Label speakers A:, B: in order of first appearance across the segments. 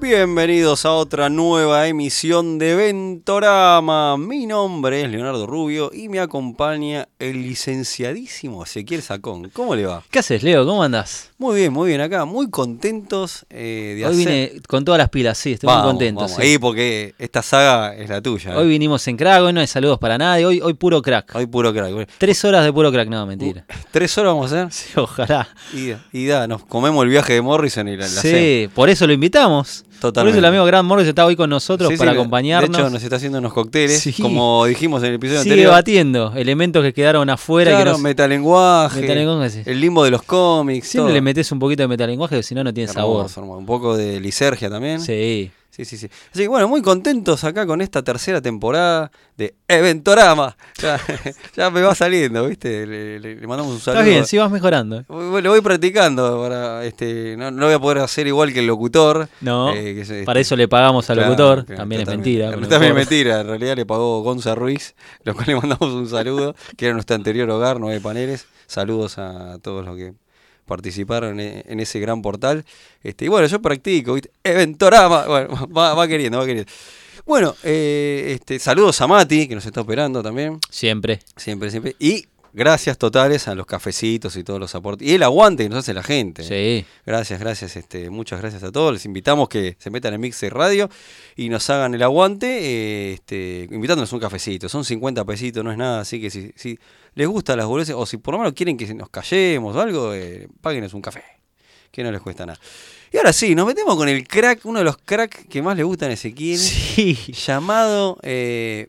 A: bienvenidos a otra nueva emisión de Ventorama. Mi nombre es Leonardo Rubio y me acompaña el licenciadísimo Ezequiel Sacón. ¿Cómo le va?
B: ¿Qué haces, Leo? ¿Cómo andás?
A: Muy bien, muy bien acá, muy contentos eh, de
B: Hoy
A: hacer...
B: vine con todas las pilas, sí, estoy
A: Vamos,
B: muy contento.
A: vamos.
B: sí.
A: Ahí porque esta saga es la tuya. eh.
B: Hoy vinimos en crack, hoy no hay saludos para nadie, hoy, hoy puro crack.
A: Hoy puro crack.
B: Tres horas de puro crack, no, mentira.
A: Tres horas vamos a hacer
B: Sí, ojalá.
A: y, y da, nos comemos el viaje de Morrison y la, la cena.
B: sí, por eso lo invitamos. Por
A: Totalmente.
B: eso el amigo Grant Morris está hoy con nosotros
A: Sí, sí,
B: para
A: de-
B: acompañarnos.
A: De hecho, nos está haciendo unos cócteles,
B: Sí.
A: como dijimos en el episodio
B: Sigue
A: anterior.
B: batiendo elementos que quedaron afuera y
A: Claro,
B: que no se-
A: metalenguaje,
B: Metalenguaje, sí.
A: el limbo de los cómics.
B: Siempre
A: todo.
B: le metes un poquito de metalenguaje, que si no, no tiene
A: Hermoso,
B: sabor.
A: hermoso. Un poco de lisergia también. Sí.
B: Sí.
A: sí, sí, Así que bueno, muy contentos acá con esta tercera temporada de Eventorama. Ya, ya me va saliendo, ¿viste? Le, le- le mandamos un saludo.
B: Estás bien, sí vas mejorando. ¿eh?
A: Voy- Lo voy practicando para este no, no voy a poder hacer igual que el locutor.
B: No,
A: eh, que se-
B: para eso le pagamos al
A: Claro,
B: locutor.
A: claro,
B: también es
A: totalmente.
B: mentira. pero
A: También
B: no
A: es
B: importa.
A: mentira. En realidad le pagó Gonza Ruiz, lo cual le mandamos un saludo, que era nuestro anterior hogar, nueve paneles. Saludos a todos los que participaron e- en ese gran portal. Este, y bueno, yo practico, ¿viste? Eventorama. Bueno, va, va queriendo, va queriendo. Bueno, eh, este, saludos a Mati, que nos está operando también.
B: Siempre.
A: Siempre, siempre. Y gracias totales a los cafecitos y todos los aportes. Y el aguante que nos hace la gente. ¿eh?
B: Sí.
A: Gracias, gracias, este, muchas gracias a todos. Les invitamos que se metan en Mixer Radio y nos hagan el aguante, eh, este, invitándonos un cafecito. Son 50 pesitos, no es nada, así que si, si les gustan las boludeces o si por lo menos quieren que nos callemos o algo, eh, páguenos un café, que no les cuesta nada. Y ahora sí, nos metemos con el crack, uno de los cracks que más le gustan a Ezequiel,
B: Sí.
A: llamado eh,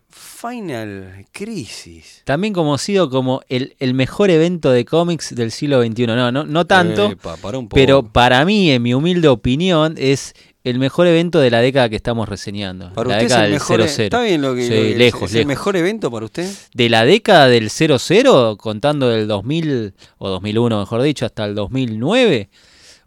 A: Final Crisis.
B: También conocido como el, el mejor evento de cómics del siglo XXI. No, no, no tanto,
A: Epa, pará un Eh, poco.
B: pero para mí, en mi humilde opinión, es el mejor evento de la década que estamos reseñando.
A: Para
B: la
A: usted es
B: década
A: el
B: del
A: mejor, e- eh,
B: 00.
A: está bien lo que,
B: Sí,
A: lo que- es-
B: lejos,
A: es el
B: lejos.
A: mejor evento para usted.
B: De la década del 00, contando del 2000 o 2001, mejor dicho, hasta el 2009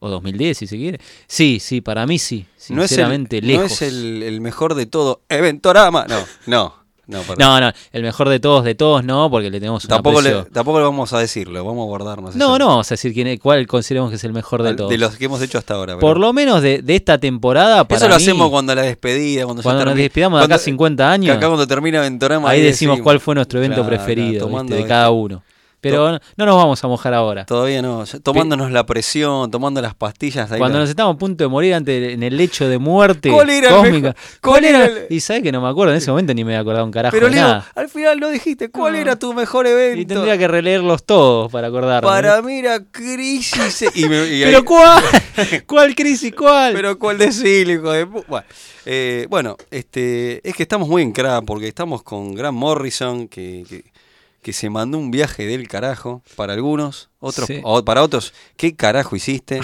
B: o 2010, si se quiere. Sí, sí, para mí sí. Sinceramente,
A: no es el,
B: lejos.
A: No es el, el mejor de todo. Eventorama. No, no. No, perdón.
B: No, no, el mejor de todos, de todos no, porque le tenemos un
A: tampoco, le,
B: aprecio.
A: tampoco le vamos a decirlo. Vamos a guardarnos.
B: No,
A: eso.
B: no, vamos a decir quién es- cuál consideramos que es el mejor de
A: Al-
B: todos.
A: De los que hemos hecho hasta ahora.
B: Por
A: pero-
B: lo menos de, de esta temporada, para
A: eso lo
B: mí,
A: hacemos cuando la despedida. Cuando, ya
B: cuando nos
A: termina-
B: despidamos de acá
A: cuando-
B: 50
A: que
B: años,
A: acá cuando termina Eventorama.
B: ahí decimos cuál fue nuestro evento
A: Claro, claro,
B: preferido ¿viste?
A: tomando
B: de
A: esto.
B: cada uno. Pero no, no nos vamos a mojar ahora.
A: Todavía no. ya Tomándonos la presión, tomando las pastillas. ahí
B: Cuando
A: la-
B: nos estamos a punto de morir antes de- en el lecho de muerte
A: ¿Cuál era el
B: cósmica.
A: mejor- cuál era el-
B: Y sabes que no me acuerdo, en ese momento ni me acordaba un carajo
A: Pero
B: de
A: Leo,
B: nada.
A: al final no dijiste cuál
B: No.
A: era tu mejor
B: Y
A: evento.
B: tendría que releerlos todos para acordarme.
A: Para mí era crisis. y me- y ahí-
B: Pero cuál, cuál crisis, cuál.
A: Pero cuál decirle, hijo de pu- Bueno, eh, bueno, este, es que estamos muy en crack porque estamos con Gran Morrison que, que, que se mandó un viaje del carajo para algunos, otros
B: Sí.
A: o para otros, ¿qué carajo hiciste?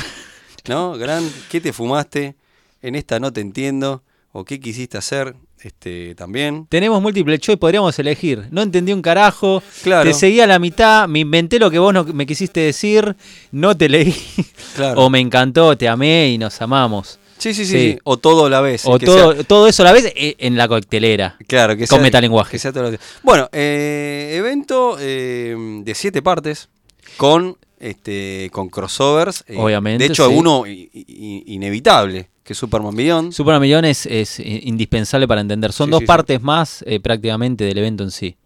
A: ¿No? Gran, ¿qué te fumaste? En esta no te entiendo. ¿O qué quisiste hacer? Este, también.
B: Tenemos múltiple choice, podríamos elegir. No entendí un carajo.
A: Claro.
B: Te seguí a la mitad, me inventé lo que vos no me quisiste decir, no te leí.
A: Claro.
B: O me encantó, te amé y nos amamos.
A: Sí, sí, sí,
B: Sí.
A: sí, O todo a la vez.
B: o
A: que
B: todo,
A: sea-
B: todo eso a la vez eh, en la coctelera.
A: claro, que
B: con
A: sea-
B: metalenguaje.
A: que sea todo a la vez. Bueno, eh, evento eh, de siete partes con este con crossovers. eh,
B: Obviamente,
A: De hecho,
B: sí.
A: uno i- i- inevitable, que es Superman Beyond.
B: Super Millón es, es, eh, indispensable para entender. Son
A: Sí,
B: dos
A: sí, sí.
B: partes más eh, prácticamente del evento en sí.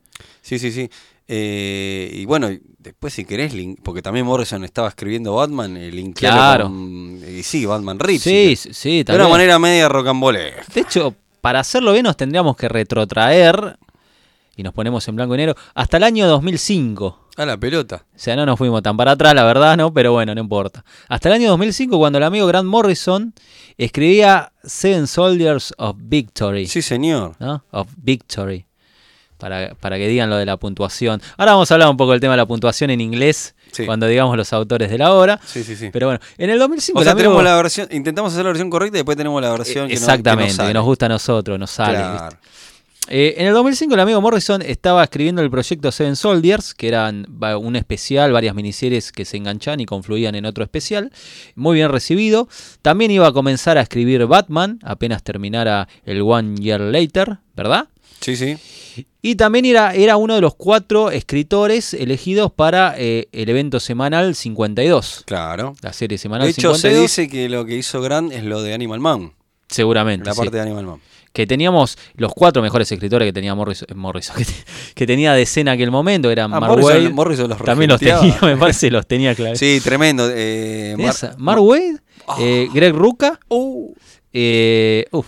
A: Sí, sí, sí. Eh, y bueno, y después si querés, link- porque también Morrison estaba escribiendo Batman, el linkearlo
B: Claro.
A: con- y sí, Batman Reeves. sí.
B: sí, sí, sí,
A: de
B: tal
A: una
B: vez.
A: manera media rocambolesca.
B: De hecho, para hacerlo bien nos tendríamos que retrotraer, y nos ponemos en blanco y negro, hasta el año 2005.
A: A la pelota.
B: O sea, no nos fuimos tan para atrás, la verdad, ¿no? Pero bueno, no importa. Hasta el año 2005, cuando el amigo Grant Morrison escribía Seven Soldiers of Victory.
A: Sí, señor.
B: ¿No? Of Victory. Para, para que digan lo de la puntuación. Ahora vamos a hablar un poco del tema de la puntuación en inglés,
A: Sí.
B: cuando digamos los autores de la obra.
A: Sí, sí, sí.
B: Pero bueno, en el 2005...
A: o
B: el
A: sea,
B: amigo-
A: tenemos la versión, intentamos hacer la versión correcta y después tenemos la versión que no-
B: Exactamente,
A: que,
B: que,
A: no sale.
B: nos gusta a nosotros, nos sale. ¿viste?
A: Claro.
B: Eh, en el 2005 el amigo Morrison estaba escribiendo el proyecto Seven Soldiers, que eran va- un especial, varias miniseries que se enganchan y confluían en otro especial, muy bien recibido. También iba a comenzar a escribir Batman, apenas terminara el One Year Later, ¿verdad?
A: Sí, sí.
B: Y también era, era uno de los cuatro escritores elegidos para eh, el evento semanal 52,
A: Claro.
B: la serie
A: De
B: semanal
A: hecho, se
B: 52.
A: dice que lo que hizo Grant es lo de Animal Man.
B: Seguramente.
A: la
B: sí.
A: parte de Animal Man.
B: que teníamos los cuatro mejores escritores que tenía Morris, Morrison, que, te- que tenía de escena en aquel momento, eran
A: Ah,
B: Mark
A: Morrison-
B: Wade,
A: Morrison los
B: también los
A: regenteaba.
B: tenía, me parece, los tenía claro.
A: Sí, tremendo. eh, Mar-
B: Mark Wade, eh,
A: Ah.
B: Greg Ruca,
A: Uh,
B: eh, uf,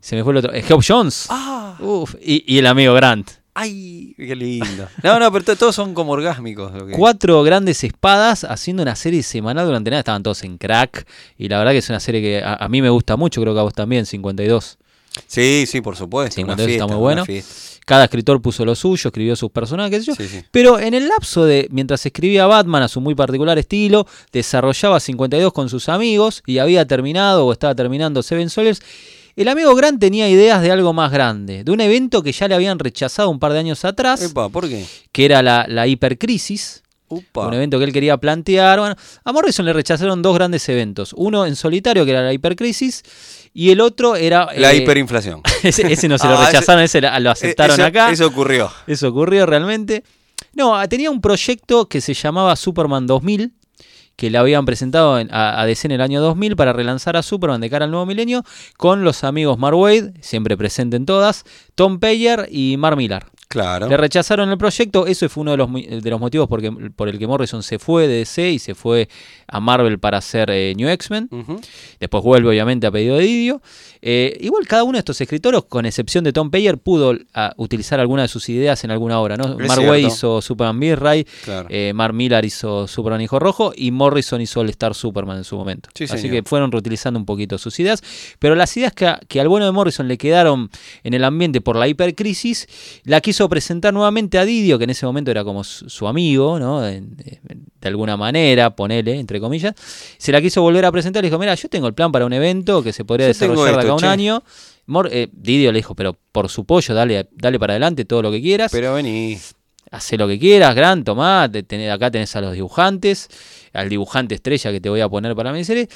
B: se me fue el otro, eh, Geoff Jones,
A: ah,
B: uf, y, y el amigo Grant.
A: ay, qué lindo. No, no, pero to- todos son como orgásmicos. lo que-
B: Cuatro grandes espadas haciendo una serie semanal durante nada, estaban todos en crack, y la verdad que es una serie que a, a mí me gusta mucho, creo que a vos también, 52.
A: Sí, sí, por supuesto.
B: Sí,
A: una
B: cuando eso está
A: fiesta,
B: muy
A: una
B: bueno.
A: fiesta.
B: Cada escritor puso lo suyo, escribió sus personajes, qué sé yo.
A: Sí, sí.
B: Pero en el lapso de mientras escribía Batman a su muy particular estilo, desarrollaba 52 con sus amigos y había terminado o estaba terminando Seven Soldiers, el amigo Grant tenía ideas de algo más grande, de un evento que ya le habían rechazado un par de años atrás,
A: Epa, ¿por qué?
B: que era la, la hipercrisis,
A: Upa.
B: un evento que él quería plantear. Bueno, a Morrison le rechazaron dos grandes eventos, uno en solitario que era la hipercrisis y el otro era...
A: La
B: eh,
A: hiperinflación.
B: ese, ese no se
A: Ah,
B: lo
A: ese-
B: rechazaron, ese, la- lo aceptaron
A: Eso-
B: acá.
A: Eso ocurrió.
B: Eso ocurrió realmente. No, ah, tenía un proyecto que se llamaba Superman 2000, que le habían presentado en- a, a DC en el año 2000 para relanzar a Superman de cara al nuevo milenio con los amigos Mark Wade, siempre presente en todas, Tom Payer y Mark Millar.
A: Claro.
B: Le rechazaron el proyecto, eso fue uno de los, mu- de los motivos por, por el que Morrison se fue de DC y se fue a Marvel para hacer eh, New X-Men.
A: Ujú.
B: Después vuelve, obviamente, a pedido de Didio. Eh, igual cada uno de estos escritores, con excepción de Tom Payer, pudo ah, utilizar alguna de sus ideas en alguna obra. ¿no?
A: Es
B: Mark Way
A: cierto.
B: hizo Superman Birray,
A: Claro.
B: eh, Mark Millar hizo Superman Hijo Rojo y Morrison hizo All Star Superman en su momento.
A: Sí,
B: Así
A: señor.
B: que fueron reutilizando un poquito sus ideas. Pero las ideas que, a- que al bueno de Morrison le quedaron en el ambiente por la hipercrisis, la quiso presentar nuevamente a Didio, que en ese momento era como su, su amigo, ¿no? En- en- de alguna manera, ponele, entre comillas. Se la quiso volver a presentar y dijo, mira, yo tengo el plan para un evento que se podría
A: Yo tengo
B: desarrollar de acá a un
A: esto, che.
B: año. Mor- eh, Didio le dijo, pero por su pollo, dale, dale para adelante todo lo que quieras
A: Pero vení.
B: hacé lo que quieras, gran, tomá, te- tenés- acá tenés a los dibujantes, al dibujante estrella que te voy a poner para mi serie.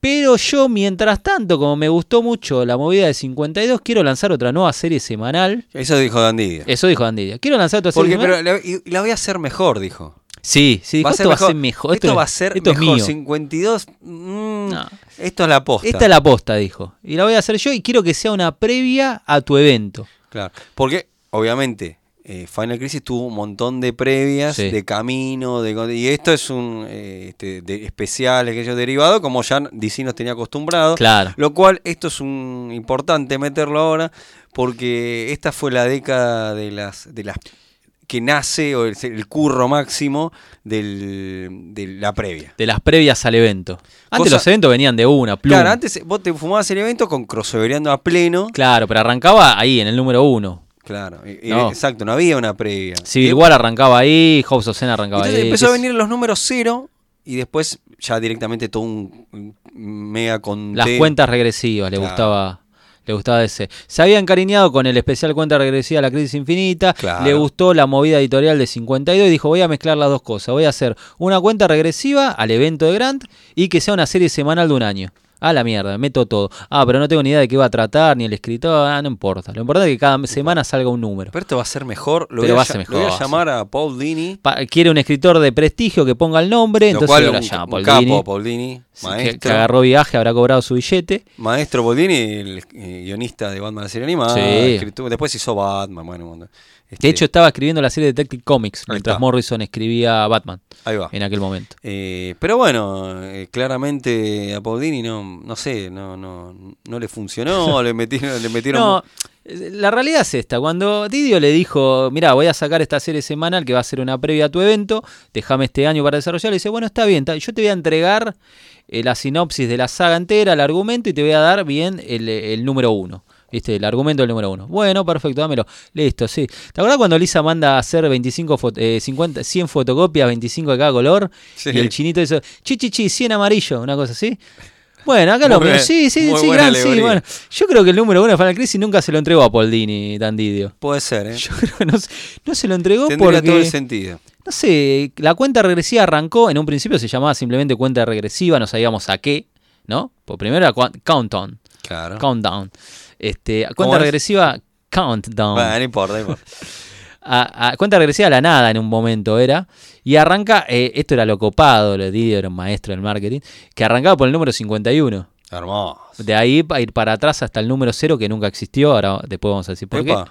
B: Pero yo, mientras tanto, como me gustó mucho la movida de 52, quiero lanzar otra nueva serie semanal.
A: Eso dijo Dandidia.
B: Eso dijo Dandidia. Quiero lanzar otra
A: Porque,
B: serie
A: pero
B: semanal.
A: la, y- la voy a hacer mejor, dijo.
B: Sí, sí, dijo, esto va a ser mejor.
A: Esto, va a ser
B: esto es
A: mejor.
B: mío.
A: 52. mm,
B: No.
A: Esto es la posta.
B: Esta es la posta, dijo. Y la voy a hacer yo y quiero que sea una previa a tu evento.
A: Claro. Porque, obviamente, eh, Final Crisis tuvo un montón de previas,
B: Sí.
A: de camino, de con- y esto es un eh, este, de especiales que ellos derivado, como ya DC nos tenía acostumbrado.
B: Claro.
A: Lo cual, esto es un importante meterlo ahora, porque esta fue la década de las, de las que nace o el, el curro máximo del- de la previa.
B: De las previas al evento. Antes
A: Cosa-
B: los eventos venían de una, plum.
A: Claro, antes eh, vos te fumabas el evento con crossovereando a pleno.
B: Claro, pero arrancaba ahí, en el número uno.
A: Claro, y- y-
B: No.
A: exacto, no había una previa.
B: Civil
A: Y-
B: War arrancaba ahí, Hobbs Ocean arrancaba
A: Entonces
B: ahí.
A: empezó
B: qué
A: a
B: sé-
A: venir los números cero y después ya directamente todo un un mega con
B: Las cuentas regresivas, le
A: Claro.
B: gustaba. Le gustaba ese. Se había encariñado con el especial cuenta regresiva La Crisis Infinita.
A: Claro.
B: Le gustó la movida editorial de 52 y dijo: Voy a mezclar las dos cosas. Voy a hacer una cuenta regresiva al evento de Grant y que sea una serie semanal de un año. A la mierda, meto todo. Ah, pero no tengo ni idea de qué va a tratar, ni el escritor. Ah, no importa. Lo importante es que cada semana salga un número.
A: Pero esto va a ser mejor. Lo,
B: Pero
A: voy, a
B: va a
A: ll-
B: ser
A: lo voy a
B: mejor.
A: llamar a Paul Dini.
B: Pa- quiere un escritor de prestigio que ponga el nombre.
A: lo
B: entonces
A: cual
B: lo
A: un,
B: llama
A: un
B: Paul
A: capo
B: Dini.
A: Paul Dini,
B: Sí, que-
A: maestro.
B: Que, agarró viaje, habrá cobrado su billete.
A: Maestro Paul Dini, el eh, guionista de Batman la serie animada.
B: Sí.
A: escritu- Después hizo Batman, bueno, un montón. Este,
B: De hecho, estaba escribiendo la serie Detective Comics
A: Ahí
B: mientras
A: está.
B: Morrison escribía Batman
A: ahí va.
B: en aquel momento.
A: Eh, pero bueno, eh, claramente a Paul Dini no, no sé, no, no, no le funcionó, le metieron, le metieron
B: No, la realidad es esta. Cuando Didio le dijo, mira, voy a sacar esta serie semanal que va a ser una previa a tu evento, déjame este año para desarrollarla, le dice, bueno, está bien, ta- yo te voy a entregar eh, la sinopsis de la saga entera, el argumento, y te voy a dar bien el, el número uno. ¿Viste? El argumento del número uno. Bueno, perfecto, dámelo. Listo, sí. ¿Te acuerdas cuando Lisa manda a hacer 25 fot- eh, 50, 100 fotocopias, 25 de cada color?
A: Sí.
B: Y el chinito dice, chi, chi, chi, 100 amarillo, una cosa así. Bueno, acá lo
A: Muy bien,
B: mismo. Sí, sí,
A: muy
B: sí,
A: buena
B: gran, sí,
A: alegoría.
B: bueno. Yo creo que el número uno de Final Crisis nunca se lo entregó a Paul Dini, Dandidio.
A: Puede ser, ¿eh?
B: Yo creo que no, se- no se lo entregó
A: Tendría
B: porque,
A: todo el sentido.
B: no sé, la cuenta regresiva arrancó, en un principio se llamaba simplemente cuenta regresiva, no sabíamos a qué, ¿no? Pues primero era cua- Countdown,
A: Claro.
B: Countdown. Este,
A: Ah. ¿Cómo
B: cuenta
A: es?
B: regresiva, Countdown.
A: Bueno, no importa, no importa.
B: a- a- cuenta regresiva a la nada en un momento era. Y arranca, eh, esto era lo copado, lo Didio era un maestro del marketing, que arrancaba por el número 51.
A: Hermoso.
B: De ahí a ir para atrás hasta el número 0 que nunca existió, ahora después vamos a decir por
A: Epa.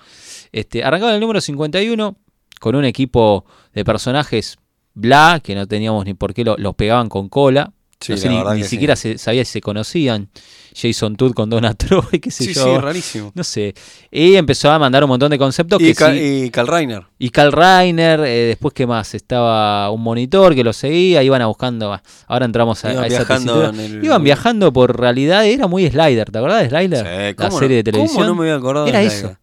B: qué. Este, arrancaba en el número 51 con un equipo de personajes bla, que no teníamos ni por qué lo- los pegaban con cola.
A: Sí,
B: No sé,
A: la
B: ni,
A: verdad
B: ni
A: que sí.
B: siquiera se, sabía si se conocían. Jason Todd con Donna Troy, qué sé
A: Sí,
B: yo.
A: sí, rarísimo.
B: no sé. Y empezó a mandar un montón de conceptos
A: Y,
B: que
A: Cal,
B: sí-
A: y Carl Reiner.
B: y Carl Reiner, eh, después que más, estaba un monitor que lo seguía, iban a buscando, ah, ahora entramos a,
A: Iban
B: a esa
A: viajando
B: tesitura.
A: en el-
B: Iban viajando por realidad, era muy Slider, ¿te acordás de Slider?
A: Sí,
B: La
A: ¿cómo no-
B: serie de
A: cómo
B: televisión.
A: no me había acordado de
B: Era
A: Slider?
B: eso.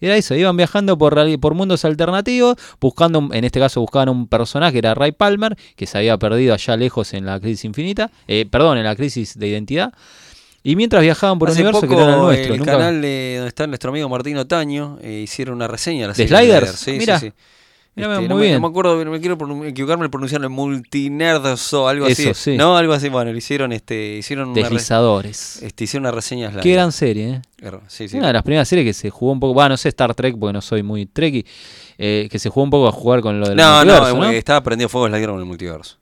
B: Era eso, iban viajando por, reali- por mundos alternativos, buscando, un- en este caso buscaban un personaje, era Ray Palmer, que se había perdido allá lejos en la crisis infinita, eh, perdón, en la crisis de identidad. Y mientras viajaban por un
A: Hace
B: universo
A: poco,
B: que no era el nuestro,
A: el
B: nunca-
A: canal de donde está nuestro amigo Martín Otaño eh, hicieron una reseña. de La
B: ¿De
A: serie
B: Sliders?
A: Sí, sí,
B: Mirá.
A: sí.
B: Mirá,
A: Este,
B: muy
A: no, me,
B: bien.
A: no me acuerdo, no me quiero pronun- equivocarme al pronunciarlo, multinerdoso, algo
B: Eso,
A: así.
B: sí.
A: No, algo así, bueno, le hicieron, este, hicieron una, re-
B: Deslizadores.
A: este, hicieron una reseña de
B: Qué
A: Slider.
B: gran serie, ¿eh?
A: Er- Sí, sí.
B: Una de las primeras series que se jugó un poco, va, no sé Star Trek porque no soy muy trekkie, eh, que se jugó un poco a jugar con lo del
A: No, no,
B: multiverso,
A: eh,
B: ¿no?
A: estaba prendido fuego Slider con el multiverso.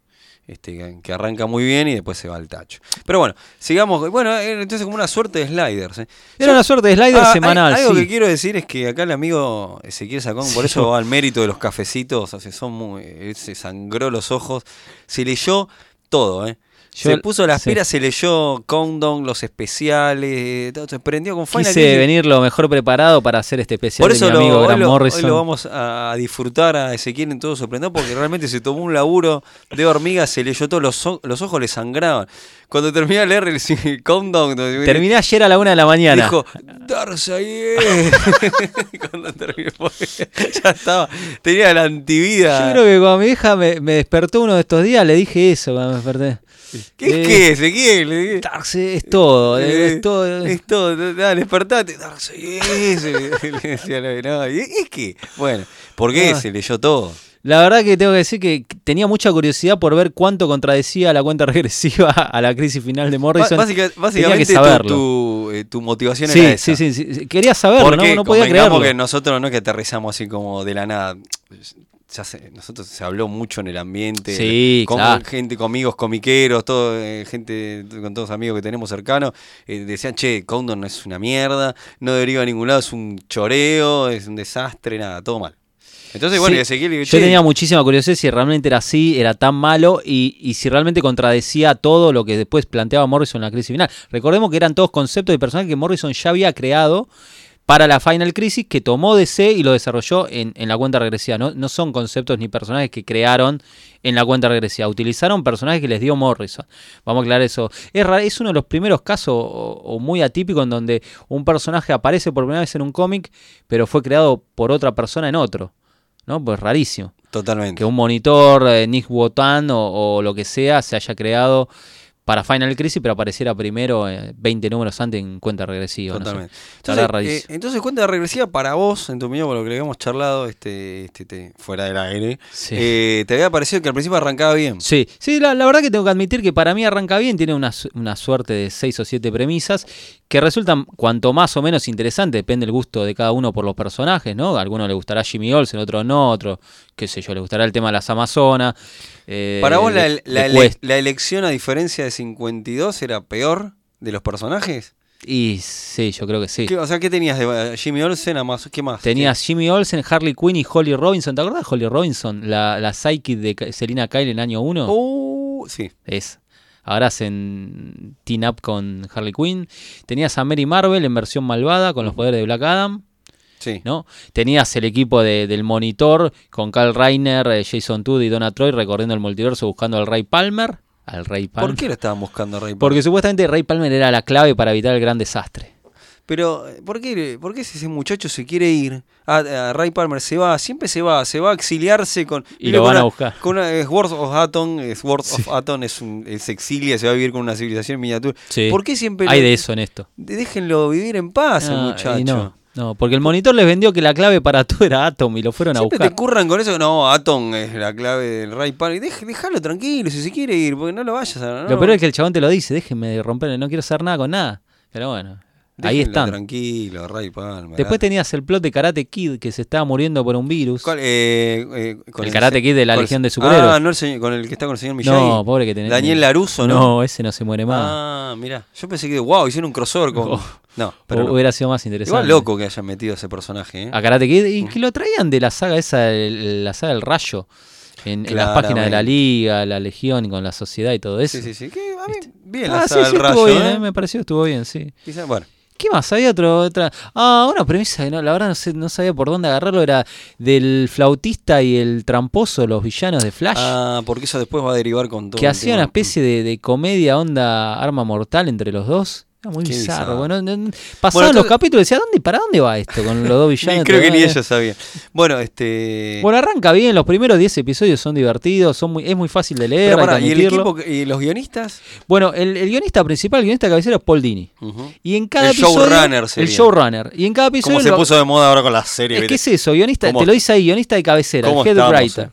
A: Este, que- que arranca muy bien y después se va al tacho. Pero bueno, sigamos. Bueno, eh, entonces como una suerte de sliders. eh.
B: Era una suerte de slider
A: Ah, hay-
B: semanal,
A: algo
B: sí.
A: que quiero decir es que acá el amigo Ezequiel Sacón, por eso va al mérito de los cafecitos, o sea, son muy- él se sangró los ojos, se leyó todo, ¿eh?
B: Yo-
A: se puso las
B: sí.
A: pilas, se leyó Countdown, los especiales, todo, se prendió con Final
B: Quise
A: Crisis.
B: venir lo mejor preparado para hacer este especial
A: Por eso
B: de mi amigo
A: lo, hoy,
B: Grant
A: lo, hoy
B: Morrison.
A: lo vamos a disfrutar a Ezequiel en todo su esplendor porque realmente se tomó un laburo de hormiga, se leyó todo, los, o- los ojos le sangraban. Cuando terminé de leer el el Countdown,
B: Terminé ayer a la una de la mañana.
A: Dijo, Darsayer. Cuando terminó, ya estaba. Tenía la antivida.
B: Yo creo que cuando mi hija me, me despertó uno de estos días, le dije eso cuando me desperté.
A: ¿Qué es
B: eh,
A: que es, Ezequiel? Le dije,
B: Darks es todo, es
A: eh,
B: todo.
A: Es todo. Dale, despertate. Darsayer. Le decía la venada. ¿Y es que? Bueno, ¿por qué
B: Ah.
A: se leyó todo?
B: La verdad que tengo que decir que tenía mucha curiosidad por ver cuánto contradecía la cuenta regresiva a la crisis final de
A: Ba-
B: Morrison.
A: básica-
B: tenía
A: básicamente
B: que
A: tu-
B: saberlo.
A: tu, eh, tu motivación
B: Sí,
A: era esa.
B: sí, sí, sí, sí. Quería saberlo,
A: Porque
B: no, no podía
A: convengamos que
B: creerlo.
A: nosotros no es que aterrizamos así como de la nada. Ya se, nosotros se habló mucho en el ambiente.
B: Sí,
A: con
B: claro.
A: gente, con amigos, comiqueros, todo, eh, gente, con todos amigos que tenemos cercanos. eh, decían, che, Condon no es una mierda, no deriva a ningún lado, es un choreo, es un desastre, nada, todo mal. Entonces, bueno,
B: Sí,
A: y Ezequiel dijo,
B: Yo
A: "Che,
B: tenía muchísima curiosidad si realmente era así, era tan malo y, y si realmente contradecía todo lo que después planteaba Morrison en la crisis final. Recordemos que eran todos conceptos y personajes que Morrison ya había creado para la Final Crisis que tomó DC y lo desarrolló en, en la cuenta regresiva. No, no son conceptos ni personajes que crearon en la cuenta regresiva. Utilizaron personajes que les dio Morrison. Vamos a aclarar eso. Es, ra- es uno de los primeros casos o, o muy atípico en donde un personaje aparece por primera vez en un cómic, pero fue creado por otra persona en otro. ¿No? Pues rarísimo
A: totalmente.
B: que un monitor, eh, Nick Wotan o, o lo que sea, se haya creado para Final Crisis, pero apareciera primero eh, 20 números antes en cuenta regresiva. no sé.
A: Totalmente.
B: Estará
A: Entonces, eh,
B: rarísimo.
A: entonces, cuenta regresiva para vos, en tu opinión, por lo que le habíamos charlado este, este, te- fuera del aire.
B: Sí.
A: eh, te había parecido que al principio arrancaba bien.
B: Sí, sí, la, la verdad que tengo que admitir que para mí arranca bien, tiene una, su- una suerte de seis o siete premisas que resultan cuanto más o menos interesantes, depende el gusto de cada uno por los personajes, ¿no? A alguno le gustará Jimmy Olsen, otro no, otro, qué sé yo, le gustará el tema de las Amazonas. eh,
A: Para vos, la,
B: de-
A: la-
B: de
A: la-
B: Quest.
A: la elección, a diferencia de 52, era peor de los personajes.
B: Y sí, yo creo que sí.
A: ¿Qué- o sea, ¿qué tenías de eh, Jimmy Olsen? a más- ¿Qué más?
B: Tenías Jimmy Olsen, Harley Quinn y Holly Robinson. ¿Te acordás de Holly Robinson? La, la psyche de Ka- Selina Kyle en año 1.
A: Uh, sí.
B: Es. Ahora hacen team up con Harley Quinn. Tenías a Mary Marvel en versión malvada con los poderes de Black Adam.
A: Sí.
B: ¿no? Tenías el equipo de- del monitor con Carl Reiner, eh, Jason Todd y Donna Troy recorriendo el multiverso buscando al Ray Palmer. Al Ray Palmer.
A: ¿Por qué lo estaban buscando a Ray
B: Porque supuestamente Ray Palmer era la clave para evitar el gran desastre.
A: Pero, eh, ¿por qué, ¿por qué si ese muchacho se quiere ir? A, a Ray Palmer se va, siempre se va, se va a exiliarse con.
B: Y
A: vino
B: lo
A: con
B: van a
A: una-
B: buscar.
A: Con una, eh, Sword of Atom, eh, Sword of Atom es un, eh, se exilia, se va a vivir con una civilización miniatura.
B: Sí.
A: ¿Por qué siempre.?
B: Hay
A: lo-
B: de eso en esto.
A: Déjenlo vivir en paz, el
B: No, Ah, y
A: muchacho.
B: No, no, porque el monitor les vendió que la clave para todo era Atom y lo fueron a
A: Siempre
B: buscar.
A: te curran con eso. No, Atom es la clave del Ray Palmer. Dej- Déjalo tranquilo si se quiere ir, porque no lo vayas a. no
B: Lo peor es que el chabón te lo dice, déjenme de romper, no quiero hacer nada con nada. Pero bueno, Ahí
A: Déjenlo
B: están.
A: Tranquilo, Ray Palmer. Ah,
B: Después tenías el plot de Karate Kid que se estaba muriendo por un virus.
A: ¿Cuál, eh, eh, con
B: El Karate Kid de la
A: con el-
B: Legión de Superhéroes.
A: Ah, no el señor- con el que está con el señor Miyagi.
B: No, pobre que tenés.
A: Daniel Laruso, ¿no?
B: No, ese no se muere más.
A: Ah, mira, yo pensé que, wow, hicieron un crossover con.
B: Oh.
A: No, pero.
B: O-
A: no.
B: Hubiera sido más interesante. Ah,
A: Igual loco que hayan metido a ese personaje, ¿eh?
B: A Karate Kid y que lo traían de la saga esa, el- la saga del rayo. En, en las
A: Claramente.
B: páginas de la Liga, la Legión, con la Sociedad y todo eso.
A: Sí, sí, sí. Que, a mí, bien la
B: Ah, sí,
A: saga
B: sí,
A: del
B: estuvo
A: rayo,
B: bien,
A: ¿eh?
B: eh, me pareció que estuvo bien, sí.
A: Quizá- bueno,
B: ¿Qué más? Había otro, otra. Ah, una premisa que no, la verdad no, sé, no sabía por dónde agarrarlo. Era del flautista y el tramposo, los villanos de Flash.
A: ah, porque eso después va a derivar con todo.
B: que
A: un
B: hacía
A: tema.
B: una especie de, de comedia onda arma mortal entre los dos. Era muy
A: Qué
B: bizarro.
A: bizarro.
B: Bueno, no- no- pasaban los
A: entonces-
B: capítulos y decía, ¿dónde, ¿para dónde va esto con los dos
A: Ni-
B: villanos?
A: creo que ni
B: Todavía-
A: ellos sabían. Bueno, este.
B: Bueno, arranca bien, los primeros 10 episodios son divertidos, son muy, es muy fácil de leer.
A: pero
B: hay que
A: pará, ¿y el
B: admitirlo.
A: equipo que- y los guionistas?
B: Bueno, el, el guionista principal, el guionista cabecero es Paul Dini.
A: Ujú.
B: Y en cada
A: El
B: episodio.
A: showrunner
B: El
A: sería.
B: showrunner. Y en cada episodio.
A: Como se
B: lo-
A: puso de moda ahora con las series.
B: Es que
A: ¿viste?
B: es eso, guionista,
A: ¿Cómo-
B: te lo dice ahí, guionista de cabecera, el
A: cómo
B: head
A: estamos, eh?
B: writer.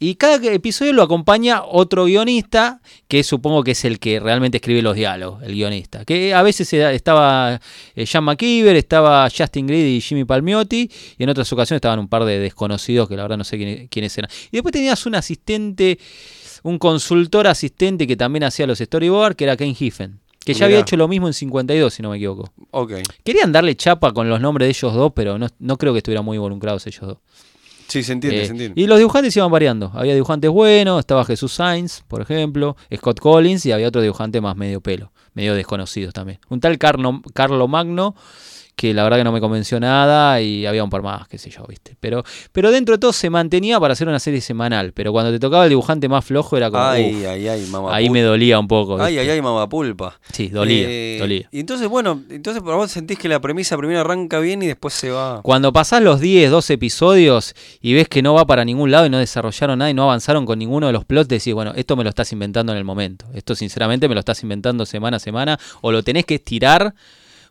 B: Y cada que- episodio lo acompaña otro guionista, que supongo que es el que realmente escribe los diálogos, el guionista. Que a veces era- estaba eh, Sean McKeever, estaba Justin Greedy y Jimmy Palmiotti, y en otras ocasiones estaban un par de desconocidos que la verdad no sé quién- quiénes eran. Y después tenías un asistente, un consultor asistente que también hacía los storyboards, que era Ken Giffen, que ya
A: Mirá.
B: había hecho lo mismo en 52, si no me equivoco.
A: Ok.
B: Querían darle chapa con los nombres de ellos dos, pero no, no creo que estuvieran muy involucrados ellos dos.
A: Sí, se entiende,
B: Eh,
A: se entiende.
B: y los dibujantes iban variando. Había dibujantes buenos, estaba Jesús Sainz, por ejemplo, Scott Collins, y había otro dibujante más medio pelo, medio desconocido también. Un tal Carlo, Carlo Magno, que la verdad que no me convenció nada, y había un par más, qué sé yo, viste. Pero, pero dentro de todo se mantenía para hacer una serie semanal, pero cuando te tocaba el dibujante más flojo era como...
A: Ay,
B: "Uf",
A: ay, ay, mamá.
B: ahí me dolía un poco.
A: Ay,
B: ¿viste?
A: ay, ay, mamapulpa.
B: Sí, dolía,
A: Eh,
B: dolía.
A: Y entonces, bueno, entonces por vos sentís que la premisa primero arranca bien y después se va.
B: Cuando pasás los 10, 12 episodios y ves que no va para ningún lado y no desarrollaron nada y no avanzaron con ninguno de los plots, decís, bueno, esto me lo estás inventando en el momento. Esto sinceramente me lo estás inventando semana a semana o lo tenés que estirar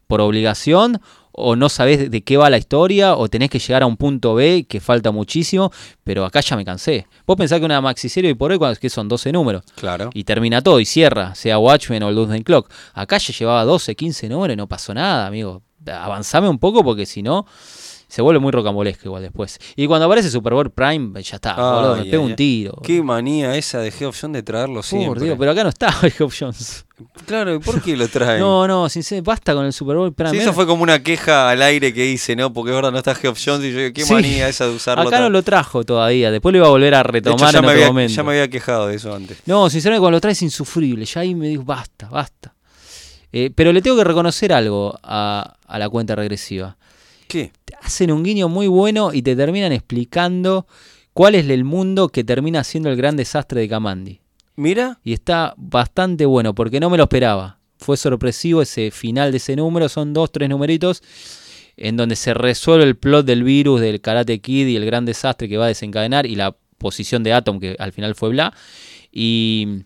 B: por obligación o no sabés de qué va la historia o tenés que llegar a un punto B que falta muchísimo, pero acá ya me cansé. Vos pensás que una maxiserie y por hoy cuando- que son 12 números
A: Claro.
B: y termina todo y cierra, sea Watchmen o Luz Clock. Acá ya llevaba 12, 15 números y no pasó nada, amigo. Avanzame un poco porque si no, se vuelve muy rocambolesco igual después. Y cuando aparece Super Bowl Prime, ya está,
A: Ay,
B: boludo, me
A: ay,
B: pego
A: ay.
B: un tiro.
A: Qué manía esa de Geoff John de traerlo
B: Por
A: siempre.
B: Dios, pero acá no está Bob Jones.
A: Claro, ¿y por qué lo traen?
B: No, no, sincer- basta con el Super Bowl Prime. ¿eh?
A: Sí, eso fue como una queja al aire que hice, ¿no? Porque es verdad, no está Geoff Jones y yo digo, qué
B: Sí.
A: manía esa de usarlo.
B: Acá no
A: tan-
B: lo trajo todavía, después lo iba a volver a
A: De hecho,
B: retomar
A: ya,
B: en
A: me
B: otro
A: había,
B: momento.
A: ya me había quejado de eso antes.
B: No, sinceramente cuando lo traes es insufrible. Ya ahí me digo, basta, basta. Eh, pero le tengo que reconocer algo a, a la cuenta regresiva.
A: ¿Qué?
B: te hacen un guiño muy bueno y te terminan explicando cuál es el mundo que termina siendo el gran desastre de Kamandi.
A: Mira,
B: Y está bastante bueno porque no me lo esperaba. Fue sorpresivo ese final de ese número, son dos, tres numeritos en donde se resuelve el plot del virus, del Karate Kid y el gran desastre que va a desencadenar y la posición de Atom que al final fue Bla. Y,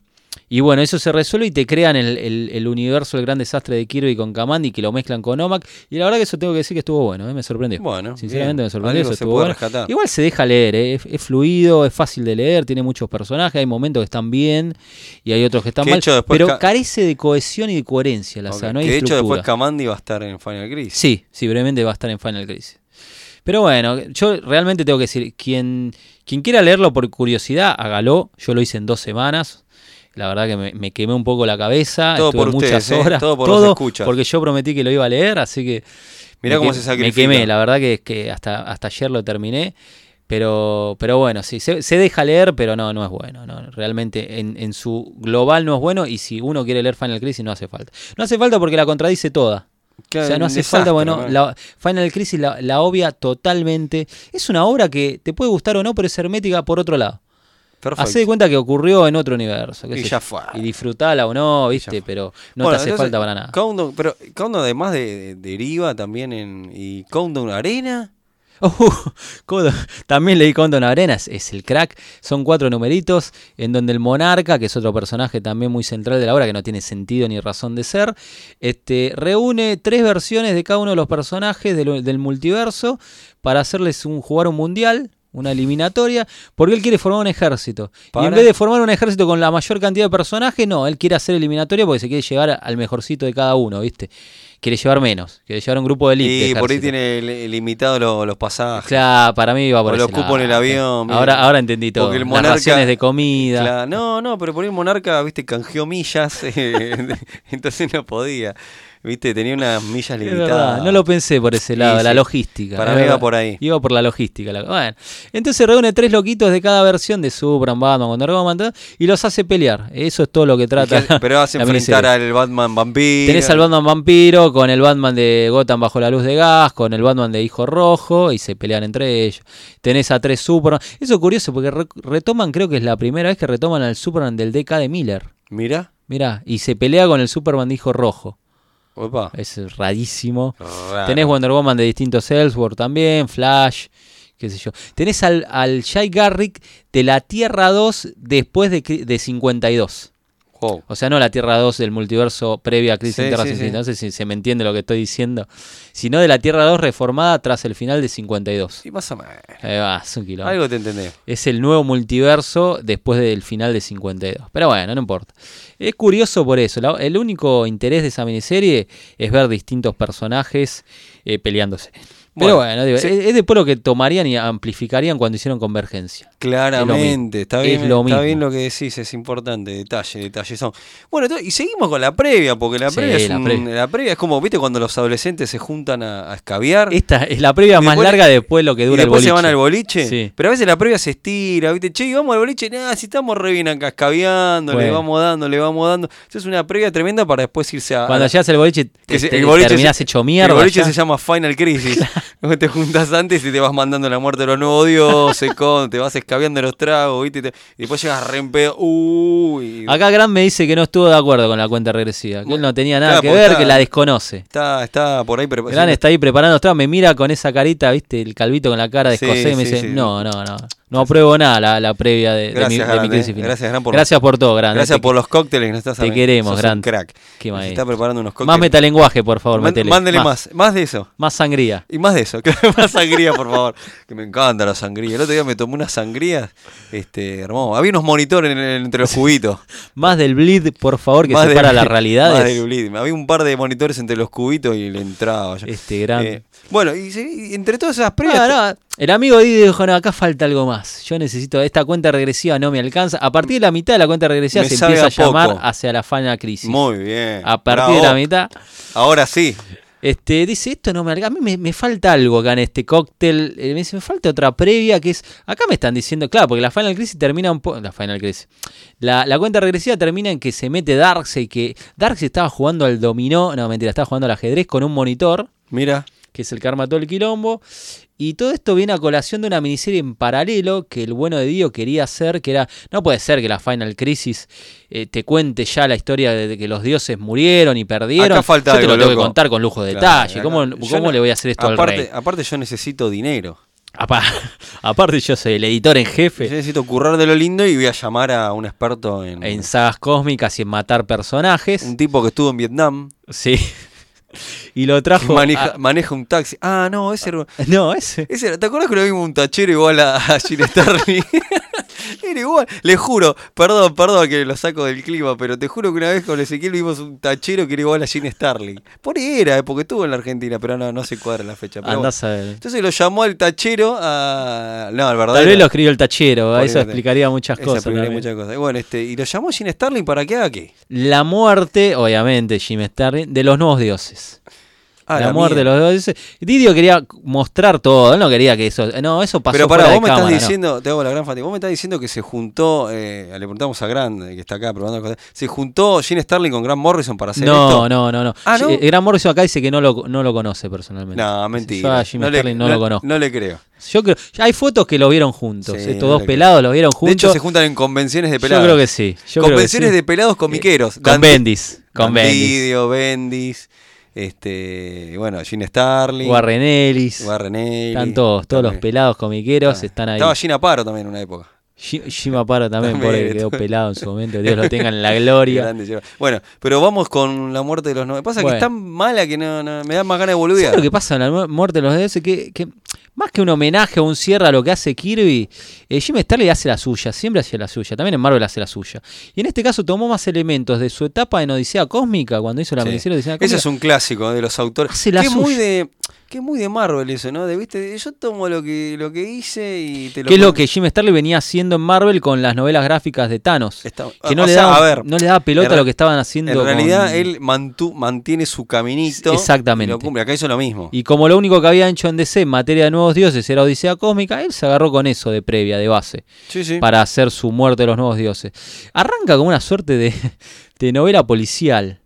B: y bueno, eso se resuelve y te crean el, el- el universo, el gran desastre de Kirby con Kamandi que lo mezclan con Omak. Y la verdad que eso tengo que decir que estuvo bueno, ¿eh? me sorprendió.
A: bueno.
B: Sinceramente
A: bien.
B: me sorprendió,
A: Algo
B: eso
A: se
B: estuvo
A: puede
B: bueno.
A: rescatar.
B: Igual se deja leer, ¿eh? es, es fluido, es fácil de leer, tiene muchos personajes, hay momentos que están bien y hay otros que están
A: Que de
B: mal,
A: hecho después
B: pero
A: ca-
B: carece de cohesión y de coherencia la
A: Ok,
B: saga, no hay
A: que de hecho
B: estructura.
A: después Kamandi va a estar en Final Crisis.
B: Sí, sí, brevemente va a estar en Final Crisis. Pero bueno, yo realmente tengo que decir, quien, quien quiera leerlo por curiosidad, hágalo. Yo lo hice en dos semanas. La verdad que me, me quemé un poco la cabeza.
A: Todo
B: estuve
A: por
B: muchas
A: ustedes, ¿eh?
B: horas.
A: Todo por los escuchas.
B: Porque yo prometí que lo iba a leer, así que...
A: Mirá
B: me
A: cómo
B: que-
A: se sacrifica.
B: Me quemé, la verdad que, que hasta, hasta ayer lo terminé. Pero, pero bueno, sí, se, se deja leer, pero no, no es bueno. No, realmente en, en su global no es bueno. Y si uno quiere leer Final Crisis, no hace falta. No hace falta porque la contradice toda.
A: Claro,
B: O sea, no
A: un
B: hace
A: desastre,
B: falta, bueno,
A: ¿no?
B: la, Final Crisis la, la obvia totalmente. Es una obra que te puede gustar o no, pero es hermética por otro lado.
A: Perfecto.
B: Hacé de cuenta que ocurrió en otro universo. qué
A: Y
B: sé
A: ya
B: yo.
A: fue.
B: Y disfrutala o no,
A: ya
B: viste,
A: fue.
B: pero no
A: Bueno,
B: te hace
A: entonces,
B: falta para nada.
A: Countdown- pero Countdown además de, de- deriva también en. ¿Y Countdown Arena?
B: Uh, Codo- También leí Condon Arenas, es el crack. Son cuatro numeritos en donde el monarca, que es otro personaje también muy central de la obra, que no tiene sentido ni razón de ser, este, reúne tres versiones de cada uno de los personajes del, del multiverso para hacerles un, jugar un mundial. una eliminatoria, porque él quiere formar un ejército. Y
A: Para.
B: en vez de formar un ejército con la mayor cantidad de personajes, no, él quiere hacer eliminatoria porque se quiere llevar al mejorcito de cada uno, ¿viste? Quiere llevar menos, quiere llevar un grupo de élite.
A: Y por ahí
B: ejército.
A: tiene li- limitado lo- los pasajes.
B: Claro, para mí iba por
A: O los
B: ese
A: cupos en el
B: lado.
A: avión, bien.
B: Ahora, ahora entendí todo.
A: Porque el
B: Las
A: monarca-
B: raciones de comida.
A: Claro, No, no, pero por ahí el monarca, viste, canjeó millas, eh, entonces no podía. Viste, tenía unas millas
B: Es
A: limitadas.
B: verdad, no lo pensé por ese
A: Sí,
B: lado, la
A: sí.
B: logística.
A: Para
B: es
A: mí iba
B: verdad.
A: por ahí.
B: Iba por la logística. la- Bueno, entonces reúne tres loquitos de cada versión de Superman, Batman, Wonder Woman todo, y los hace pelear. Eso es todo lo que trata.
A: Y que- pero hace
B: la
A: enfrentar
B: miniserie.
A: al Batman vampiro.
B: Tenés al Batman vampiro con el Batman de Gotham bajo la luz de gas, con el Batman de Hijo Rojo y se pelean entre ellos. Tenés a tres Superman. Eso es curioso porque re- retoman, creo que es la primera vez que retoman al Superman del DK de Miller.
A: Mirá.
B: Mirá, y se pelea con el Superman de Hijo Rojo.
A: Opa.
B: Es rarísimo.
A: Raro.
B: Tenés Wonder Woman de distintos Ellsworth también, Flash, qué sé yo. Tenés al, al Jay Garrick de la Tierra 2 después de, cri- de 52.
A: Wow.
B: O sea, no la Tierra 2 del multiverso previa a Crisis
A: Sí,
B: en Tierras
A: sí, sí.
B: Infinitas, No sé si se me entiende lo que estoy diciendo. Sino de la Tierra 2 reformada tras el final de 52.
A: Sí, más o menos.
B: Ahí Eh, va, es un quilombo.
A: Algo te entendés.
B: Es el nuevo multiverso después del final de 52. Pero bueno, no importa. Es curioso por eso. La- el único interés de esa miniserie es ver distintos personajes eh, peleándose.
A: Bueno,
B: Pero bueno, digo,
A: sí.
B: es, es después lo que tomarían y amplificarían cuando hicieron Convergencia.
A: Claramente, está
B: Es
A: bien,
B: lo
A: está
B: mismo.
A: bien lo que decís, es importante, detalle, detalle son. Bueno, entonces, y seguimos con la previa, porque la
B: Sí,
A: previa, es
B: la
A: un-
B: previa.
A: la previa es como, viste, cuando los adolescentes se juntan a, a escabiar.
B: Esta es la previa más
A: Después-
B: larga después lo Este que
A: Y
B: dura el
A: después
B: boliche.
A: se van al boliche.
B: Sí.
A: Pero a veces la previa se estira, ¿viste? Che, y vamos al boliche, nada, si estamos re bien acá escabeando, le
B: Bueno.
A: vamos dando, le vamos dando. Entonces es una previa tremenda para después irse a.
B: Cuando
A: a-
B: llegas al boliche,
A: que
B: te-
A: se-
B: te-
A: el boliche
B: terminás
A: se-
B: hecho mierda.
A: El boliche
B: ya.
A: se llama Final Crisis. Vos te juntas antes y te vas mandando la muerte de los nuevos dioses, con, te vas escabeando los tragos, ¿viste? Y, te- y después llegas re en pedo. Uy.
B: Acá Gran me dice que no estuvo de acuerdo con la cuenta regresiva. Que él no tenía nada
A: Claro,
B: que
A: porque
B: ver,
A: está-
B: que la desconoce.
A: Está, está por ahí preparado.
B: Gran está ahí preparando los tragos, me mira con esa carita, viste, el calvito con la cara de
A: Sí,
B: escocés y me
A: sí, sí.
B: dice, no, no, no, no apruebo nada la, la previa de, de
A: Gracias,
B: mi, de mi
A: Gran, eh.
B: crisis final".
A: Gracias, Gran, por-
B: Gracias por todo, Gran.
A: Gracias
B: Te-
A: por los cócteles que nos estás
B: te queremos,
A: sos un
B: Grande.
A: crack.
B: Qué
A: Nos
B: maestro.
A: está preparando unos
B: Más
A: cócteles.
B: metalenguaje, por favor,
A: Má-
B: metele.
A: Mándele más. más de eso.
B: Más sangría.
A: Y más de eso, que más sangría, por favor. Que me encanta la sangría. El otro día me tomé unas sangrías, este, hermoso. Había unos monitores en- en- entre los cubitos.
B: Más del bleed, por favor, que
A: Más de-
B: separa las
A: más del
B: realidades.
A: bleed. Había un par de monitores entre los cubitos y le entraba. yo.
B: Este gran. Ah,
A: Eh, bueno, y, se- y entre todas esas previas.
B: No, no, el amigo Didi dijo, no, acá falta algo más. Yo necesito, esta cuenta regresiva no me alcanza. A partir de la mitad de la cuenta regresiva
A: Me
B: se
A: sabe
B: empieza a,
A: a
B: llamar
A: poco.
B: hacia la Final Crisis.
A: Muy bien.
B: a partir de
A: Bravo.
B: la mitad.
A: Ahora sí.
B: Este, dice, esto no me alca- a mí me, me falta algo acá en este cóctel. Eh, me dice, me falta otra previa que es. Acá me están diciendo, claro, porque la Final Crisis termina un poco. La Final Crisis. La, la cuenta regresiva termina en que se mete Darkseid, que Darkseid estaba jugando al dominó. No, mentira, estaba jugando al ajedrez con un monitor,
A: Mira.
B: que es el que arma todo el quilombo. Y todo esto viene a colación de una miniserie en paralelo que el bueno de Dio quería hacer, que era, no puede ser que la Final Crisis eh, te cuente ya la historia de de que los dioses murieron y perdieron.
A: Acá falta
B: Yo te
A: algo,
B: lo tengo
A: loco.
B: que contar con lujo de
A: Claro,
B: detalle.
A: acá-
B: ¿Cómo,
A: yo
B: cómo
A: no-
B: le voy a hacer esto
A: aparte,
B: al rey?
A: Aparte, yo necesito dinero.
B: Apa- aparte yo soy el editor en
A: Yo
B: jefe
A: necesito currar de lo lindo y voy a llamar a un experto en.
B: en sagas cósmicas y en matar personajes.
A: un tipo que estuvo en Vietnam.
B: Sí. Y lo
A: que
B: trajo...
A: Maneja,
B: a-
A: maneja un taxi. Ah, no, ese era-
B: no, ese...
A: Ese era- ¿Te acuerdas que lo vimos un tachero igual a, a Gene Sterling? era igual, le juro, perdón, perdón que lo saco del clima, pero te juro que una vez con Ezequiel vimos un tachero que era igual a Gene Starling. Por ahí era, eh, porque estuvo en la Argentina, pero no, no se cuadra la fecha. pero bueno.
B: Andás a ver.
A: Entonces lo llamó al tachero a. No, al verdadero.
B: Tal vez lo escribió el tachero,
A: Por
B: eso
A: ahí-
B: explicaría muchas
A: Esa
B: cosas.
A: explicaría
B: también.
A: muchas cosas. Y Bueno, este, y lo llamó Gene Starling para que haga qué?
B: La muerte, obviamente, Jim Sterling, de los nuevos dioses.
A: Ah,
B: la, muerte de
A: mía.
B: los nuevos dioses. Didio quería mostrar todo, él no quería que eso... No, eso pasó
A: Pero para
B: fuera
A: vos me
B: de cámara,
A: estás
B: no.
A: diciendo, te hago la gran fatiga, vos me estás diciendo que se juntó, eh, le preguntamos a Grant, eh, que está acá probando cosas, se juntó Gene Starling con Grant Morrison para hacer
B: No,
A: esto.
B: no, no, no.
A: Ah, ¿no?
B: Eh, Grant Morrison acá dice que no lo, no lo conoce personalmente.
A: No,
B: Yo
A: mentira.
B: a Jimmy Sterling no, lo conozco.
A: no le creo.
B: Yo creo, ya hay fotos que lo vieron juntos.
A: Sí,
B: Estos
A: no
B: dos
A: le creo.
B: pelados lo vieron juntos.
A: De hecho, se juntan en convenciones de pelados.
B: Yo creo que sí. yo creo que
A: convenciones
B: sí. Eh,
A: de pelados comiqueros.
B: Con Bendis. Con Bendis.
A: Dandidio, Bendis. Este, bueno, Gene Starling.
B: Warren Ellis.
A: Warren Ellis.
B: Están todos, todos los
A: También. Ah.
B: pelados comiqueros están ahí.
A: Estaba Gina Paro también en una época.
B: Gi- Jim Paro también,
A: También,
B: pobre, que quedó
A: todo.
B: pelado en su momento. Dios lo tenga en la
A: Qué
B: gloria.
A: grande, Gina. Bueno, pero vamos con la muerte de los nueve. Pasa
B: Bueno.
A: que es tan mala que no, no- me da más ganas de
B: ¿Sabes
A: boludear.
B: lo que pasa en la mu- muerte de los dioses? Que, que más que un homenaje o un cierre a lo que hace Kirby, eh, Jim Starley hace la suya, siempre hace la suya, también en Marvel hace la suya. Y en este caso tomó más elementos de su etapa en Odisea Cósmica, cuando hizo la
A: Sí.
B: miniserie Odisea Cósmica.
A: Ese es un clásico de los autores.
B: "Ah, Hace la
A: que es muy
B: suya.
A: de que es muy de Marvel eso, ¿no? De, ¿viste? Yo tomo lo que lo que hice y te lo
B: que es lo
A: pongo.
B: que Jim Starley venía haciendo en Marvel con las novelas gráficas de Thanos.
A: Está-
B: que no,
A: o
B: le
A: sea,
B: daba,
A: a ver,
B: no le daba pelota
A: en
B: a lo
A: re-
B: que estaban haciendo.
A: en realidad
B: con-
A: él mantu- mantiene su caminito. y
B: Exactamente.
A: lo cumple. Acá hizo lo mismo.
B: Y como lo único que había hecho en DC en materia de nuevos dioses era Odisea Cósmica, él se agarró con eso de previa, de base,
A: sí, sí.
B: para hacer su muerte de los nuevos dioses. Arranca como una suerte de, de novela policial.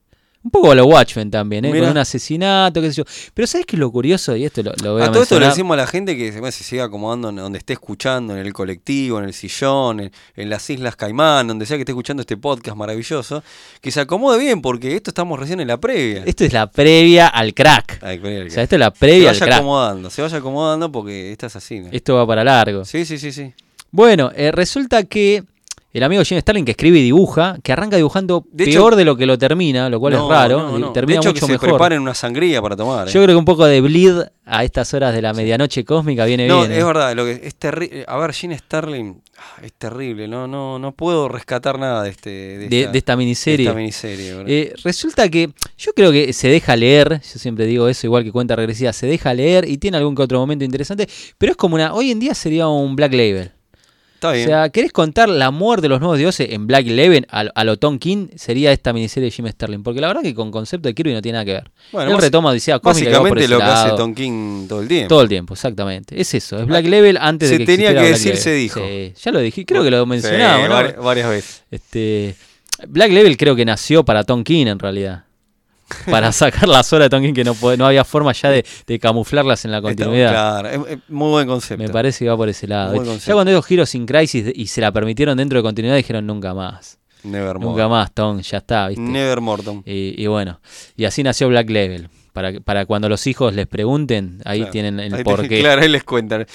B: Un poco a lo Watchmen también, ¿eh?
A: Mirá.
B: con un asesinato, qué sé yo. Pero ¿sabes qué es lo curioso? Y esto lo, lo voy a,
A: A todo esto le
B: mencionar.
A: decimos a la gente que se, bueno, se siga acomodando en donde esté escuchando, en el colectivo, en el sillón, en, en las Islas Caimán, donde sea que esté escuchando este podcast maravilloso, que se acomode bien, porque esto estamos recién en la previa.
B: Esto es la previa al crack.
A: Ay, previa,
B: O sea, esto es la
A: se
B: previa al
A: vaya
B: crack.
A: acomodando, se vaya acomodando porque esta es así. ¿no?
B: Esto va para largo.
A: Sí, sí, sí, sí.
B: Bueno, eh, resulta que el amigo Jim Starlin que escribe y dibuja, que arranca dibujando
A: De hecho-
B: peor de lo que lo termina, lo cual
A: No,
B: es raro,
A: no,
B: y
A: no. de
B: termina
A: hecho,
B: mucho
A: que
B: mejor.
A: se preparen una sangría para tomar. ¿eh?
B: Yo creo que un poco de bleed a estas horas de la medianoche cósmica viene
A: No,
B: bien. ¿eh?
A: es verdad, lo que es terrible. A ver, Gene Starling ah, es terrible. No, no, no puedo rescatar nada de este de,
B: de,
A: esta,
B: de esta
A: de
B: miniserie.
A: esta miniserie, bro.
B: Eh, resulta que yo creo que se deja leer, yo siempre digo eso, igual que cuenta regresiva, se deja leer y tiene algún que otro momento interesante, pero es como una, hoy en día sería un Black Label.
A: Está
B: O
A: bien.
B: sea, ¿querés contar la muerte de los nuevos dioses en Black Eleven a, a lo Tom King? Sería esta miniserie de Jim Sterling. Porque la verdad que con concepto de Kirby no tiene nada que ver.
A: Bueno,
B: Él
A: bas-
B: retoma Odisea Cósmica y va por
A: Básicamente
B: ese
A: lo que hace
B: lado.
A: Tonkin todo el tiempo.
B: Todo el tiempo, exactamente. Es eso, es Black Level antes
A: Em, Ah, Se
B: de que
A: tenía
B: existiera
A: que
B: Black
A: decir,
B: Label.
A: se dijo.
B: Sí, ya lo dije, creo que lo mencionaba.
A: mencionaba
B: ¿no?
A: varias, veces.
B: Este, Black Level creo que nació para Tom King en realidad. Para sacar las horas de Tom King que no, pod- no había forma ya de, de camuflarlas en la
A: Está-
B: continuidad.
A: claro, es- es muy buen concepto.
B: Me parece que va por ese lado.
A: Buen
B: Ya
A: concepto.
B: cuando esos giros sin crisis y se la permitieron dentro de continuidad, dijeron nunca más.
A: Nevermore.
B: Nunca más, Tom, ya está, ¿viste? Eh,
A: Nevermore, Tom.
B: Y, y bueno, y así nació Black Level. Para, que- para cuando los hijos les pregunten, ahí
A: Claro.
B: tienen el
A: Ahí te-
B: porqué.
A: Claro, ahí les cuentan.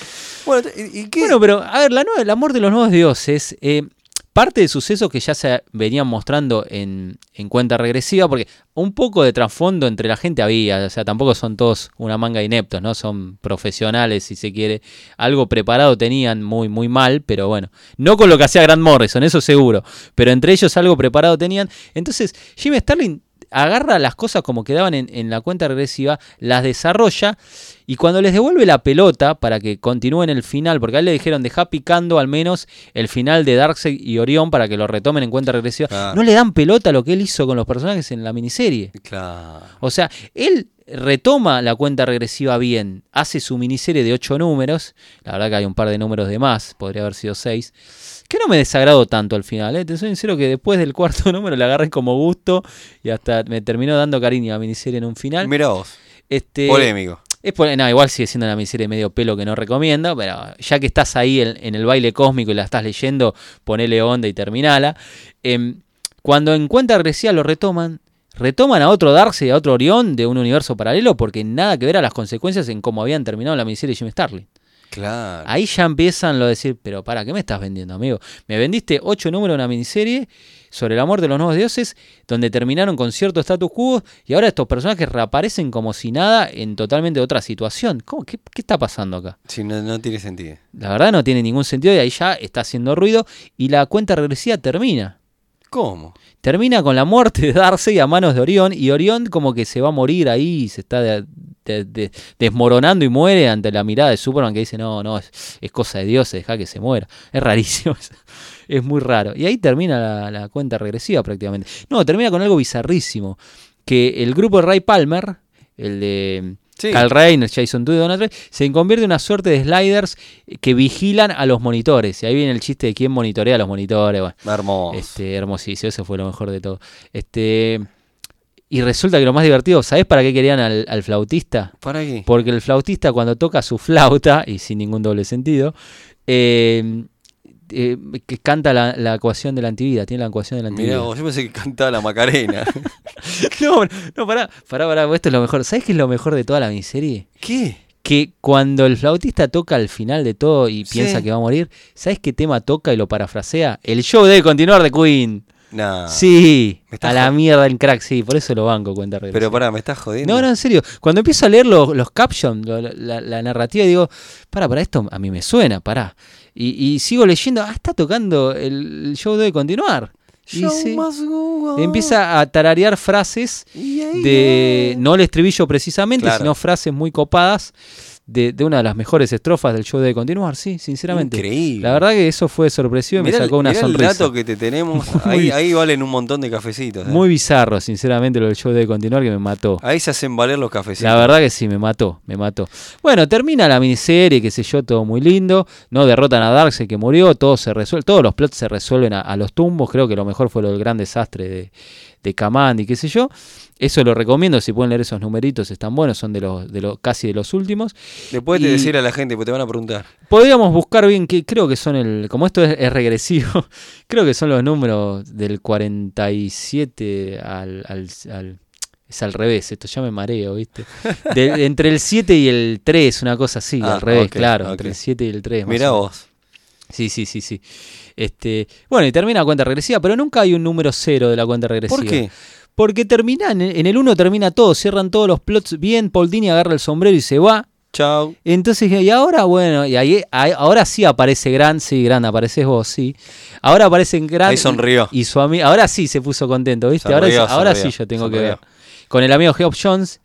A: Bueno, ¿y, y qué?
B: Bueno, pero a ver, la nue- el amor de los nuevos dioses, eh, parte de sucesos que ya se venían mostrando en, en cuenta regresiva, porque un poco de trasfondo entre la gente había, o sea, tampoco son todos una manga de ineptos, ¿no? Son profesionales, si se quiere. Algo preparado tenían muy, muy mal, pero bueno, no con lo que hacía Grant Morrison, eso seguro, pero entre ellos algo preparado tenían. Entonces, Jim Starlin agarra las cosas como quedaban en, en la cuenta regresiva, las desarrolla y cuando les devuelve la pelota para que continúen el final, porque a él le dijeron dejá picando al menos el final de Darkseid y Orión para que lo retomen en cuenta regresiva,
A: Claro.
B: no le dan pelota a lo que él hizo con los personajes en la miniserie.
A: Claro.
B: O sea, él retoma la cuenta regresiva bien, hace su miniserie de ocho números, la verdad que hay un par de números de más, podría haber sido seis, que no me desagradó tanto al final, ¿eh? te soy sincero que después del cuarto número la agarré como gusto y hasta me terminó dando cariño a la miniserie en un final.
A: Mirá vos.
B: este,
A: Polémico.
B: es por, no, igual sigue siendo una miniserie de medio pelo que no recomiendo, pero ya que estás ahí en, en el baile cósmico y la estás leyendo, ponele onda y terminala. Em, cuando en cuenta regresiva lo retoman, retoman a otro Darkseid, a otro Orión de un universo paralelo, porque nada que ver a las consecuencias en cómo habían terminado la miniserie de Jim Starlin.
A: Claro.
B: Ahí ya empiezan lo de decir, pero para, ¿qué me estás vendiendo, amigo? Me vendiste ocho números de una miniserie sobre el amor de los nuevos dioses, donde terminaron con cierto status quo y ahora estos personajes reaparecen como si nada en totalmente otra situación. ¿Cómo? ¿Qué, qué está pasando acá?
A: Sí, no, no tiene sentido.
B: La verdad no tiene ningún sentido y ahí ya está haciendo ruido y la cuenta regresiva termina.
A: ¿Cómo?
B: Termina con la muerte de Darcy a manos de Orión y Orión como que se va a morir ahí, y se está de- de- de- desmoronando y muere ante la mirada de Superman que dice, no, no, es, es cosa de Dios, deja que se muera. Es rarísimo, es, es muy raro. Y ahí termina la, la cuenta regresiva prácticamente. No, termina con algo bizarrísimo, que el grupo de Ray Palmer, el de...
A: Sí.
B: Cal Reynolds, Jason Tude, Donald Trump, se convierte en una suerte de sliders que vigilan a los monitores. Y ahí viene el chiste de quién monitorea a los monitores. bueno.
A: Hermoso.
B: Este, hermosísimo, eso fue lo mejor de todo. Este, y resulta que lo más divertido, ¿sabés para qué querían al, al flautista?
A: ¿Para qué?
B: Porque el flautista cuando toca su flauta, y sin ningún doble sentido, eh, eh, que canta la, la ecuación de la antivida, tiene la ecuación de la
A: Mirá
B: antivida.
A: vos, yo pensé que cantaba la Macarena.
B: No, no, pará, pará, pará, esto es lo mejor. ¿Sabés qué es lo mejor de toda la miniserie?
A: ¿Qué?
B: que cuando el flautista toca al final de todo y
A: Sí.
B: piensa que va a morir, ¿sabes qué tema toca y lo parafrasea? El show debe continuar de Queen.
A: Nah.
B: Sí,
A: Ah. Me estás
B: a la
A: jod-
B: mierda el crack, sí, por eso lo banco cuenta reglas.
A: Pero pará, me estás jodiendo.
B: No, no, en serio. Cuando empiezo a leer los, los captions, lo- lo- la, la narrativa, digo, para, para, esto a mí me suena, pará. Y, y sigo leyendo, ah, está tocando, el, el show debe continuar. Y
A: Show
B: sí,
A: must go on.
B: empieza a tararear frases
A: Yeah,
B: de,
A: yeah.
B: no el estribillo precisamente,
A: Claro.
B: sino frases muy copadas de, de una de las mejores estrofas del show debe continuar, sí, sinceramente.
A: Increíble.
B: La verdad que eso fue sorpresivo y
A: Mirá
B: me
A: el-
B: sacó una
A: mirá el
B: sonrisa.
A: dato que te tenemos.
B: Muy-
A: ahí, ahí valen un montón de cafecitos. eh.
B: Muy bizarro, sinceramente, lo del show debe continuar que me mató.
A: Ahí se hacen valer los cafecitos.
B: La verdad que sí, me mató, me mató. Bueno, termina la miniserie, qué sé yo, todo muy lindo. No derrotan a Darkseid que murió, todo se resuelve, todos los plots se resuelven a, a los tumbos. Creo que lo mejor fue lo del gran desastre de, de Kamandi, qué sé yo. Eso lo recomiendo, si pueden leer esos numeritos, están buenos, son de los, de los casi de los últimos.
A: Después te
B: y-
A: decir a la gente, porque te van a preguntar.
B: Podríamos buscar bien que creo que son el. Como esto es, es regresivo, creo que son los números del 47 al. al, al- es al revés, esto ya me mareo, ¿viste? De- entre el 7 y el 3, una cosa así,
A: Ah,
B: al revés,
A: ok,
B: claro,
A: ok.
B: entre el 7 y el 3. más
A: Mirá
B: o menos.
A: vos.
B: Sí, sí, sí, sí. Este, bueno, y termina la cuenta regresiva, pero nunca hay un número cero de la cuenta regresiva.
A: ¿Por qué?
B: Porque terminan, en el 1 termina todo, cierran todos los plots bien, Paul Dini agarra el sombrero y se va.
A: Chau.
B: Entonces dije, y ahora, bueno, y ahí, ahí- ahora sí aparece Gran, sí, Gran, apareces vos, sí. Ahora aparecen Gran.
A: Ahí sonrió.
B: Y, y su amigo, ahora sí se puso contento, ¿viste? Ahora,
A: Sonrió,
B: ahora
A: sonrió,
B: sí yo tengo que
A: sonrió.
B: ver. Con el amigo Geoff Jones.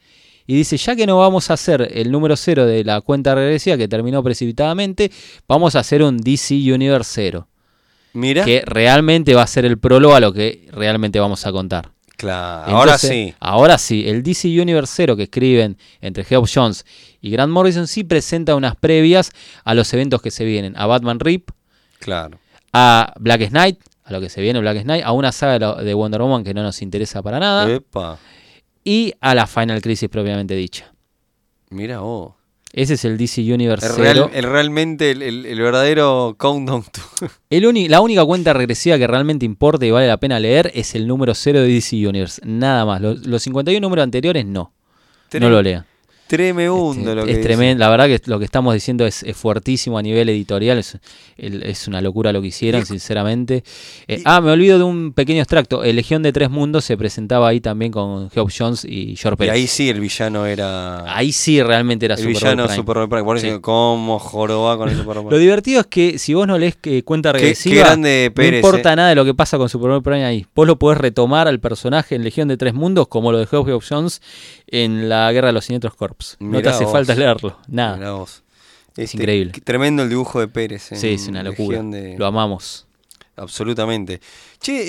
B: Y dice, ya que no vamos a hacer el número cero de la cuenta regresiva que terminó precipitadamente, vamos a hacer un DC Universe cero.
A: Mirá.
B: Que realmente va a ser el prólogo a lo que realmente vamos a contar.
A: Claro, ahora
B: Entonces,
A: sí.
B: Ahora sí, el DC Universe 0 que escriben entre Geoff Jones y Grant Morrison sí presenta unas previas a los eventos que se vienen, a Batman Rip,
A: Claro.
B: a Black Knight, a lo que se viene Black Knight, a una saga de la- de Wonder Woman que no nos interesa para nada
A: Epa.
B: y a la Final Crisis propiamente dicha.
A: Mirá vos.
B: Ese es el DC Universe
A: El
B: 0.
A: real- el realmente el, el- el verdadero countdown. to-
B: El uni- la única cuenta regresiva que realmente importa y vale la pena leer es el número 0 de DC Universe. Nada más. Los, los 51 números anteriores no. No lo lean.
A: Tremebundo
B: Este,
A: lo que
B: es
A: dice.
B: tremendo, la verdad que lo que estamos diciendo es, es fuertísimo a nivel editorial, es, el- es una locura lo que hicieron,
A: Y-
B: sinceramente. Eh,
A: y-
B: ah, me olvido de un pequeño extracto, El Legión de Tres Mundos se presentaba ahí también con Geoff Jones y George
A: Y
B: Pérez.
A: ahí sí el villano era.
B: Ahí sí realmente Ah, era
A: el
B: Superboy
A: villano
B: Prime.
A: Superman Prime. Por eso
B: Sí.
A: digo, ¿Cómo joroba con el Superman
B: Lo divertido es que si vos no lees que cuenta
A: Qué-
B: regresiva,
A: qué grande Pérez,
B: no importa
A: eh.
B: nada de lo que pasa con Superboy Prime ahí. Vos lo podés retomar al personaje en Legión de Tres Mundos como lo dejó Geoff Jones en la Guerra de los Siniestros Corps. no te
A: Mirá
B: hace
A: vos.
B: falta leerlo, nada.
A: Mirá vos.
B: Es
A: Este,
B: increíble.
A: qué Tremendo el dibujo de Pérez. en
B: Sí, es una locura.
A: Legión de-
B: Lo amamos.
A: Absolutamente. Che,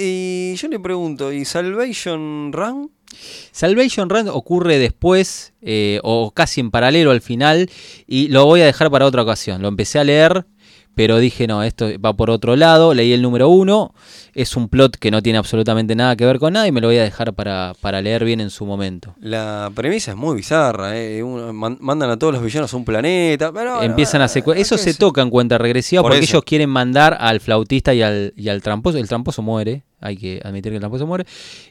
A: y yo le pregunto, ¿y Salvation Run?
B: Salvation Run ocurre después eh, o casi en paralelo al final y lo voy a dejar para otra ocasión. Lo empecé a leer, pero dije no, esto va por otro lado. Leí el número uno, es un plot que no tiene absolutamente nada que ver con nada y me lo voy a dejar para, para leer bien en su momento.
A: La premisa es muy bizarra, ¿eh? Uno- man- mandan a todos los villanos a un planeta. pero- eh,
B: Empiezan a secue-
A: ¿qué
B: Eso se
A: es?
B: toca en cuenta regresiva
A: Por
B: porque
A: eso.
B: ellos quieren mandar al flautista y al, y al tramposo. El tramposo muere, hay que admitir que el tramposo muere.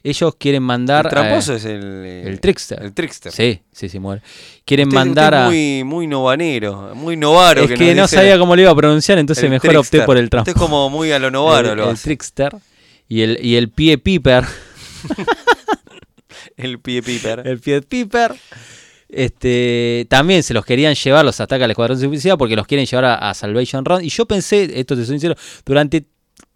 B: Ellos quieren mandar...
A: El tramposo
B: eh,
A: es el, eh,
B: el trickster.
A: El trickster.
B: Sí, sí, sí, muere. Quieren
A: Usted-
B: mandar
A: usted
B: a...
A: es muy, muy novaro, muy novaro.
B: es que
A: nos
B: no
A: dice
B: sabía cómo lo iba a pronunciar,
A: el
B: entonces mejor
A: trickster.
B: opté por el
A: Usted
B: tramposo.
A: es como muy a lo novaro,
B: el,
A: lo
B: el
A: hace.
B: trickster y el, y el pie piper.
A: El pie piper.
B: El pie piper. Este, también se los querían llevar, los ataca al Escuadrón de Suicida porque los quieren llevar a, a Salvation Run. Y yo pensé, esto te soy sincero, durante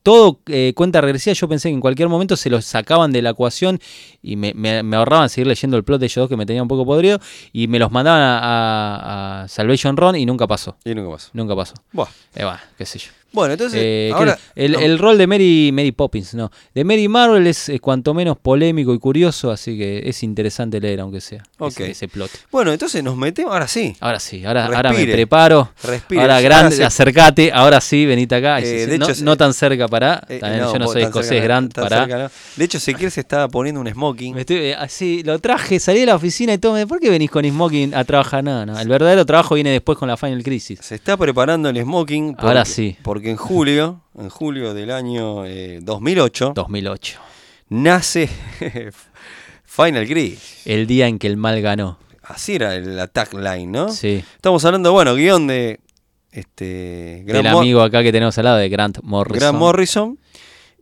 B: todo eh, cuenta regresiva yo pensé que en cualquier momento se los sacaban de la ecuación y me, me- me ahorraban seguir leyendo el plot de ellos dos que me tenía un poco podrido y me los mandaban a, a- a Salvation Run y nunca pasó,
A: Y nunca pasó.
B: nunca pasó.
A: Buah.
B: Eh, bah, qué sé yo.
A: Bueno, entonces,
B: Eh,
A: ahora,
B: creo- el,
A: no,
B: el rol de Mary, Mary Poppins, no. De Mary Marvel es eh, cuanto menos polémico y curioso, así que es interesante leer, aunque sea
A: Ok.
B: ese, ese plot.
A: bueno, entonces nos metemos, ahora sí.
B: Ahora sí, ahora, ahora me
A: Respire.
B: preparo.
A: Respire.
B: Ahora,
A: Ahora
B: grande,
A: se-
B: acercate. Ahora sí, venite acá. Ay, sí,
A: Eh,
B: sí,
A: de
B: no,
A: hecho, se-
B: no tan cerca, para
A: Eh,
B: yo no
A: vos
B: soy
A: tan cerca
B: escocés,
A: no,
B: Grant,
A: tan
B: pará.
A: cerca no. De hecho, Ezequiel se estaba poniendo un smoking.
B: Me estoy- eh, así, lo traje, salí de la oficina y todo. me- ¿Por qué venís con Smoking a trabajar? No, no. El verdadero trabajo viene después con la Final Crisis.
A: Se está preparando el smoking.
B: Ahora sí.
A: Porque en julio, en julio del año eh, 2008,
B: 2008.
A: nace Final Gris.
B: El día en que el mal ganó.
A: Así era el- la tagline, ¿no?
B: Sí.
A: Estamos hablando, bueno, guión de este,
B: del
A: Mor-
B: amigo acá que tenemos al lado de Grant Morrison.
A: Grant Morrison.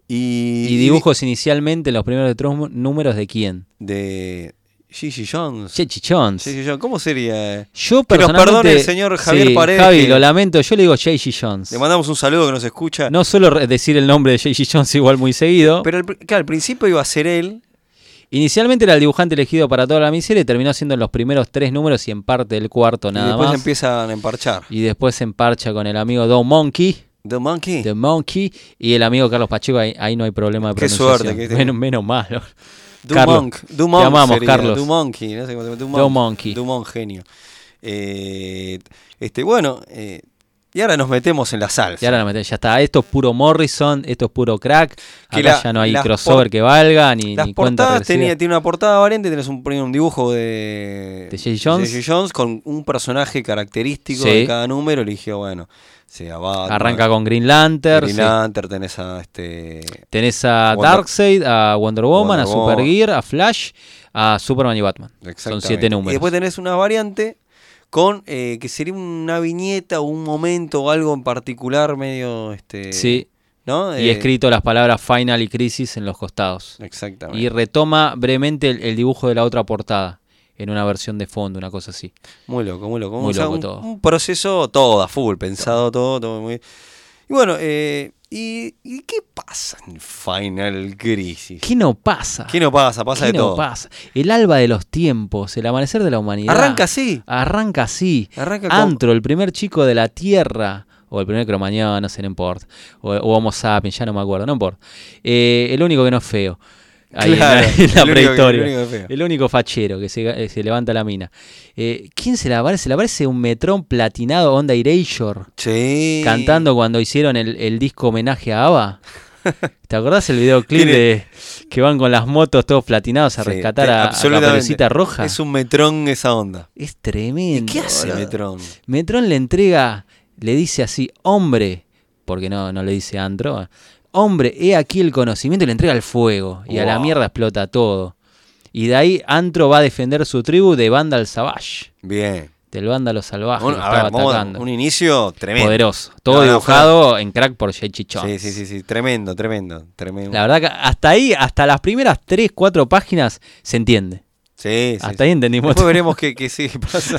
A: Y,
B: Y dibujos inicialmente, los primeros tres mu- números de quién?
A: de Gigi Jones.
B: Chechi Jones.
A: Gigi Jones, ¿cómo sería? eh?
B: Yo
A: Que nos
B: personalmente.
A: perdone el señor Javier
B: sí,
A: Paredes,
B: Javi,
A: que-
B: lo lamento. Yo le digo J.G. Jones.
A: Le mandamos un saludo que nos escucha.
B: No suelo re- decir el nombre de J.G. Jones igual muy seguido.
A: Pero al, pr- claro, al principio iba a ser él.
B: Inicialmente era el dibujante elegido para toda la miniserie. Terminó siendo en los primeros tres números y en parte del cuarto
A: y
B: nada
A: después
B: más.
A: empiezan a emparchar.
B: Y después se emparcha con el amigo Don Monkey.
A: The Monkey.
B: The Monkey y el amigo Carlos Pacheco, ahí, ahí no hay problema de
A: Qué
B: pronunciación.
A: suerte que este tengo.
B: menos, menos mal.
A: Du
B: Carlos,
A: Monk. Du Monk
B: te amamos,
A: sería,
B: Carlos.
A: Du Monkey. No sé cómo se llama, Du
B: Du
A: Monk.
B: Monkey.
A: Du Monk, genio. Eh, este, bueno, eh, y ahora nos metemos en la salsa.
B: Y ahora la meten- ya está. Esto es puro Morrison, esto es puro crack.
A: Que
B: Acá
A: la-
B: ya no hay
A: las
B: crossover
A: por-
B: que valga, ni,
A: Las
B: ni cuenta
A: portadas tenía,
B: regresiva.
A: tiene una portada variante, tenés un, un dibujo de,
B: De J.J. Jones.
A: J.J. Jones con un personaje característico
B: Sí.
A: de cada número. Eligió, bueno, sea Batman,
B: Arranca con Green Lantern.
A: Green
B: sí.
A: Lantern, tenés a este.
B: Tenés a
A: Wonder-
B: Darkseid, a Wonder Woman, a
A: Wonder Woman.
B: Supergear, a Flash, a Superman y Batman. Son
A: exactamente.
B: siete
A: Y
B: números.
A: después tenés una variante con eh, que sería una viñeta o un momento o algo en particular medio este
B: sí,
A: ¿no?
B: y
A: Eh,
B: escrito las palabras Final y Crisis en los costados.
A: Exactamente.
B: Y retoma brevemente el, el dibujo de la otra portada, en una versión de fondo, una cosa así.
A: Muy loco, muy loco.
B: Muy
A: O sea,
B: loco
A: un,
B: todo.
A: un proceso todo a full, pensado todo, todo muy. Y bueno, eh, ¿y, y qué pasa en Final Crisis?
B: ¿Qué no pasa?
A: ¿Qué no pasa? Pasa
B: ¿Qué
A: de
B: no
A: todo.
B: pasa? El alba de los tiempos, el amanecer de la humanidad.
A: Arranca así.
B: Arranca así.
A: Arranca con-
B: Antro, el primer chico de la Tierra. O el primer cromañón, no sé, no importa. O, o Homo sapiens, ya no me acuerdo, no importa. Eh, el único que no es feo. Ahí en la-
A: Claro,
B: en la,
A: el único que-
B: prehistoria.
A: el único que es feo.
B: El único fachero que se, eh, se levanta la mina. Eh, ¿Quién se le aparece? Se le aparece un metrón platinado onda Erasure.
A: Sí.
B: Cantando cuando hicieron el, el disco homenaje a ABBA. ¿Te acordás el videoclip
A: Tiene-
B: de que van con las motos todos platinados a
A: Sí,
B: rescatar
A: te-
B: a, a
A: absolutamente.
B: Caperucita Roja?
A: Es
B: Es,
A: un metrón esa onda. ¿Y
B: tremendo.
A: qué hace
B: boludo.
A: Metrón?
B: Metrón le entrega, le dice así, hombre, porque no, no le dice antro, ah, hombre, he aquí el conocimiento y le entrega el fuego. Y a la
A: Wow.
B: mierda explota todo. Y de ahí Antro va a defender su tribu de Vandal Savage,
A: Bien.
B: del vándalo salvaje
A: Bueno,
B: que
A: a
B: estaba
A: ver, vamos a-
B: atacando.
A: un inicio tremendo.
B: Poderoso. Todo
A: No, no,
B: dibujado en crack por Jay Chichón.
A: Sí, sí, sí, sí, tremendo, tremendo, tremendo.
B: La verdad que hasta ahí, hasta las primeras 3, 4 páginas, se entiende.
A: Sí, sí,
B: hasta
A: sí.
B: ahí entendimos
A: Después
B: todo.
A: veremos qué, qué sigue pasa.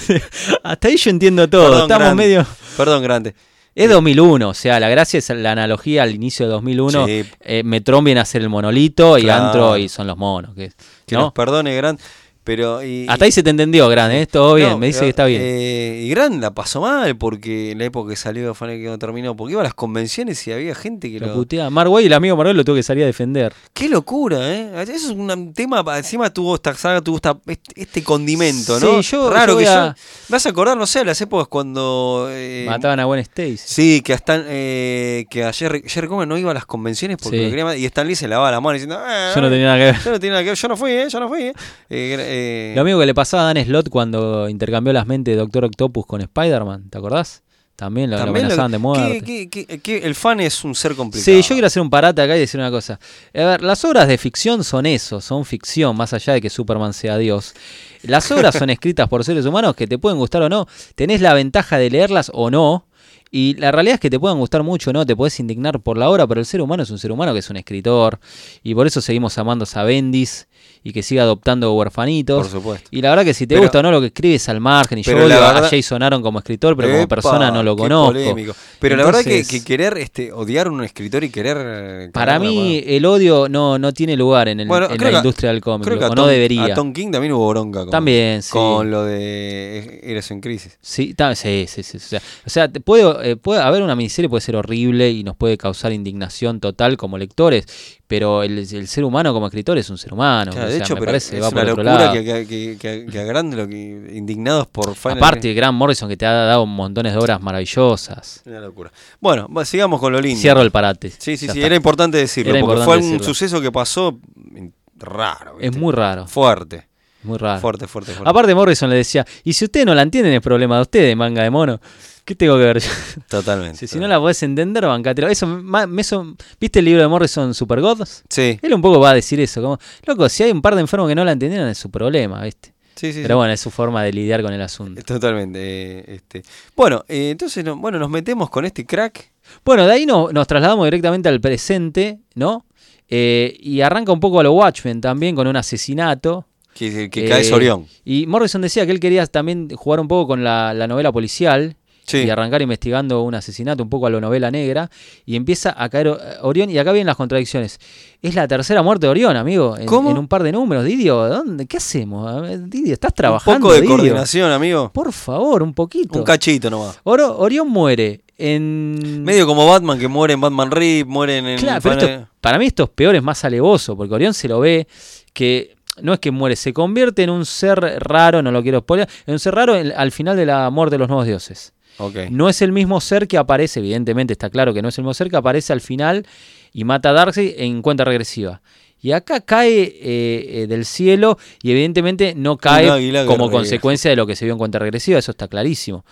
B: hasta ahí yo entiendo todo.
A: Perdón,
B: Estamos
A: grande.
B: medio.
A: Perdón, grande.
B: Es 2001, o sea, la gracia es la analogía al inicio de 2001.
A: Sí.
B: Eh, Metrón viene a ser el monolito y
A: Claro.
B: Antro y son los monos. Que,
A: Que
B: ¿no?
A: nos perdone, Gran. Pero. Y,
B: Hasta ahí se te entendió, Gran, ¿eh? todo bien,
A: No,
B: me dice
A: pero,
B: que está bien.
A: eh, y Gran la pasó mal porque en la época que salió fue que no terminó. Porque iba a las convenciones y había gente que
B: lo
A: lo.
B: putea. Marway, el amigo Marway lo tuvo que salir a defender.
A: ¡Qué locura, eh! Eso es un tema. Encima tuvo esta saga, tuvo esta, este- este condimento,
B: Sí,
A: ¿no?
B: yo-
A: Raro
B: yo voy
A: que
B: a-
A: yo. Me vas a acordar, no sé, las épocas cuando. eh,
B: Mataban a Gwen Stacy.
A: Sí, que hasta eh, que ayer Jerry Comer no iba a las convenciones porque
B: Sí.
A: lo quería matar, y Stan Lee se lavaba la mano diciendo "Ah,
B: Yo no tenía nada que ver.
A: yo no tenía nada que ver, yo no fui, eh, yo no fui. eh". Eh, eh,
B: Lo mismo que le pasaba a Dan Slott cuando intercambió las mentes de Doctor Octopus con Spider-Man, ¿te acordás? También lo, lo
A: También lo-
B: amenazaban de muerte.
A: ¿Qué- qué- qué- qué- el fan es un ser complicado.
B: Sí, yo quiero hacer un parate acá y decir una cosa. A ver, las obras de ficción son eso, son ficción, más allá de que Superman sea Dios. Las obras son escritas por seres humanos que te pueden gustar o no. Tenés la ventaja de leerlas o no. Y la realidad es que te puedan gustar mucho o no, te puedes indignar por la obra, pero el ser humano es un ser humano que es un escritor. Y por eso seguimos amando a Bendis y que siga adoptando huerfanitos.
A: Por supuesto.
B: Y la verdad que si te
A: Pero-
B: gusta o no lo que escribes al margen, y yo
A: pero
B: odio
A: la
B: a
A: verdad-
B: Jason Aaron como escritor, pero como
A: Epa,
B: persona no lo
A: qué
B: conozco.
A: polémico. Pero la verdad que,
B: Entonces-
A: que querer este, odiar a un escritor y querer. eh,
B: Para
A: cagarla,
B: mí
A: bueno.
B: el odio no, no tiene lugar en, el-
A: Bueno,
B: en
A: creo
B: la
A: que-
B: industria del cómic,
A: creo que
B: loco,
A: a
B: no
A: Tom-
B: debería.
A: A Tom King también hubo bronca. Con,
B: También, sí.
A: Con lo de. Eres un crisis.
B: Sí, ta- sí, sí, sí, O sea, o sea, te puede, eh, puede haber una miniserie, puede ser horrible y nos puede causar indignación total como lectores, pero el, el ser humano como escritor es un ser humano.
A: Claro,
B: o
A: de
B: sea,
A: hecho,
B: me
A: pero
B: parece,
A: es
B: va por
A: una
B: otro
A: locura
B: lado.
A: que, que, que, que- que agrande lo que. Indignados por Final
B: Aparte, Grant Morrison que te ha dado montones de obras maravillosas.
A: Una locura. Bueno, va- sigamos con lo lindo.
B: Cierro el parate.
A: Sí, sí,
B: Ya
A: sí.
B: está.
A: Era importante decirlo.
B: Era
A: porque
B: importante
A: fue un
B: decirlo.
A: suceso que pasó mm, raro.
B: Es
A: ¿viste?
B: muy raro,
A: Fuerte.
B: muy raro.
A: Fuerte, fuerte, fuerte.
B: Aparte Morrison le decía, y si ustedes no la entienden es problema de ustedes, manga de mono. ¿Qué tengo que ver yo?
A: Totalmente.
B: Si, si no la podés entender, bancátelo. Eso, ma- me- eso- ¿Viste el libro de Morrison, Super Gods?
A: Sí,
B: Él un poco va a decir eso, como, loco, si hay un par de enfermos que no la entendieron es su problema, ¿viste?
A: Sí, sí,
B: Pero
A: sí.
B: bueno, es su forma de lidiar con el asunto.
A: Totalmente. eh, este. Bueno, eh, entonces no- bueno, nos metemos con este crack.
B: Bueno, de ahí no- nos trasladamos directamente al presente, ¿no? Eh, y arranca un poco a lo Watchmen también con un asesinato.
A: Que, que
B: Eh,
A: cae Sorión.
B: Y Morrison decía que él quería también jugar un poco con la, la novela policial
A: Sí.
B: y arrancar investigando un asesinato, un poco a lo novela negra. Y empieza a caer O- Orión. Y acá vienen las contradicciones. Es la tercera muerte de Orión, amigo. En,
A: ¿Cómo?
B: en un par de números. Didio, ¿dónde, ¿qué hacemos? A ver, Didio, estás trabajando.
A: Un poco de
B: Didio?
A: coordinación, amigo.
B: Por favor, un poquito.
A: Un cachito nomás.
B: Oro- Orión muere en.
A: Medio como Batman que muere en Batman Rip, mueren en.
B: Claro, pero
A: Fan-
B: esto- para mí esto es peor, es más alevoso, porque Orión se lo ve que no es que muere, se convierte en un ser raro, no lo quiero spoiler, en un ser raro en- al final de la muerte de los nuevos dioses.
A: Ok.
B: No es el mismo ser que aparece, evidentemente está claro que no es el mismo ser que aparece al final y mata a Darkseid en cuenta regresiva. Y acá cae eh, eh, del cielo y evidentemente no cae
A: águila
B: como
A: guerrera.
B: consecuencia de lo que se vio en cuenta regresiva, eso está clarísimo.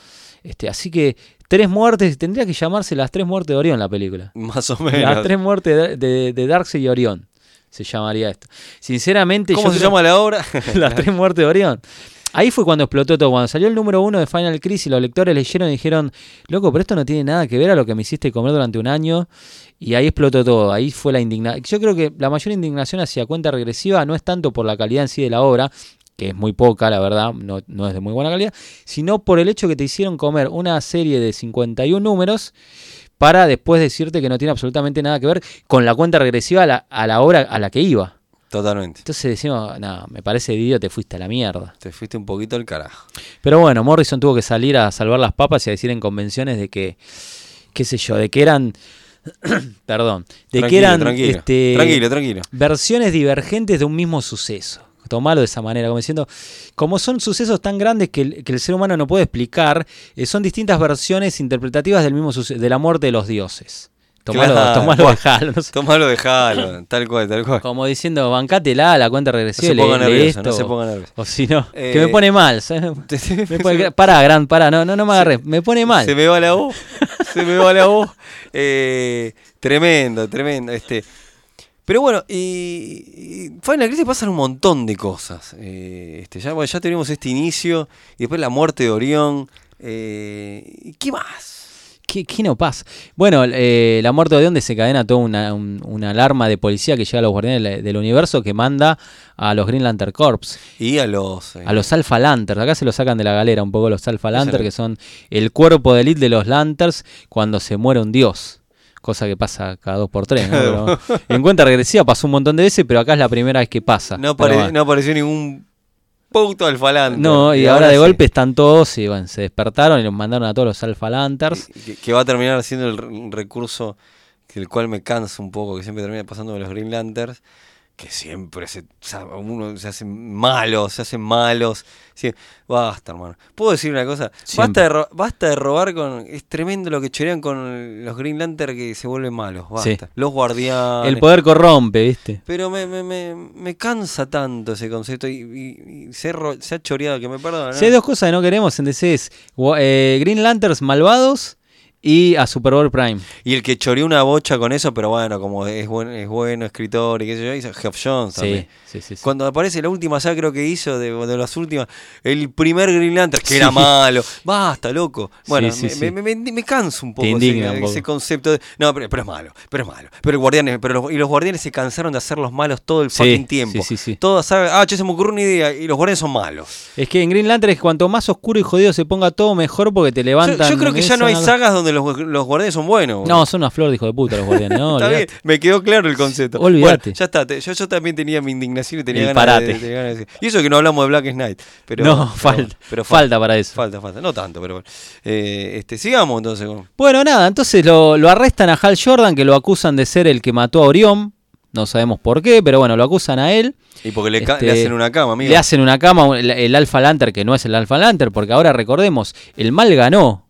B: Este, así que tres muertes, tendría que llamarse las tres muertes de Orión la película.
A: Más o
B: Las
A: menos.
B: tres muertes de, de, de Darkseid y Orión. Se llamaría esto. Sinceramente,
A: ¿Cómo
B: yo
A: se
B: creo-
A: llama la obra?
B: Las tres muertes de Orión. Ahí fue cuando explotó todo. Cuando salió el número uno de Final Crisis, los lectores leyeron y dijeron: Loco, pero esto no tiene nada que ver a lo que me hiciste comer durante un año. Y ahí explotó todo. Ahí fue la indignación. Yo creo que la mayor indignación hacia cuenta regresiva no es tanto por la calidad en sí de la obra, que es muy poca, la verdad, no, no es de muy buena calidad, sino por el hecho que te hicieron comer una serie de 51 números para después decirte que no tiene absolutamente nada que ver con la cuenta regresiva a la, a la obra a la que iba.
A: Totalmente.
B: Entonces decimos, no, me parece idiota, te fuiste a la mierda.
A: Te fuiste un poquito al carajo.
B: Pero bueno, Morrison tuvo que salir a salvar las papas y a decir en convenciones de que, qué sé yo, de que eran, perdón, de que
A: Tranquilo,
B: eran
A: tranquilo.
B: este,
A: tranquilo, tranquilo.
B: versiones divergentes de un mismo suceso. Tomalo de esa manera, como diciendo, como son sucesos tan grandes que el, que el ser humano no puede explicar, eh, son distintas versiones interpretativas del mismo suce- de la muerte de los dioses. Tomalo,
A: Claro.
B: tomalo, bajalo, no sé.
A: Tómalo, dejalo. tal cual, tal cual.
B: Como diciendo, bancátela, la cuenta
A: No
B: regresiva,
A: se
B: lee-
A: ponga
B: lee
A: nervioso, no
B: esto".
A: se ponga nervioso.
B: O si no,
A: Eh,
B: que me pone mal. ¿sabes? Me pone- pará, Gran, pará, no, no, no me agarré, me pone mal.
A: Se me va la voz. Se me va la voz. Eh, tremendo, tremendo. Este. Pero bueno, y, y Final Crisis pasan un montón de cosas. Eh, este, ya, bueno, ya tenemos este inicio y después la muerte de Orión. Eh, ¿y ¿Qué más?
B: ¿Qué, qué no pasa? Bueno, eh, la muerte de Orión desencadena toda una, un- una alarma de policía que llega a los guardianes del, del universo que manda a los Green Lantern Corps,
A: Y a los. eh,
B: a los Alpha Lanterns. Acá se los sacan de la galera un poco los Alpha
A: Ese
B: Lanterns,
A: no.
B: que son el cuerpo de elite de los Lanterns cuando se muere un dios. Cosa que pasa cada dos por tres. ¿no? Pero en cuenta regresiva pasó un montón de veces, pero acá es la primera vez que pasa.
A: no,
B: Pero
A: apare-
B: bueno.
A: no apareció ningún puto alfalante.
B: No, y, ahora, de
A: sí.
B: golpe están todos y bueno, se despertaron y los mandaron a todos los Alpha Lanterns.
A: Que, que va a terminar siendo el re- un recurso del cual me canso un poco, que siempre termina pasando con los Green Lanterns, que siempre se, sa- uno se hacen malos, se hacen malos. Sí, basta, hermano. ¿Puedo decir una cosa? Basta
B: Siempre.
A: de, ro- basta de robar con... Es tremendo lo que chorean con los Green Lanterns que se vuelven malos. Basta.
B: Sí.
A: Los guardianes.
B: El poder corrompe, ¿viste?
A: pero me, me, me, me cansa tanto ese concepto y, y- y se, ro- se ha choreado, que me perdonan.
B: Si hay dos cosas que no queremos en DC es gua- eh, Green Lanterns malvados y a Super Bowl Prime.
A: Y el que choreó una bocha con eso, pero bueno, como es buen, es bueno escritor y qué sé yo, hizo Geoff Jones
B: Sí,
A: también.
B: sí, sí. sí.
A: Cuando aparece la última saga creo que hizo, de, de las últimas, el primer Green Lantern, que
B: Sí.
A: era malo. Basta, loco. Bueno,
B: Sí, sí,
A: me,
B: sí.
A: Me, me- me canso un poco
B: Te indigna
A: ese,
B: un poco.
A: ese concepto. de- no, pero, pero es malo, pero es malo. Pero guardianes, pero los, y los guardianes se cansaron de hacer los malos todo el
B: Sí,
A: fucking tiempo.
B: sí, sí, sí.
A: Toda saga, ah, che, se me ocurrió una idea, y los guardianes son malos.
B: Es que en Green Lanterns cuanto más oscuro y jodido se ponga todo, mejor porque te
A: Yo-
B: levantan.
A: Yo, creo que ya
B: esa-
A: no hay sagas donde los, los guardianes son buenos. boludo.
B: No, son una flor de hijo de puta los guardianes. No,
A: Está bien,
B: olvidate.
A: me quedó claro el concepto.
B: Olvídate.
A: Bueno, ya está, te- yo, yo también tenía mi indignación y tenía
B: El
A: ganas de,
B: parate.
A: tenía ganas de decir- Y eso que no hablamos de Black Knight. Pero,
B: no,
A: pero bueno,
B: falta,
A: pero
B: falta, para eso.
A: Falta, falta. No tanto, pero bueno. Eh, este, sigamos entonces. con-
B: Bueno, nada, entonces lo, lo arrestan a Hal Jordan, que lo acusan de ser el que mató a Orión. No sabemos por qué, pero bueno, lo acusan a él.
A: Y porque le, ca-
B: Este,
A: le hacen una cama, amigo.
B: Le hacen una cama, un- el, el Alpha Lantern, que no es el Alpha Lantern, porque ahora recordemos, el mal ganó.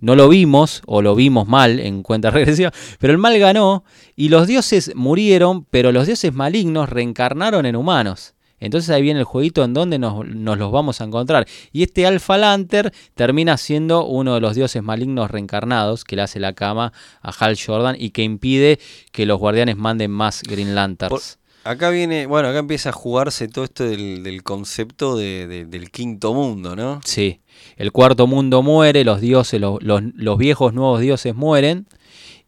B: No lo vimos, o lo vimos mal en cuenta regresiva, pero el mal ganó y los dioses murieron, pero los dioses malignos reencarnaron en humanos. Entonces ahí viene el jueguito en donde nos, nos los vamos a encontrar. Y este Alpha Lantern termina siendo uno de los dioses malignos reencarnados que le hace la cama a Hal Jordan y que impide que los guardianes manden más Green Lanterns.
A: Acá viene, bueno, acá empieza a jugarse todo esto del, del concepto de- de- del quinto mundo, ¿no?
B: Sí, el cuarto mundo muere, los dioses, los, los- los viejos nuevos dioses mueren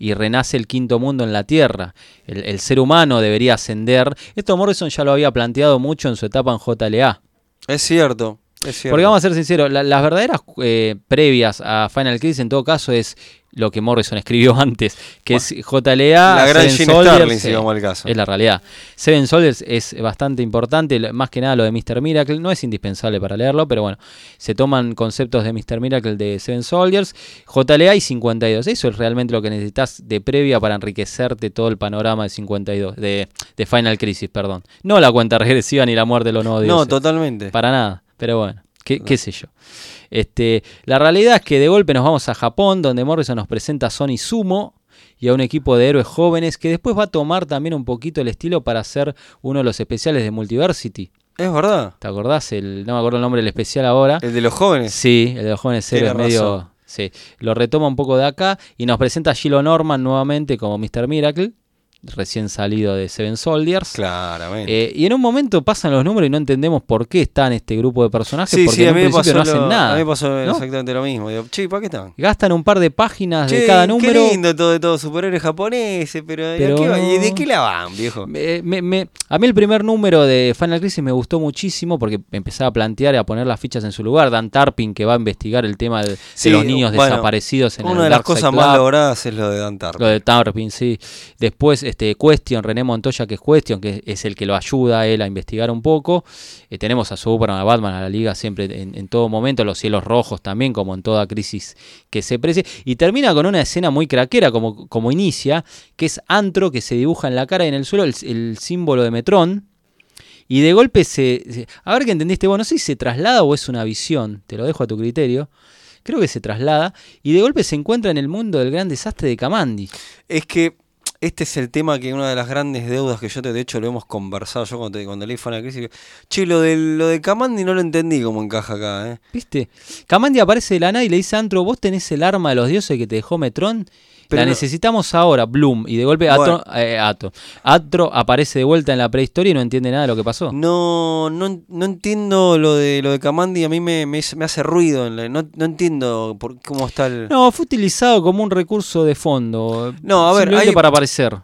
B: y renace el quinto mundo en la tierra. El, el ser humano debería ascender. Esto Morrison ya lo había planteado mucho en su etapa en JLA.
A: Es cierto, es cierto.
B: Porque vamos a ser sinceros, la- las verdaderas eh, previas a Final Crisis en todo caso es lo que Morrison escribió antes, que es JLA,
A: la gran
B: Seven
A: Gene
B: Soldiers,
A: Starling, si
B: eh,
A: vamos al caso.
B: es la realidad. Seven Soldiers es bastante importante, lo- más que nada lo de Mr. Miracle, no es indispensable para leerlo, pero bueno, se toman conceptos de Mr. Miracle de Seven Soldiers, JLA y 52. Eso es realmente lo que necesitas de previa para enriquecerte todo el panorama de 52, de, de Final Crisis, perdón. No la cuenta regresiva ni la muerte de los nuevos
A: no,
B: dioses.
A: totalmente.
B: Para nada, pero bueno, qué, qué sé yo. Este, la realidad es que de golpe nos vamos a Japón, donde Morrison nos presenta a Sony Sumo y a un equipo de héroes jóvenes que después va a tomar también un poquito el estilo para hacer uno de los especiales de Multiversity.
A: Es verdad.
B: ¿Te acordás? El, no me acuerdo el nombre del especial ahora.
A: El de los jóvenes.
B: Sí, el de los jóvenes
A: Tiene
B: héroes medio...
A: razón.
B: Sí, lo retoma un poco de acá y nos presenta a Gilo Norman nuevamente como Mr. Miracle, recién salido de Seven Soldiers.
A: Claramente.
B: Eh, y en un momento pasan los números y no entendemos por qué están este grupo de personajes,
A: sí,
B: porque
A: sí,
B: en
A: a
B: un
A: mí me
B: principio
A: pasó,
B: no hacen
A: lo-
B: nada.
A: a mí me pasó
B: ¿no?
A: exactamente lo mismo. Digo, che, ¿para qué están?
B: Gastan un par de páginas
A: Che,
B: de cada número.
A: Qué lindo todo, todo superhéroes japoneses, pero, ¿y a
B: Pero
A: qué va- y
B: no.
A: ¿de qué la van, viejo?
B: Me- me- me- a mí el primer número de Final Crisis me gustó muchísimo porque empezaba a plantear y a poner las fichas en su lugar. Dan Tarpin que va a investigar el tema de, de
A: Sí,
B: los niños
A: bueno,
B: desaparecidos en el
A: Una de las
B: Dark Side
A: cosas más
B: Club.
A: logradas es lo de Dan Tarp.
B: Lo de Tarpin, sí. Después, este, Question, René Montoya, que es Question, que es el que lo ayuda a él a investigar un poco. Eh, tenemos a Superman, a Batman, a la Liga siempre en, en todo momento, los cielos rojos también, como en toda crisis que se precie. Y termina con una escena muy craquera, como, como inicia, que es Antro, que se dibuja en la cara y en el suelo el, el símbolo de Metrón. Y de golpe se, se- A ver qué entendiste. Bueno, no sé si se traslada o es una visión. Te lo dejo a tu criterio. Creo que se traslada. Y de golpe se encuentra en el mundo del gran desastre de Kamandi.
A: Es que este es el tema que una de las grandes deudas que yo te, de hecho, lo hemos conversado yo cuando, te- cuando leí Final Crisis. digo, Che, lo de, lo de Kamandi no lo entendí cómo encaja acá, ¿eh?
B: ¿Viste? Kamandi aparece de la nada y le dice a Antro, vos tenés el arma de los dioses que te dejó Metrón.
A: Pero
B: la
A: no-
B: necesitamos ahora, Bloom. Y de golpe Atro,
A: Bueno.
B: eh, Atro- Atro aparece de vuelta en la prehistoria y no entiende nada de lo que pasó.
A: No, no, no entiendo lo de lo de Kamandi, a mí me, me, me hace ruido, en la- no, no entiendo por, cómo está el...
B: No, fue utilizado como un recurso de fondo.
A: No, a ver,
B: simplemente
A: hay-
B: para aparecer.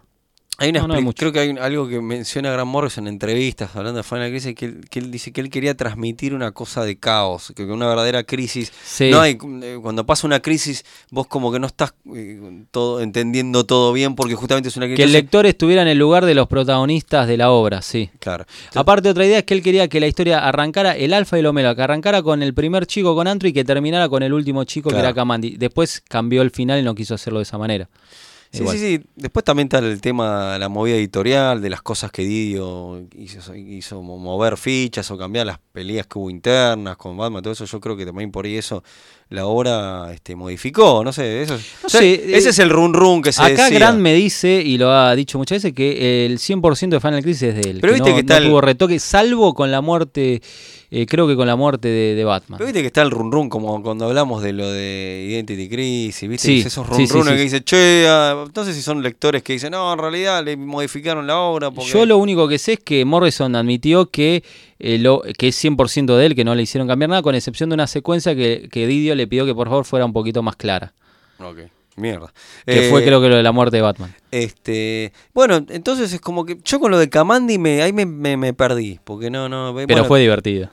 A: Hay una
B: No, no hay
A: expli-
B: mucho.
A: Creo que hay un- algo que menciona Grant Morrison en entrevistas hablando de Final Crisis, que él, que él dice que él quería transmitir una cosa de caos, que que una verdadera crisis.
B: Sí.
A: No hay, eh, cuando pasa una crisis, vos como que no estás eh, todo entendiendo todo bien porque justamente es una crisis.
B: Que el lector estuviera en el lugar de los protagonistas de la obra, sí.
A: Claro. Entonces,
B: Aparte, otra idea es que él quería que la historia arrancara el alfa y el omega, que arrancara con el primer chico con Antro y que terminara con el último chico que
A: Claro.
B: era Kamandi. Después cambió el final y no quiso hacerlo de esa manera.
A: sí,
B: Igual.
A: sí, sí. Después también está el tema, la movida editorial, de las cosas que Didio hizo, hizo mo- mover fichas o cambiar las peleas que hubo internas con Batman, todo eso. Yo creo que también por ahí eso la obra este, modificó. No sé, eso.
B: No
A: o sea,
B: sé,
A: ese
B: eh,
A: es el run run que se
B: Acá
A: decía.
B: Grant me dice, y lo ha dicho muchas veces, que el 100% de Final Crisis es de él.
A: Pero viste
B: no,
A: que está
B: no
A: el-
B: tuvo retoque, salvo con la muerte, eh, creo que con la muerte de, de Batman.
A: Pero viste que está el run run, como cuando hablamos de lo de Identity Crisis, viste
B: Sí,
A: esos
B: sí,
A: run
B: sí,
A: runes
B: sí.
A: que dicen, che, ah", no sé si son lectores que dicen, no, en realidad le modificaron la obra porque...
B: Yo lo único que sé es que Morrison admitió que, eh, lo, que es 100% de él, que no le hicieron cambiar nada, con excepción de una secuencia que, que Didio le pidió que por favor fuera un poquito más clara.
A: Ok, mierda.
B: Que
A: Eh,
B: fue creo que lo de la muerte de Batman.
A: Este, bueno, entonces es como que yo con lo de Kamandi me, ahí me, me, me perdí, porque no, no...
B: Pero fue divertido.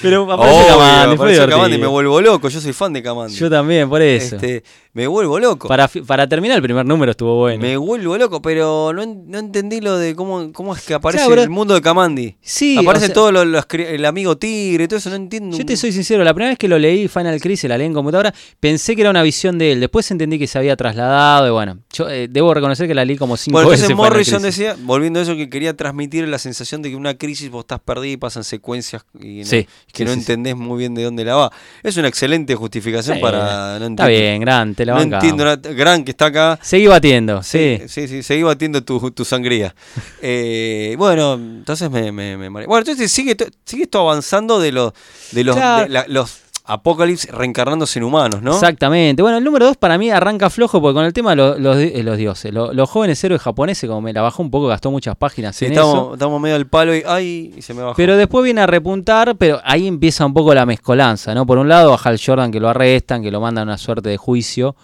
B: Pero aparece
A: Obvio,
B: Kamandi, fue
A: apareció Kamandi, me
B: divertido.
A: vuelvo loco, yo soy fan de Kamandi.
B: Yo también, por eso.
A: Este, me vuelvo loco.
B: para, fi- para terminar el primer número estuvo bueno.
A: Me vuelvo loco, pero no, en- no entendí lo de cómo, cómo es que aparece
B: Claro,
A: el mundo de Kamandi.
B: Sí,
A: Aparece
B: o sea-
A: todo lo- los cri- el amigo tigre, todo eso, no entiendo.
B: Yo te soy sincero, la primera vez que lo leí, Final Crisis, la leí en computadora, pensé que era una visión de él. Después entendí que se había trasladado y bueno, yo eh, debo reconocer que la leí como cinco
A: Bueno,
B: veces.
A: entonces
B: Final
A: Morrison
B: Crisis.
A: decía, volviendo a eso, que quería transmitir la sensación de que una crisis vos estás perdido y pasan secuencias y no-
B: Sí,
A: que
B: sí,
A: no
B: sí, sí.
A: entendés muy bien de dónde la va. Es una excelente justificación
B: Sí,
A: para... No
B: Está
A: entiendo-
B: bien, grande, te la
A: No
B: bancamos.
A: entiendo, nada. Gran que está acá.
B: Seguí batiendo, sí.
A: Sí, sí, sí, seguí batiendo tu, tu sangría. Eh, bueno, entonces me, me, me mareé. Bueno, entonces sigue, to- sigue esto avanzando de los, de los,
B: Claro.
A: de la- los, Apocalypse reencarnándose en humanos, ¿no?
B: Exactamente. Bueno, el número 2 para mí arranca flojo porque con el tema de lo- los, di- eh, los dioses, lo- los jóvenes héroes japoneses, como me la bajó un poco, gastó muchas páginas
A: Sí,
B: en
A: estamos,
B: eso.
A: estamos medio al palo y. ¡Ay! Y se me bajó.
B: Pero después viene a repuntar, pero ahí empieza un poco la mezcolanza, ¿no? Por un lado a Hal Jordan que lo arrestan, que lo mandan a una suerte de juicio,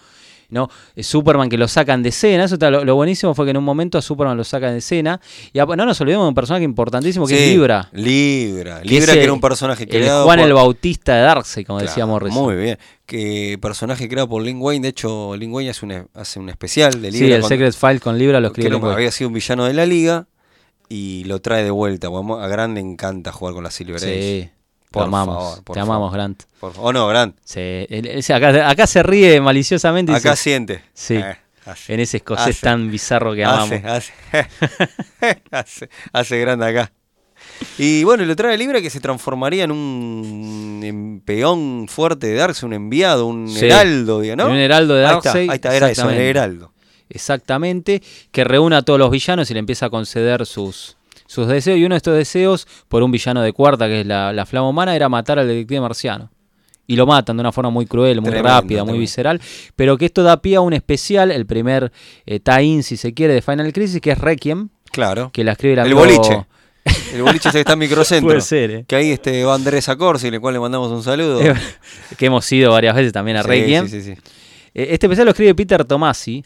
B: ¿no? Eh, Superman que lo sacan de escena, eso está, lo, lo buenísimo fue que en un momento a Superman lo sacan de escena. Y a- no nos olvidemos de un personaje importantísimo que
A: Sí,
B: es Libra.
A: Libra.
B: es
A: Libra, que
B: el-
A: era un personaje
B: el
A: creado.
B: Juan
A: por-
B: el Bautista de Darkseid, como
A: Claro,
B: decíamos recién.
A: Muy bien. Que personaje creado por Lin Wayne. De hecho, Lin Wayne hace un, e, hace un especial de Libra.
B: Sí, el
A: cuando-
B: Secret File con Libra lo
A: que
B: escribe
A: era-
B: Lin Wayne.
A: había sido un villano de la liga y lo trae de vuelta. Bueno, A Grant le encanta jugar con la Silver Age.
B: Sí,
A: Por
B: te amamos,
A: favor, por
B: te amamos,
A: favor.
B: Grant.
A: Por fa- Oh, no, Grant.
B: Sí, él- él- acá, acá se ríe maliciosamente y
A: Acá
B: dice,
A: siente. Eh,
B: Sí.
A: hace.
B: en ese escocés
A: Hace.
B: tan bizarro que amamos.
A: Hace, hace, hace, hace grande acá. Y bueno, y lo trae Libra que se transformaría en un en peón fuerte de Darkseid, un enviado, un
B: Sí.
A: heraldo, diga, ¿no?
B: Un heraldo de
A: Ahí está,
B: Darkseid,
A: Ahí está, era eso, el
B: exactamente.
A: heraldo.
B: Exactamente, que reúne a todos los villanos y le empieza a conceder sus, sus deseos. Y uno de estos deseos, por un villano de cuarta, que es la, la flama humana, era matar al detective marciano. Y lo matan de una forma muy cruel, muy
A: Tremendo,
B: rápida, muy
A: tremendo.
B: visceral. Pero que esto da pie a un especial, el primer eh, tie-in, si se quiere, de Final Crisis, que es Requiem,
A: Claro.
B: que la escribe el
A: El
B: amigo-
A: boliche. El boliche ese que está en microcentro.
B: Puede ser, ¿eh?
A: Que ahí este va Andrés Acorsi, el cual le mandamos un saludo.
B: Eh, que hemos ido varias veces también a
A: Sí,
B: Requiem.
A: sí, sí, sí.
B: Eh, Este especial lo escribe Peter Tomasi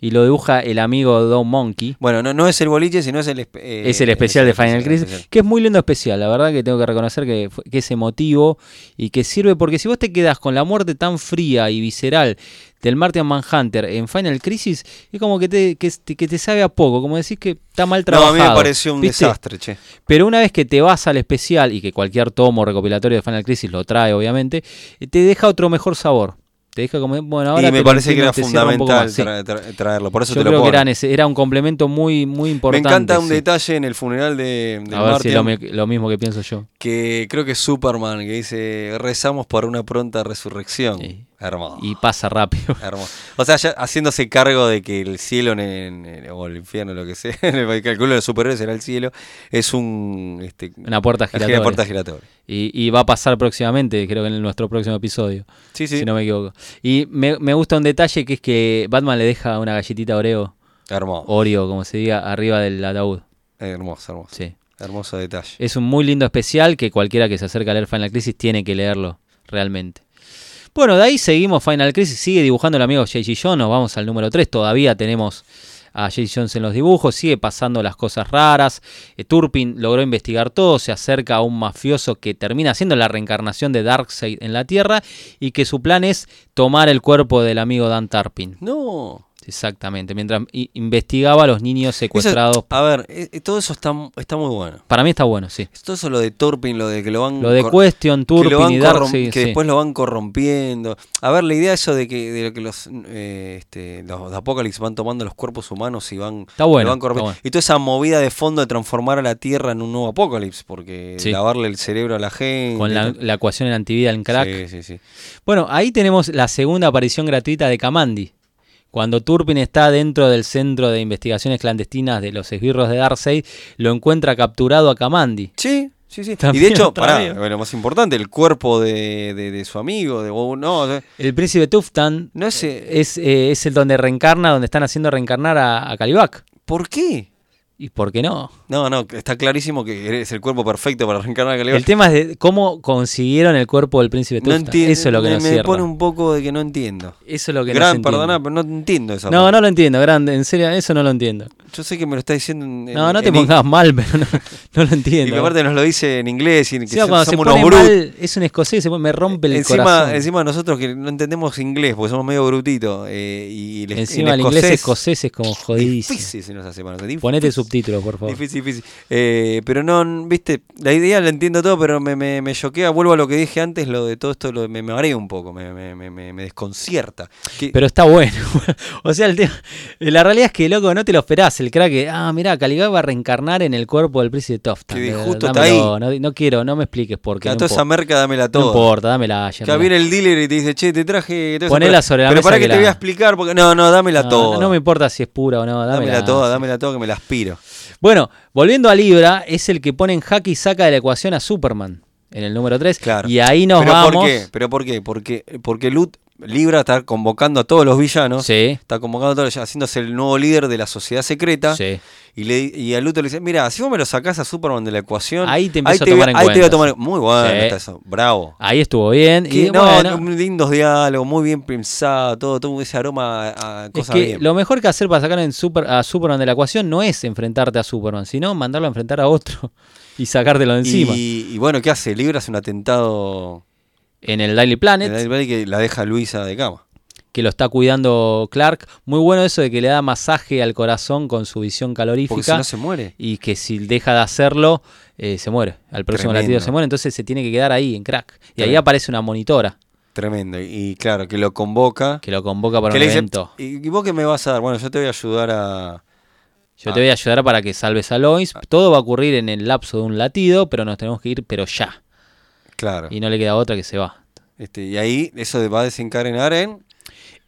B: y lo dibuja el amigo Don Monkey.
A: Bueno, no, no es el boliche, sino es el... espe- eh,
B: es el especial de Final
A: especial,
B: Crisis,
A: especial.
B: que es muy lindo especial, la verdad que tengo que reconocer que, fue- que es emotivo y que sirve porque si vos te quedas con la muerte tan fría y visceral del Martian Manhunter en Final Crisis, es como que te, que, te- que te sabe a poco, como decís que está
A: No,
B: mal
A: a
B: trabajado.
A: mí me pareció un
B: ¿viste?
A: desastre, che.
B: Pero una vez que te vas al especial y que cualquier tomo recopilatorio de Final Crisis lo trae, obviamente, eh, te deja otro mejor sabor. Te deja como, bueno, ahora
A: y me
B: te lo
A: parece que
B: entiendo,
A: era
B: te cierra un poco
A: fundamental
B: más, sí.
A: tra- tra- traerlo, por eso
B: Yo
A: te lo
B: creo que
A: pongo.
B: era, nece- era un complemento muy, muy
A: Me
B: importante.
A: encanta un
B: sí.
A: detalle en el funeral de, de
B: A ver si
A: Martian,
B: es lo, mi- lo mismo que pienso yo.
A: que creo que es Superman, que dice, rezamos por una pronta resurrección.
B: Sí.
A: Hermoso.
B: Y pasa rápido.
A: hermoso. O sea, ya haciéndose cargo de que el cielo en, en- en- o el infierno, lo que sea, en el cálculo de los superhéroes era el cielo, es un... Este,
B: Una puerta giratoria.
A: una puerta giratoria.
B: Y, y va a pasar próximamente, creo que en nuestro próximo episodio,
A: Sí, sí.
B: si no me equivoco. Y me, me gusta un detalle que es que Batman le deja una galletita Oreo,
A: Hermoso.
B: Oreo, como se diga, arriba del ataúd.
A: Hermoso, hermoso.
B: Sí.
A: Hermoso detalle.
B: Es un muy lindo especial que cualquiera que se acerca a leer Final Crisis tiene que leerlo, realmente. Bueno, de ahí seguimos Final Crisis, sigue dibujando el amigo J.G. Jones, nos vamos al número 3, todavía tenemos a J.G. Jones en los dibujos, sigue pasando las cosas raras, Eh, Turpin logró investigar todo, se acerca a un mafioso que termina siendo la reencarnación de Darkseid en la Tierra y que su plan es tomar el cuerpo del amigo Dan Turpin.
A: No.
B: Exactamente, mientras i- investigaba a los niños
A: Eso-
B: secuestrados.
A: a ver, eh, eh, todo eso está, está muy bueno.
B: Para mí está bueno, sí.
A: Todo eso lo de Turpin, lo de que lo van
B: Lo de
A: cor-
B: Question,
A: Mm, que, lo
B: Turpin
A: van
B: y
A: corrom-
B: Darkseid.
A: que
B: sí.
A: después lo van corrompiendo. A ver, la idea eso de que, de lo que los, eh, este, los de Apocalypse van tomando los cuerpos humanos y van,
B: Está bueno,
A: lo van corrompiendo.
B: está bueno.
A: Y toda esa movida de fondo de transformar a la Tierra en un nuevo Apocalipsis, porque
B: Sí.
A: lavarle el cerebro a la gente.
B: Con la, la ecuación en antivida en crack.
A: Sí, sí, sí.
B: Bueno, ahí tenemos la segunda aparición gratuita de Kamandi. Cuando Turpin está dentro del centro de investigaciones clandestinas de los esbirros de Darkseid, lo encuentra capturado a Kamandi.
A: Sí, sí, sí. Y
B: También
A: de hecho,
B: otra
A: pará,
B: vez.
A: lo más importante, el cuerpo de, de- de su amigo, de o no, de-
B: El príncipe Tuftan
A: no sé,
B: es, eh, es el donde reencarna, donde están haciendo reencarnar a, a Kalibak.
A: ¿por qué?
B: ¿Y por qué no?
A: No, no, está clarísimo que es el cuerpo perfecto para reencarnar a Caleb.
B: El tema es de cómo consiguieron el cuerpo del príncipe
A: No
B: Tuftan.
A: entiendo.
B: Eso es lo que
A: me,
B: nos
A: me
B: cierra.
A: pone un poco de que no entiendo.
B: Eso es lo que no se
A: Gran,
B: entiende.
A: perdoná, pero no entiendo esa
B: No,
A: parte.
B: no lo entiendo, grande. En serio, eso no lo entiendo.
A: Yo sé que me lo está diciendo en, en-
B: No, no te
A: en
B: pongas mal, pero no, no lo
A: inglés, Y
B: entiendo.
A: que aparte nos lo dice en inglés y que
B: Encima,
A: so-
B: cuando
A: somos
B: se
A: unos
B: pone
A: brutos.
B: mal, es un escocés, se pone- me rompe el
A: Encima,
B: corazón.
A: encima nosotros que no entendemos inglés porque somos medio brutitos. eh, y el,
B: Encima
A: en
B: el inglés
A: escocés,
B: escocés es como jodidísimo.
A: Difícil se nos hace para nosotros,
B: Ponete
A: difícil.
B: subtítulos, por favor.
A: Difícil, difícil. Eh, pero no, n- viste, la idea la entiendo todo, pero me, me, me choquea. Vuelvo a lo que dije antes, lo de todo esto lo, me, me marea un poco, me, me, me- me, me desconcierta. Que-
B: Pero está bueno. o sea, el tema- la realidad es que, loco, no te lo esperás. El crack, que, ah, mirá, Caligaba va a reencarnar en el cuerpo del príncipe Toftan.
A: Que
B: Eh,
A: justo está
B: dámelo, No, no quiero, no me expliques por qué.
A: que a
B: no
A: toda esa
B: importa.
A: merca dámela
B: No
A: toda.
B: importa, dámela. ya,
A: Que
B: mirá.
A: viene el dealer y te dice, che, te traje. todo eso,
B: Ponela
A: pero-
B: sobre la
A: Pero
B: mesa
A: para
B: que
A: que, te
B: la-
A: voy a explicar, porque. No, no, dámela
B: No,
A: toda.
B: no, no me importa si es pura o no. Dámela,
A: dámela toda, dámela toda que me la aspiro.
B: Bueno, volviendo a Libra, es el que pone en jaque y saca de la ecuación a Superman. en el número 3.
A: Claro.
B: Y ahí nos
A: ¿Pero
B: vamos.
A: ¿Por qué? ¿Pero por qué? Porque, porque Lut Libra está convocando a todos los villanos.
B: Sí,
A: Está convocando a todos los villanos, haciéndose el nuevo líder de la sociedad secreta.
B: sí.
A: Y, le, y a Luthor le dice, mira, si vos me lo sacás a Superman de la ecuación,
B: Ahí te empiezo a
A: voy
B: tomar en
A: ahí te voy a
B: cuenta,
A: tomar-
B: sí.
A: Muy bueno
B: Sí.
A: está eso, bravo.
B: Ahí estuvo bien.
A: Que-
B: Y
A: no,
B: bueno,
A: no, lindos diálogos, muy bien pensado, todo, todo ese aroma a, a
B: es
A: cosas
B: que
A: bien.
B: lo mejor que hacer para sacar en Super, a Superman de la ecuación no es enfrentarte a Superman, sino mandarlo a enfrentar a otro y sacártelo de encima.
A: Y, y bueno, ¿qué hace? Libra hace un atentado
B: En el Daily Planet,
A: en el Valley que la deja Luisa de cama.
B: que lo está cuidando Clark. Muy bueno eso de que le da masaje al corazón con su visión
A: Porque si
B: calorífica.
A: no se muere.
B: y que si deja de hacerlo, eh, se muere. Al próximo
A: Tremendo.
B: latido se muere, entonces se tiene que quedar ahí en crack. Y ahí
A: Tremendo.
B: aparece una monitora
A: Tremendo. Y claro, que lo convoca.
B: que lo convoca para
A: que
B: un
A: le dice,
B: evento.
A: ¿y y vos qué me vas a dar? Bueno, yo te voy a ayudar a...
B: Yo
A: Ah.
B: te voy a ayudar para que salves a Lois. Todo va a ocurrir en el lapso de un latido, pero nos tenemos que ir, pero ya.
A: Claro.
B: Y no le queda otra que se va.
A: Este, y ahí eso de- va a desencadenar en...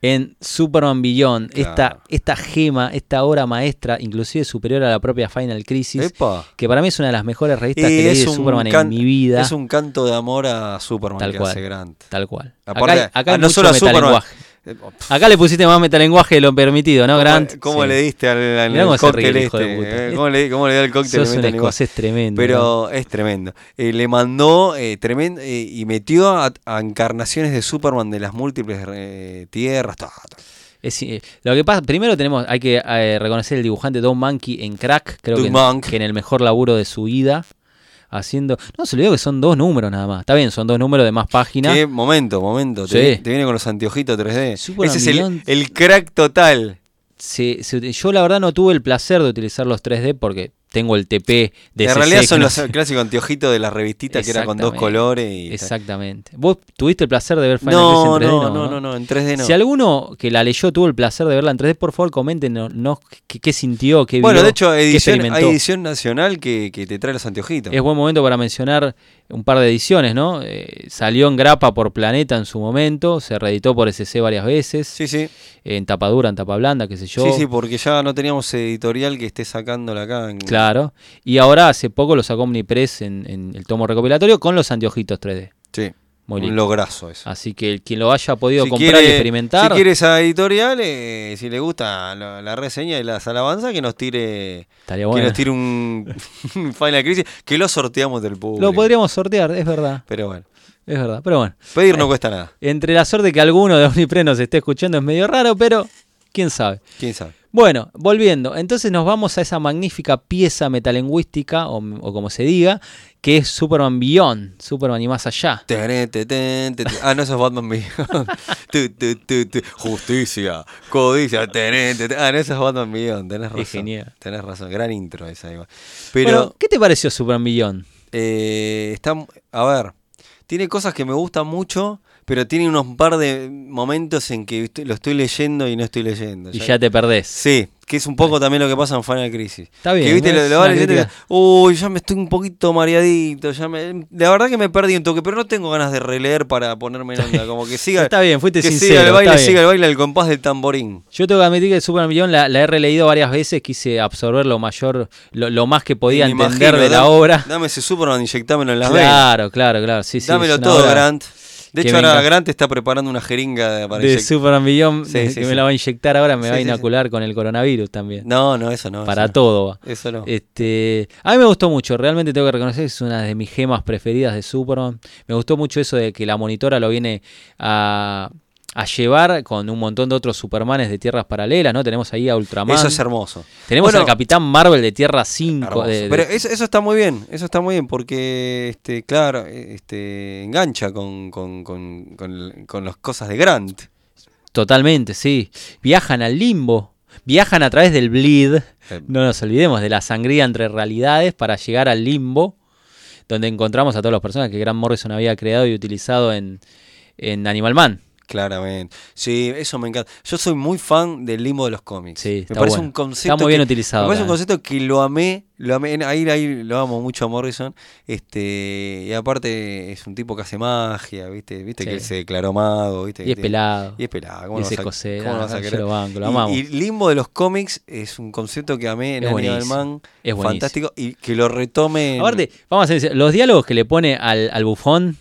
B: En Superman Beyond,
A: Claro.
B: esta, esta gema, esta obra maestra, inclusive superior a la propia Final Crisis,
A: ¡Epa!
B: que para mí es una de las mejores revistas
A: Y
B: que leí de
A: un
B: Superman en
A: can-
B: mi vida.
A: Es un canto de amor a Superman
B: Tal
A: que
B: cual.
A: hace Grant.
B: Tal cual.
A: Aparte,
B: acá hay- acá
A: ah,
B: hay
A: no
B: mucho
A: solo a Superman.
B: metalenguaje.
A: Eh, oh, pff,
B: Acá le pusiste más metalenguaje de lo permitido, ¿no, Grant?
A: ¿Cómo, cómo
B: Sí.
A: le diste al, al-
B: Mirá cómo
A: al
B: se ríe
A: cóctel
B: el hijo de
A: este?
B: puta.
A: eh, ¿Cómo le, cómo le dio el cóctel?
B: Sos un
A: Meta lenguaje?
B: escocés tremendo. ¿no?
A: Pero es tremendo. Eh, le mandó eh, tremendo eh, y metió a, a encarnaciones de Superman de las múltiples eh, tierras. ta, ta.
B: Es, eh, lo que pasa, primero tenemos, hay que eh, reconocer el dibujante Don Monkey en crack, creo
A: Doug
B: que en,
A: Monk.
B: que en el mejor laburo de su vida. Haciendo. No, se le digo que son dos números nada más. Está bien, son dos números de más páginas.
A: Qué momento, momento. Te,
B: Sí.
A: vi- te viene con los anteojitos 3D.
B: Superman
A: Ese es el,
B: Beyond.
A: el crack total.
B: Se- se- yo la verdad no tuve el placer de utilizar los 3D porque tengo el TP de
A: en
B: CC,
A: realidad son
B: no
A: los
B: sé.
A: clásicos anteojitos de las revistitas que era con dos
B: Exactamente.
A: colores. Y
B: Exactamente. ¿Vos tuviste el placer de ver Final
A: No,
B: Fantasy en 3D?
A: no, no, no, no, en 3D no.
B: Si alguno que la leyó tuvo el placer de verla en 3D, por favor coméntenos no, qué, qué sintió, qué
A: bueno,
B: vio,
A: de hecho,
B: qué
A: edición, hay
B: experimentó.
A: edición nacional que, que te trae los anteojitos.
B: Es buen momento para mencionar un par de ediciones, ¿no? Eh, salió en grapa por Planeta en su momento, se reeditó por SC varias veces,
A: Sí, sí.
B: en tapa dura, en tapa blanda, qué sé yo.
A: Sí, sí, porque ya no teníamos editorial que esté sacándola acá. en-
B: Claro. Y ahora hace poco lo sacó Omnipress en, en el tomo recopilatorio con los anteojitos 3D.
A: Sí.
B: Muy
A: un
B: lindo.
A: lograzo eso.
B: Así que el- quien lo haya podido
A: Si
B: comprar
A: quiere-
B: y experimentar,
A: Si quiere esa editorial, eh, si le gusta la, la reseña y las alabanzas, que nos tire,
B: estaría bueno.
A: que nos tire un, un Final Crisis, que lo sorteamos del público.
B: Lo podríamos sortear, es verdad,
A: Pero bueno,
B: es verdad. Pero bueno.
A: pedir no cuesta nada.
B: Entre la suerte que alguno de Omnipre nos esté escuchando es medio raro, pero quién sabe.
A: ¿Quién sabe?
B: Bueno, volviendo, entonces nos vamos a esa magnífica pieza metalingüística, o, o como se diga, que es Superman Beyond, Superman y más allá.
A: Tere, te, ten, te, te. Ah, no, eso es Batman Beyond. Tu, tu, tu, tu. Justicia, codicia. tere, te, te. Ah, no, eso es Batman Beyond. Tenés razón.
B: genial.
A: Tenés razón. Gran intro esa, igual.
B: Pero,
A: Pero
B: ¿qué te pareció Superman Beyond?
A: eh, está. A ver, tiene cosas que me gustan mucho, pero tiene unos par de momentos en que estoy- lo estoy leyendo y no estoy leyendo.
B: Y
A: ¿sabes?
B: ya te perdés.
A: Sí, que es un poco también lo que pasa en Final Crisis.
B: Está bien,
A: Que viste,
B: es
A: lo, lo
B: una
A: vas leyendo y
B: crítica.
A: dices, uy, ya me estoy un poquito mareadito. Ya me, la verdad que me perdí un toque, pero no tengo ganas de releer para ponerme en onda. Como que siga.
B: Está bien, fuiste
A: que
B: sincero.
A: siga el baile,
B: está bien.
A: siga el baile al compás del tamborín.
B: Yo tengo que admitir que Superman Beyond la, la he releído varias veces, quise absorber lo mayor, lo, lo más que podía
A: Me
B: entender
A: imagino,
B: de la
A: dame-
B: obra.
A: Dame ese Superman, inyectámelo en las venas.
B: Claro, claro, claro. Sí, sí,
A: Dámelo
B: es una
A: todo,
B: obra
A: Grant. De
B: que
A: hecho,
B: me
A: ahora
B: encanta.
A: Grant está preparando una jeringa para
B: de
A: inyect-
B: Superman Beyond
A: Sí,
B: de-
A: sí,
B: que
A: sí.
B: me la va a inyectar ahora, me
A: Sí,
B: va a
A: sí, sí.
B: inocular con el coronavirus también.
A: No, no, eso no.
B: para
A: eso no.
B: todo va.
A: Eso no.
B: Este, a mí me gustó mucho, realmente tengo que reconocer que es una de mis gemas preferidas de Superman. Me gustó mucho eso de que la monitora lo viene a, a llevar con un montón de otros Supermanes de tierras paralelas, ¿no? Tenemos ahí a Ultraman.
A: Eso es hermoso.
B: Tenemos
A: Bueno,
B: al Capitán Marvel de Tierra 5.
A: Hermoso.
B: de- de-
A: Pero eh, eso, eso está muy bien, eso está muy bien, porque, este, claro, este, engancha con, con, con, con- con las cosas de Grant.
B: Totalmente, sí. Viajan al limbo. Viajan a través del bleed.
A: Eh,
B: No nos olvidemos de la sangría entre realidades para llegar al limbo, donde encontramos a todas las personas que Grant Morrison había creado y utilizado en, en Animal Man,
A: Claramente. Sí, eso me encanta. Yo soy muy fan del limbo de los cómics.
B: Sí,
A: me
B: está
A: parece
B: bueno.
A: un concepto.
B: Está muy bien
A: que-
B: utilizado
A: Me parece un
B: acá, ¿eh?
A: concepto que lo amé. Lo amé. En- Ahí, ahí lo amo mucho a Morrison. Este, y aparte es un tipo que hace magia, ¿viste? ¿Viste
B: Sí.
A: que él se declaró mago, ¿viste?
B: Y es
A: Que-
B: pelado.
A: Y es pelado. ¿Cómo
B: Y
A: no
B: es
A: vas a-
B: escocés.
A: cómo no
B: Ah,
A: vas a
B: yo
A: querer?
B: lo banco, lo
A: Y-
B: amamos.
A: y, limbo de los cómics es un concepto que amé en
B: Es
A: Animal
B: buenísimo.
A: Man.
B: Es buenísimo.
A: fantástico. Y que lo retome. en-
B: Aparte, vamos a ser sinceros, los diálogos que le pone al, al bufón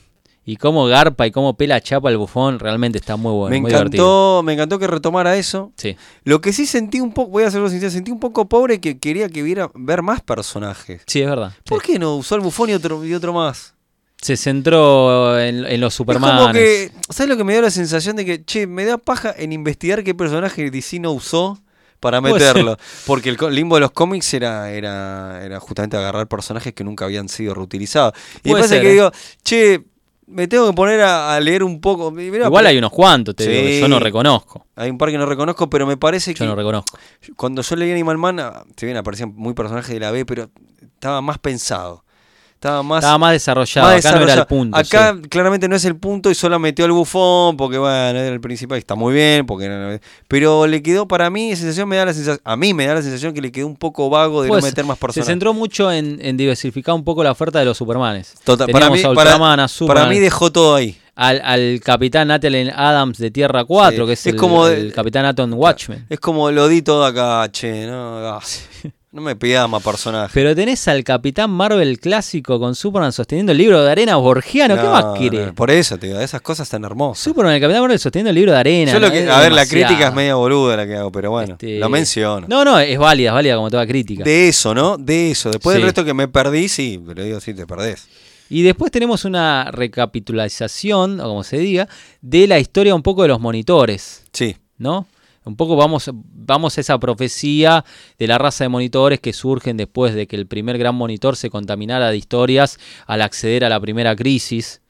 B: y cómo garpa y cómo pela chapa al bufón realmente está muy bueno.
A: me
B: muy divertido.
A: encantó, me encantó que retomara eso.
B: Sí.
A: Lo que sí sentí un poco, voy a serlo sincero, sentí un poco pobre que quería que viera ver más personajes.
B: Sí, es verdad.
A: ¿Por
B: Sí.
A: qué no usó el bufón y otro, y otro más?
B: Se centró en, en los Superman.
A: Es como que, ¿sabes lo que me dio la sensación de que, che, me da paja en investigar qué personaje DC no usó para
B: Puede
A: meterlo? Porque el co- limbo de los cómics era, era, era justamente agarrar personajes que nunca habían sido reutilizados. Y me
B: Puede
A: parece
B: ser,
A: que
B: ¿eh?
A: digo, che, me tengo que poner a, a leer un poco. Mirá,
B: Igual
A: pero-
B: hay unos cuantos, te digo, que yo
A: Sí.
B: no reconozco.
A: hay un par que no reconozco, pero me parece que
B: Yo no reconozco.
A: Cuando yo leí Animal Man, ah, si bien aparecían muy personajes de la B, pero estaba más pensado. Estaba más.
B: Estaba más desarrollado, acá
A: más
B: no era
A: desarrollado.
B: el punto.
A: Acá
B: sí.
A: claramente no es el punto y solo metió el bufón porque, bueno, era el principal y está muy bien. porque era- Pero le quedó para mí, sensación me da la sensación. A mí me da la sensación que le quedó un poco vago de
B: Pues,
A: no meter más
B: se
A: personajes.
B: centró mucho en, en diversificar un poco la oferta de los Supermanes.
A: Total- para, mí,
B: Teníamos a
A: para-
B: Ultraman, a Superman,
A: para mí dejó todo ahí.
B: al, al Capitán Nathan Adams de Tierra 4,
A: Sí.
B: que es,
A: Es
B: el,
A: como de-
B: el Capitán Atom Watchmen.
A: Es como lo di todo acá, che. No, Ah, no me pidas más personajes.
B: Pero tenés al Capitán Marvel clásico con Superman sosteniendo el libro de arena borgiano. ¿Qué
A: No,
B: más querés?
A: no, por eso, te digo, esas cosas tan hermosas.
B: Superman, el Capitán Marvel sosteniendo el libro de arena.
A: Yo lo que-
B: ¿no? Es
A: a ver, la
B: demasiado.
A: crítica es media boluda la que hago, pero bueno,
B: Este,
A: lo menciono.
B: No, no, es válida, es válida como toda crítica.
A: de eso, ¿no? De eso. Después
B: Sí.
A: del resto que me perdí, sí, pero digo, sí, te perdés.
B: Y después tenemos una recapitulación, o como se diga, de la historia un poco de los monitores,
A: Sí.
B: ¿no? Un poco vamos, vamos a esa profecía de la raza de monitores que surgen después de que el primer gran monitor se contaminara de historias al acceder a la primera crisis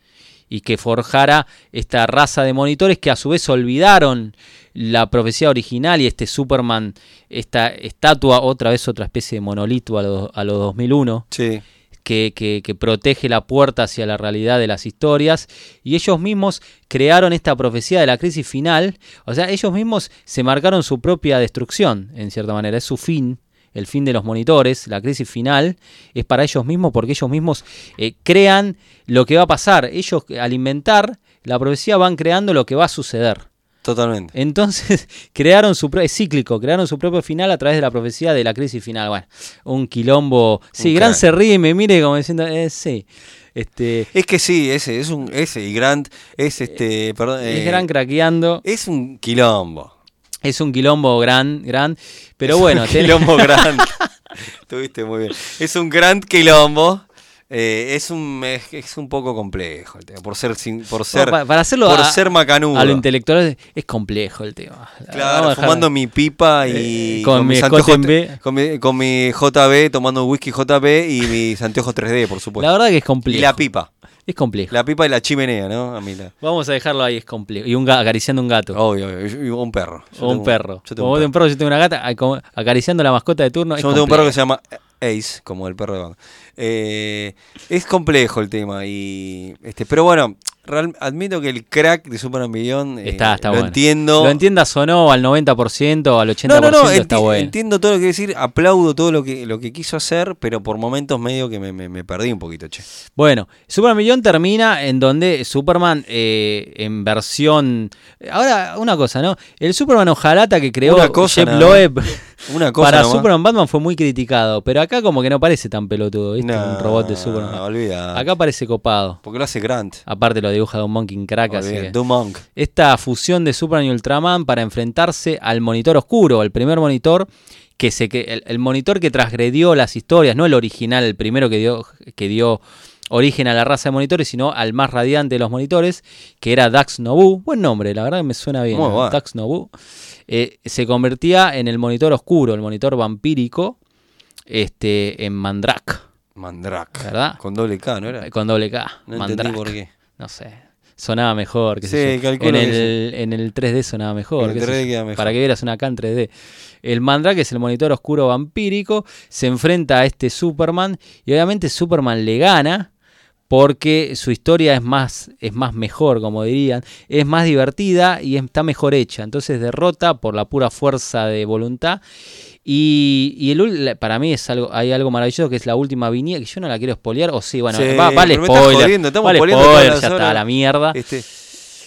B: y que forjara esta raza de monitores que a su vez olvidaron la profecía original y este Superman, esta estatua, otra vez otra especie de monolito a los a los 2001
A: Sí.
B: que, que- que protege la puerta hacia la realidad de las historias. Y ellos mismos crearon esta profecía de la crisis final. O sea, ellos mismos se marcaron su propia destrucción, en cierta manera. Es su fin. El fin de los monitores, la crisis final, es para ellos mismos porque ellos mismos eh, crean lo que va a pasar. Ellos al inventar la profecía van creando lo que va a suceder.
A: Totalmente.
B: Entonces crearon su propio, es cíclico, crearon su propio final a través de la profecía de la crisis final. Bueno, un quilombo. Sí,
A: Un
B: Gran
A: crack.
B: se ríe y me mire como diciendo, eh, sí. Este,
A: Es que sí, ese, es un, ese, y Grant, es este, perdón. eh,
B: es Gran craqueando,
A: es un quilombo.
B: es un quilombo gran, gran. Pero
A: Es
B: bueno,
A: un
B: tenés-
A: quilombo Grant. Estuviste muy bien. Es un gran quilombo. Eh, es un es, es un poco complejo el tema, por ser sin- por ser
B: pa- para hacerlo
A: por
B: a-
A: ser macanudo.
B: a lo intelectual es, es complejo el tema. Vamos a
A: Claro,
B: dejar-
A: fumando mi pipa
B: Eh,
A: y
B: con mi
A: mis
B: Scott
A: anteojos
B: en
A: te-
B: B.
A: con mi, con mi JB, tomando whisky JB y mis anteojos 3D, por
B: La
A: supuesto.
B: verdad que es
A: y
B: complejo.
A: la pipa.
B: Es complejo.
A: La pipa y la chimenea, ¿no? A mí la-
B: Vamos a dejarlo ahí, es complejo. Y un ga- acariciando un gato.
A: Obvio, obvio. Y- y un perro. Yo
B: o un
A: Oh, tengo-
B: perro.
A: Yo
B: Como
A: tengo
B: vos
A: un
B: tenés
A: perro.
B: un perro, yo tengo una gata, a- como- acariciando la mascota de turno. es
A: Yo tengo un perro que
B: complejo.
A: se llama Ace, como el perro de Batman. Eh, es complejo el tema. y este Pero bueno, real- admito que el crack de Superman Beyond eh,
B: Está, está
A: lo
B: bueno.
A: entiendo.
B: Lo entiendas o no, al 90% o al 80%
A: No, no, no,
B: está
A: enti-
B: bueno.
A: entiendo todo lo que decir, aplaudo todo lo que, lo que quiso hacer, pero por momentos medio que me, me- me perdí un poquito, che.
B: Bueno, Superman Millón termina en donde Superman eh, en versión... Ahora, una cosa, ¿no? El Superman ojalata que creó
A: Una cosa
B: Jeff
A: nada
B: Loeb
A: Una cosa
B: para
A: nomás.
B: Superman Batman fue muy criticado, pero acá como que no parece tan pelotudo, ¿viste?
A: No,
B: Un robot de
A: No,
B: Superman.
A: olvidá.
B: Acá Ah, parece copado.
A: Porque lo hace Grant.
B: Aparte lo dibuja de un monkey crack, así
A: Olvidá,
B: que-
A: Do Monk.
B: esta fusión de Superman y Ultraman para enfrentarse al monitor oscuro, el primer monitor que se que el, el monitor que transgredió las historias, no el original, el primero que dio que dio origen a la raza de monitores, sino al más radiante de los monitores, que era Dax Nobu, buen nombre, la verdad que me suena bien,
A: Muy
B: ¿no?
A: bueno.
B: Dax Nobu, Eh, se convertía en el monitor oscuro, el monitor vampírico, este, en Mandrak,
A: Mandrak.
B: ¿Verdad?
A: Con doble K, ¿no era?
B: con doble K,
A: No entendí
B: Mandrak,
A: por qué.
B: no sé. Sonaba mejor, qué
A: Sí,
B: sé yo.
A: calculo
B: En
A: que
B: el, en el 3D sonaba mejor.
A: En el
B: qué sé
A: 3D
B: yo.
A: queda mejor.
B: Para que vieras una K en 3D. El Mandrake es el monitor oscuro vampírico. Se enfrenta a este Superman. Y obviamente Superman le gana. porque su historia es más, es más mejor, como dirían, es más divertida y está mejor hecha. Entonces derrota por la pura fuerza de voluntad. Y, y el, ul- la- para mí es algo, hay algo maravilloso que es la última viñeta, que yo no la quiero spoilear, o sí, bueno,
A: Sí,
B: va, vale
A: pero me estás
B: spoiler,
A: jodiendo, estamos
B: vale
A: spoileando todas
B: spoiler,
A: las
B: ya está,
A: horas.
B: la mierda.
A: Este,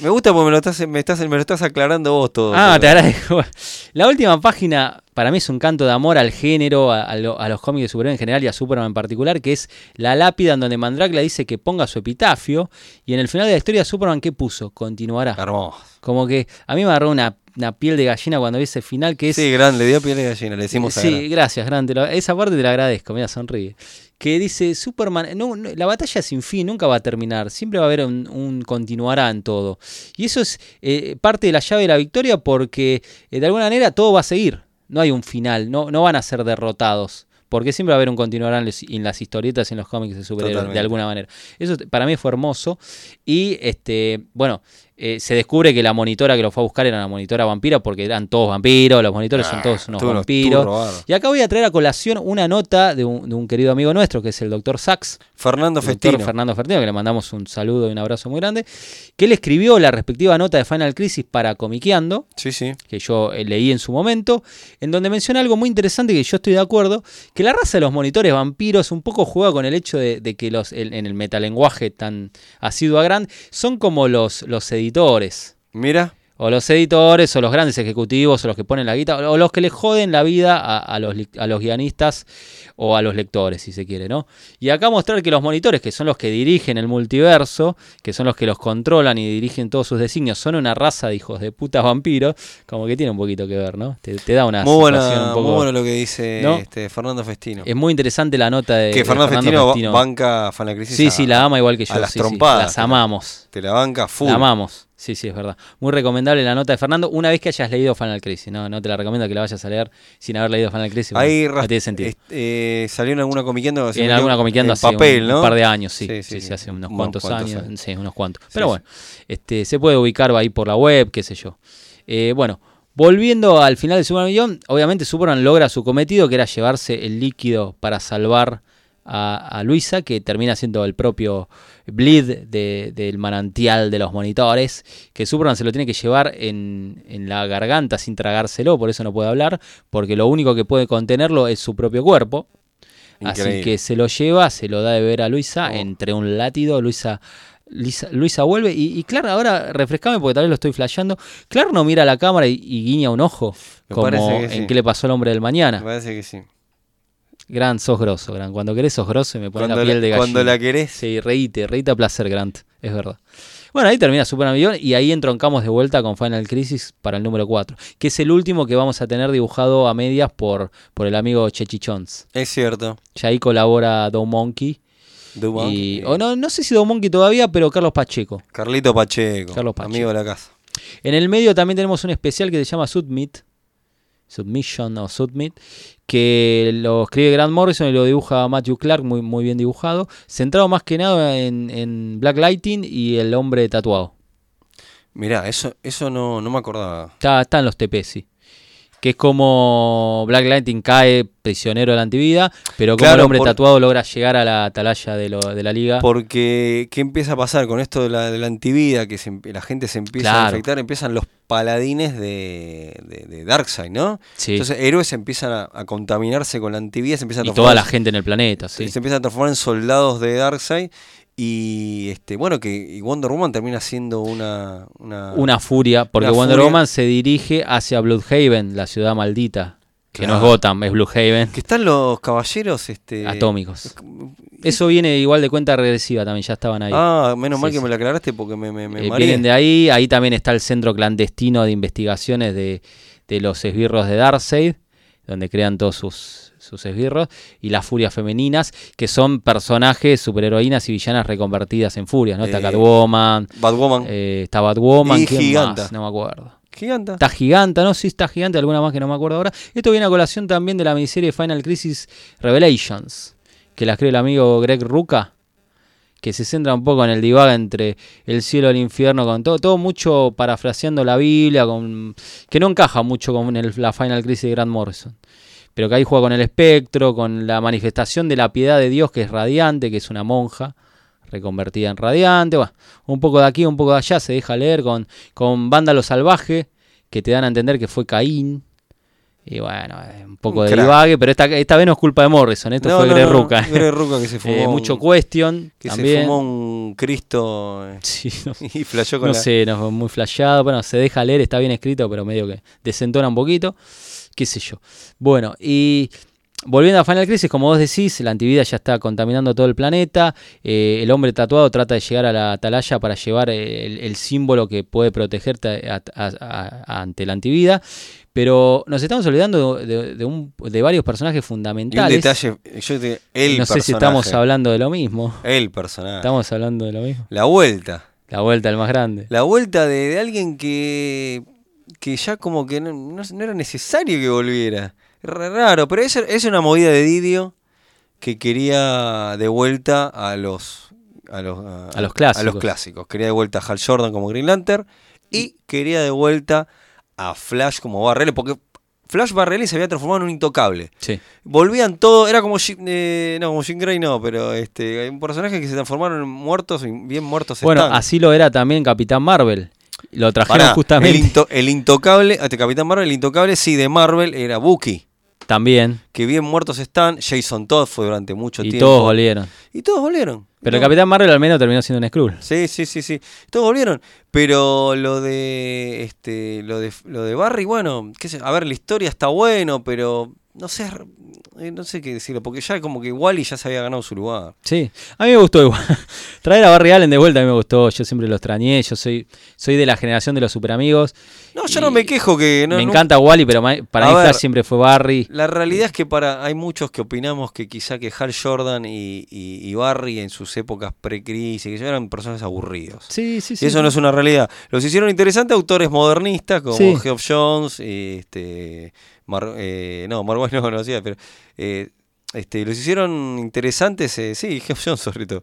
A: me gusta porque me lo estás, me estás, me lo estás aclarando vos todo.
B: Ah, te
A: pero-
B: agradezco. La última página para mí es un canto de amor al género, a, a lo- a los cómics de superhéroes en general y a Superman en particular, que es la lápida en donde Mandrake le dice que ponga su epitafio y en el final de la historia Superman, ¿qué puso? Continuará.
A: Hermoso.
B: Como que a mí me agarró una, una piel de gallina cuando vi ese final que es...
A: Sí, grande, dio piel de gallina, le decimos a
B: Sí,
A: Gran.
B: gracias, Gran. te lo- esa parte te la agradezco, mira, sonríe. Que dice, Superman, no, no, la batalla sin fin nunca va a terminar, siempre va a haber un, un continuará en todo. Y eso es eh, parte de la llave de la victoria porque eh, de alguna manera todo va a seguir, no hay un final, no, no van a ser derrotados. Porque siempre va a haber un continuará en, los- en las historietas, en los cómics de superhéroes, de
A: Totalmente.
B: alguna manera. Eso t- para mí fue hermoso. Y este, bueno, eh, se descubre que la monitora que lo fue a buscar era una monitora vampira, porque eran todos vampiros, los monitores son todos unos
A: Tú los- tú
B: vampiros.
A: robaron.
B: Y acá voy a traer a colación una nota de un, de un querido amigo nuestro, que es el doctor Sachs,
A: Fernando
B: el doctor
A: Festino.
B: Fernando Fertino, que le mandamos un saludo y un abrazo muy grande, que él escribió la respectiva nota de Final Crisis para Comiqueando,
A: Sí, sí.
B: que yo eh, leí en su momento, en donde menciona algo muy interesante que yo estoy de acuerdo, que la raza de los monitores vampiros un poco juega con el hecho de, de que los, el- en el metalenguaje tan asiduo a Grant, son como los, los editores.
A: Mira,
B: O los editores, o los grandes ejecutivos, o los que ponen la guita, o los que le joden la vida a, a los, li- a los guionistas o a los lectores, si se quiere, ¿no? Y acá mostrar que los monitores, que son los que dirigen el multiverso, que son los que los controlan y dirigen todos sus designios, son una raza de hijos de putas vampiros, como que tiene un poquito que ver, ¿no? Te, te da una
A: muy,
B: situación
A: buena,
B: un poco-
A: muy bueno lo que dice
B: ¿No?
A: este, Fernando Festino.
B: Es muy interesante la nota de.
A: que
B: de
A: Fernando, Festino, ba-
B: Eh, Festino.
A: banca Fanacrisis.
B: Sí,
A: a-
B: sí, la ama igual que yo.
A: a las
B: sí, sí,
A: trompadas.
B: las amamos.
A: Te la banca full.
B: La amamos. Sí, sí, es verdad. Muy recomendable la nota de Fernando una vez que hayas leído Final Crisis. No, no te la recomiendo que la vayas a leer sin haber leído Final Crisis. porque
A: Ahí
B: no
A: ras-
B: tiene sentido.
A: est- eh, salió en alguna comiqueando. se
B: en
A: metió
B: alguna comiqueando
A: en
B: hace un-
A: papel,
B: un,
A: ¿no?
B: par de años, sí.
A: Sí,
B: Sí,
A: sí,
B: sí,
A: sí.
B: hace unos
A: Unos
B: cuantos,
A: cuantos
B: años,
A: años.
B: Sí, unos cuantos.
A: sí.
B: Pero bueno, este, se puede ubicar ahí por la web, qué sé yo. Eh, bueno, volviendo al final de Superman Millón, obviamente Superman logra su cometido, que era llevarse el líquido para salvar a, a Luisa, que termina siendo el propio bleed de- del manantial de los monitores, que Superman se lo tiene que llevar en, en la garganta sin tragárselo, por eso no puede hablar, porque lo único que puede contenerlo es su propio cuerpo. Así
A: Increíble.
B: que se lo lleva, se lo da de ver a Luisa
A: Oh.
B: entre un látido. Luisa, Luisa, Luisa vuelve. Y, y Clark, ahora refrescame porque tal vez lo estoy flasheando. Clark no mira a la cámara y, y guiña un ojo.
A: Me
B: como
A: parece que
B: en
A: sí.
B: qué le pasó al hombre del
A: Me
B: mañana.
A: parece que sí.
B: Gran, sos grosso, Gran. Cuando querés sos grosso y me pones la
A: Cuando,
B: piel de
A: la,
B: gallina.
A: cuando la querés.
B: Sí, reíte, reíte a placer, Grant. Es verdad. Bueno, ahí termina Super Millón y ahí entroncamos de vuelta con Final Crisis para el número 4, que es el último que vamos a tener dibujado a medias por, por el amigo Chechichons.
A: Es cierto.
B: Ya ahí colabora Dow Monkey.
A: Dumont.
B: Y- o no, no sé si Don Monkey todavía, pero Carlos Pacheco.
A: Eh, Carlito Pacheco,
B: Carlos Pacheco.
A: Amigo de la casa.
B: En el medio también tenemos un especial que se llama Submit. Submission o Submit. Que lo escribe Grant Morrison y lo dibuja Matthew Clark, muy, muy bien dibujado. Centrado más que nada en, en Black Lightning y el hombre tatuado.
A: Mirá, eso, eso no, no me acordaba.
B: Está, está en los TP, sí. Que es como Black Lightning cae prisionero de la antivida, pero como el
A: Claro,
B: hombre
A: por-
B: tatuado logra llegar a la atalaya de, lo- de la liga.
A: Porque, ¿qué empieza a pasar con esto de la, de la antivida? Que se em- la gente se empieza a
B: Claro.
A: infectar, empiezan los paladines de, de, de Darkseid, ¿no?
B: Sí.
A: Entonces, héroes empiezan a, a contaminarse con la antivida, se empiezan a
B: y toda la
A: transformar-
B: gente en el planeta, sí.
A: se empiezan a transformar en soldados de Darkseid. Y este, bueno, que y Wonder Woman termina siendo una. Una,
B: una furia, porque
A: Ah. Una
B: Wonder
A: furia.
B: Woman se dirige hacia Bloodhaven, la ciudad maldita. Que no es
A: Claro.
B: Gotham, es Bloodhaven.
A: Que están los caballeros. Este,
B: Atómicos. Eso viene igual de cuenta regresiva también, ya estaban ahí.
A: Ah, menos
B: Sí,
A: mal que
B: sí.
A: me lo aclaraste porque me, me, me
B: Eh,
A: mareé.
B: vienen de ahí, ahí también está el centro clandestino de investigaciones de, de los esbirros de Darkseid, donde crean todos sus, sus esbirros, y las furias femeninas, que son personajes, superheroínas y villanas reconvertidas en furias, ¿no? Está
A: Eh,
B: Catwoman,
A: Batwoman.
B: eh, está Batwoman,
A: y
B: ¿quién
A: Giganta.
B: más? No me acuerdo.
A: Giganta.
B: Está gigante, ¿no? Sí, está gigante, alguna más que no me acuerdo ahora. Esto viene a colación también de la miniserie Final Crisis Revelations, que la escribe el amigo Greg Ruca, que se centra un poco en el divaga entre el cielo y el infierno, con todo, todo mucho parafraseando la Biblia, con, que no encaja mucho con el- la Final Crisis de Grant Morrison. Pero que ahí juega con el espectro, con la manifestación de la piedad de Dios, que es radiante, que es una monja reconvertida en Radiante. Bueno, un poco de aquí, un poco de allá, se deja leer con, con Vándalo Salvaje, que te dan a entender que fue Caín. Y bueno, eh, un poco
A: Un
B: de
A: crack.
B: divague, pero esta, esta vez no es culpa de Morrison, esto
A: No,
B: fue
A: no,
B: Greg
A: no,
B: Ruca.
A: Greg Ruca que se fumó.
B: Eh,
A: un-
B: mucho Question
A: que
B: también.
A: se fumó un Cristo eh,
B: Sí, no,
A: y flasheó con
B: no
A: la-
B: sé, no, muy flasheado. Bueno, se deja leer, está bien escrito, pero medio que desentona un poquito. Qué sé yo. Bueno, y volviendo a Final Crisis, como vos decís, la antivida ya está contaminando todo el planeta. eh, el hombre tatuado trata de llegar a la atalaya para llevar el, el símbolo que puede protegerte a- a- a- ante la antivida. Pero nos estamos olvidando de, de un- de varios personajes
A: Y un
B: fundamentales.
A: detalle, yo te- el
B: no sé
A: personaje, Ah.
B: si estamos hablando de lo mismo.
A: El personaje.
B: Estamos hablando de lo mismo.
A: La vuelta.
B: La vuelta al más grande.
A: La vuelta de, de alguien que, que ya como que no, no- no era necesario que volviera. Ra- Raro, pero es, es una movida de Didio que quería de vuelta a los, a los, a,
B: A los clásicos.
A: a los clásicos. Quería de vuelta a Hal Jordan como Green Lantern y quería de vuelta a Flash como Barrelli, porque Flash Barrelli se había transformado en un intocable.
B: Sí.
A: Volvían todos, era como Jim, eh, no, como Jim Grey no, pero este, hay un personaje que se transformaron en muertos, y bien muertos
B: Bueno,
A: están.
B: así lo era también Capitán Marvel. Lo trajeron
A: Pará,
B: justamente
A: El, into- el intocable, este Capitán Marvel, el intocable, sí, de Marvel era Bucky.
B: también.
A: Que bien muertos están. Jason Todd fue durante mucho
B: Y
A: tiempo.
B: todos volvieron.
A: Y todos volvieron.
B: Pero el
A: No.
B: Capitán Marvel al menos terminó siendo un Skrull.
A: Sí, sí, sí, sí. Todos volvieron. Pero lo de. Este. Lo de, lo de Barry, bueno, qué sé, a ver, la historia está bueno, pero. No sé. es r- eh, No sé qué decirlo. Porque ya como que Wally ya se había ganado su lugar.
B: Sí, a mí me gustó igual. Traer a Barry Allen de vuelta a mí me gustó. Yo siempre lo extrañé. Yo soy, soy de la generación de los superamigos.
A: No, yo
B: Y
A: no me quejo que. No,
B: me
A: nu-
B: encanta Wally, pero ma- para
A: A
B: mí
A: ver.
B: Flash siempre fue Barry.
A: La realidad es que para hay muchos que opinamos que quizá que Hal Jordan y, y- y Barry en sus épocas pre-crisis que ya eran personas aburridos.
B: Sí, sí, sí.
A: Y eso no es una realidad. Los hicieron interesantes autores modernistas como
B: Sí.
A: Geoff Jones, eh, este, Mar- eh, no, Marvel no conocía, pero eh, este, los hicieron interesantes, eh, sí, Geoff Jones sobre todo.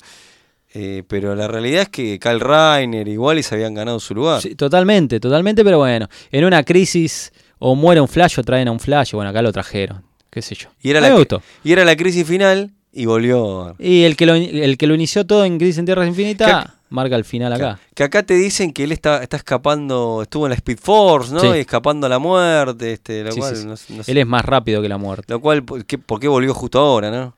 A: Eh, pero la realidad es que Kyle Reiner y Wallis habían ganado su lugar.
B: Sí, totalmente, totalmente, pero bueno. En una crisis o muere un Flash o traen a un Flash. Bueno, acá lo trajeron. Qué sé yo.
A: Y era
B: A mí
A: la
B: me
A: que-
B: gustó.
A: Y era la crisis final y volvió.
B: Y el que lo, el que lo inició todo en Crisis en Tierras Infinitas
A: Cap-
B: marca el final acá.
A: Que acá te dicen que él está, está escapando, estuvo en la Speed Force, ¿no?
B: Sí.
A: Y escapando a la muerte, este, lo
B: Sí,
A: cual,
B: sí, sí.
A: no sé- no sé.
B: Él es más rápido que la muerte.
A: lo cual ¿por qué, por qué volvió justo ahora, no?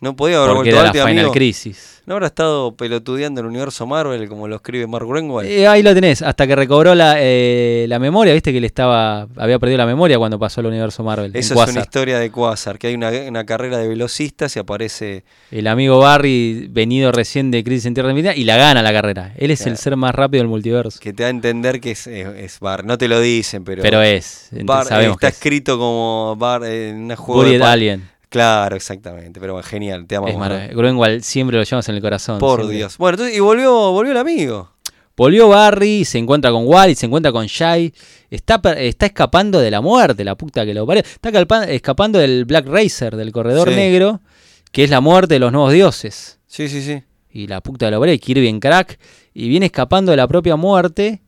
A: No podía haber
B: Porque
A: vuelto
B: era la
A: antes,
B: Final
A: amigo.
B: Crisis.
A: No habrá estado pelotudeando el universo Marvel como lo escribe Mark Greenwald.
B: Eh, ahí lo tenés, hasta que recobró la, eh, la memoria, viste que él estaba, había perdido la memoria cuando pasó al universo Marvel. en
A: Eso es una
B: Quasar.
A: historia de Quasar, que hay una, una carrera de velocistas y aparece.
B: El amigo Barry, venido recién de Crisis en Tierra Infinita, y la gana la carrera. Él es el
A: Claro.
B: ser más rápido del multiverso.
A: que te da a entender que es, es, es Bar. No te lo dicen, pero.
B: Pero, es, entonces
A: Bar-
B: sabemos
A: está
B: que es.
A: escrito como Bar en una juego
B: Woody
A: de pa-
B: Allen.
A: Claro, exactamente. Pero bueno, genial, te amo.
B: Es maravilloso. Greenwald siempre lo llevamos en el corazón.
A: Por
B: siempre.
A: Dios. Bueno, entonces, y volvió, volvió el amigo.
B: Volvió Barry, se encuentra con Wally, se encuentra con Shai. Está, per- está escapando de la muerte, la puta que lo parió. Está calpa- escapando del Black Racer, del Corredor
A: Sí.
B: Negro, que es la muerte de los nuevos dioses.
A: Sí, sí, sí.
B: Y la puta que lo parió, y Kirby en crack. Y viene escapando de la propia muerte.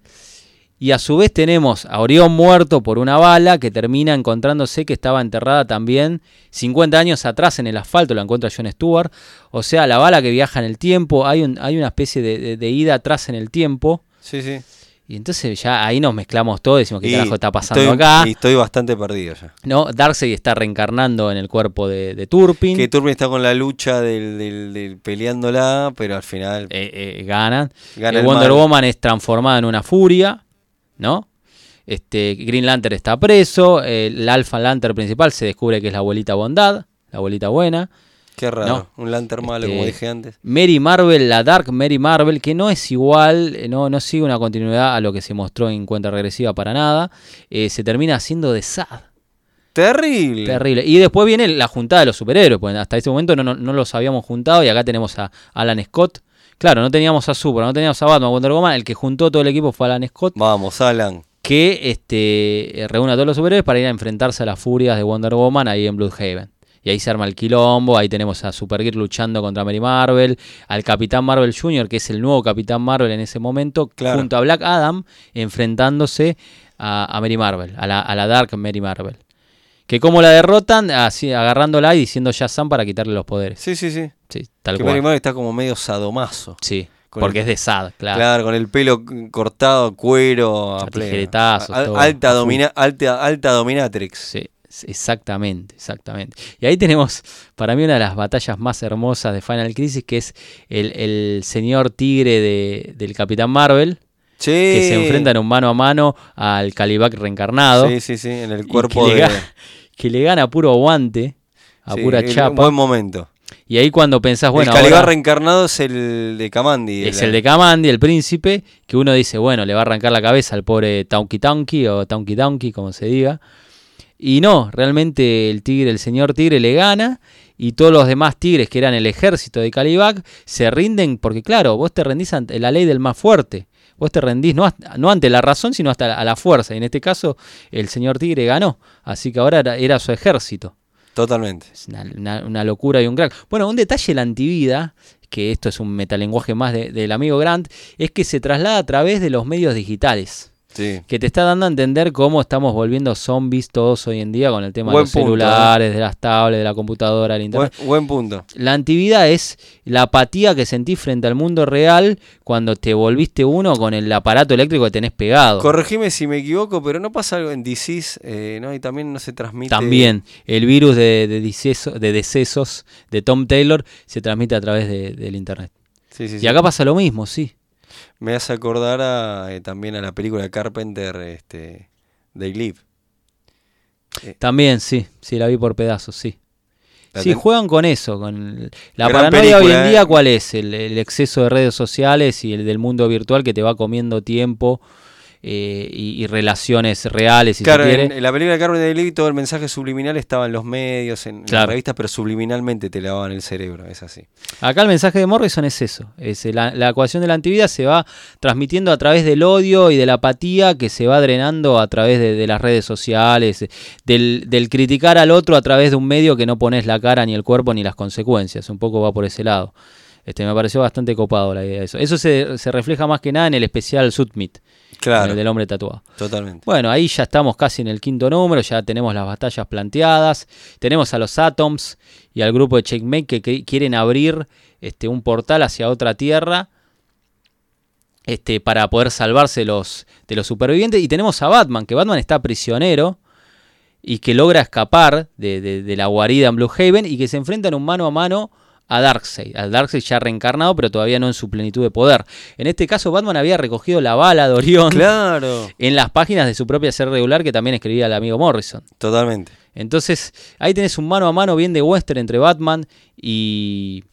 B: Y a su vez tenemos a Orión muerto por una bala que termina encontrándose que estaba enterrada también 50 años atrás en el asfalto, la encuentra John Stewart. O sea, la bala que viaja en el tiempo, hay, un- hay una especie de- de- de ida atrás en el tiempo.
A: Sí, sí.
B: Y entonces ya ahí nos mezclamos todo, decimos qué
A: Y
B: carajo está pasando
A: estoy-
B: acá.
A: Y estoy bastante perdido ya.
B: No, Darkseid está reencarnando en el cuerpo de, de Turpin.
A: Que Turbin está con la lucha del, del- del peleándola, pero al final
B: Eh, eh, ganan.
A: gana
B: Eh,
A: el
B: Wonder
A: mal.
B: Woman es transformada en una furia, ¿no? Este, Green Lantern está preso. El Alpha Lantern principal se descubre que es la abuelita bondad, la abuelita buena.
A: Qué raro. Un Lantern malo, como
B: Este,
A: dije antes.
B: Mary Marvel, la Dark Mary Marvel, que no es igual, eh, no, no sigue una continuidad a lo que se mostró en cuenta regresiva para nada. Eh, se termina haciendo de Sad.
A: Terrible.
B: Terrible. Y después viene la juntada de los superhéroes, pues hasta ese momento no, no- no los habíamos juntado y acá tenemos a Alan Scott. Claro, no teníamos a Super, no teníamos a Batman, Wonder Woman, el que juntó todo el equipo fue Alan Scott,
A: Vamos, Alan.
B: que este, eh, reúne a todos los superhéroes para ir a enfrentarse a las furias de Wonder Woman ahí en Bloodhaven. Y ahí se arma el quilombo, ahí tenemos a Supergirl luchando contra Mary Marvel, al Capitán Marvel Jr., que es el nuevo Capitán Marvel en ese momento,
A: Claro.
B: junto a Black Adam, enfrentándose a, a Mary Marvel, a la, a la Dark Mary Marvel Que como la derrotan, así agarrándola y diciendo Shazam para quitarle los poderes.
A: Sí, sí, sí.
B: Sí, tal
A: que
B: cual.
A: Mary Marvel está como medio sadomaso.
B: Sí,
A: Con
B: porque
A: el-
B: es de Sad, claro.
A: Claro, con el pelo c- cortado, cuero, a
B: A
A: pleno.
B: tijeretazos,
A: Al-
B: todo.
A: alta, domina- alta, alta dominatrix.
B: Sí, sí, exactamente, exactamente. Y ahí tenemos para mí una de las batallas más hermosas de Final Crisis, que es el, el señor tigre de- del Capitán Marvel,
A: Sí.
B: que se enfrentan un mano a mano al Calibac reencarnado,
A: Sí, sí, sí, en el
B: Y
A: cuerpo
B: que
A: de...
B: le ga- que le gana a puro aguante, a
A: sí,
B: pura
A: el-
B: chapa.
A: Buen momento.
B: Y ahí cuando pensás, bueno,
A: el Calibar
B: ahora
A: reencarnado es el de Kamandi.
B: es el de Kamandi, el príncipe, que uno dice, bueno, le va a arrancar la cabeza al pobre Taunki Taunki o Taunki Taunki, como se diga. Y no, realmente el tigre, el señor tigre le gana y todos los demás tigres que eran el ejército de Calibac se rinden porque claro, vos te rendís ante la ley del más fuerte. Vos te rendís no, hasta- no ante la razón, sino hasta la- a la fuerza. Y en este caso, el señor Tigre ganó. Así que ahora era- era su ejército.
A: Totalmente.
B: Es una, una- una locura y un crack. Bueno, un detalle de la antivida, que esto es un metalenguaje más de- del amigo Grant, es que se traslada a través de los medios digitales.
A: Sí.
B: Que te está dando a entender cómo estamos volviendo zombies todos hoy en día con el tema de
A: Buen
B: los
A: punto,
B: celulares, de las tablets, de la computadora, del internet.
A: Buen, buen punto.
B: La antivida es la apatía que sentís frente al mundo real cuando te volviste uno con el aparato eléctrico que tenés pegado.
A: Corregime si me equivoco, pero no pasa algo en DCs, eh, ¿no? Y también no se transmite.
B: También el virus de, de deceso- de decesos de Tom Taylor se transmite a través de- del internet.
A: Sí, sí, sí.
B: Y acá pasa lo mismo, sí.
A: Me hace acordar a, eh, también a la película de Carpenter, este, Eh, They Live.
B: También, sí. Sí, la vi por pedazos, sí.
A: La
B: Sí,
A: ten-
B: juegan con eso. con La
A: Gran
B: paranoia hoy
A: película,
B: en
A: eh.
B: día, ¿cuál es? El, el exceso de redes sociales y el del mundo virtual que te va comiendo tiempo eh, y, y relaciones reales, si
A: claro,
B: se quiere.
A: en, en la película de Carpenter, They Live, todo el mensaje subliminal estaba en los medios, en
B: Claro.
A: las revistas, pero subliminalmente te lavaban el cerebro, es así.
B: Acá el mensaje de Morrison es eso, es eh, la, la ecuación de la antivida se va transmitiendo a través del odio y de la apatía que se va drenando a través de, de las redes sociales, eh, del, del criticar al otro a través de un medio que no pones la cara ni el cuerpo ni las consecuencias, un poco va por ese lado. Este, me pareció bastante copado la idea de eso. Eso se, se refleja más que nada en el especial Submit,
A: Claro,
B: el del hombre tatuado.
A: totalmente.
B: Bueno, ahí ya estamos casi en el quinto número, ya tenemos las batallas planteadas, tenemos a los Atoms y al grupo de Checkmate que qui- quieren abrir este, un portal hacia otra tierra este, para poder salvarse los, de los supervivientes. Y tenemos a Batman, que Batman está prisionero y que logra escapar de, de- de la guarida en Blue Haven y que se enfrentan un mano a mano a Darkseid, al Darkseid ya reencarnado pero todavía no en su plenitud de poder. En este caso Batman había recogido la bala de Orión
A: Claro,
B: en las páginas de su propia ser regular que también escribía el amigo Morrison.
A: totalmente.
B: Entonces, ahí tenés un mano a mano bien de western entre Batman y.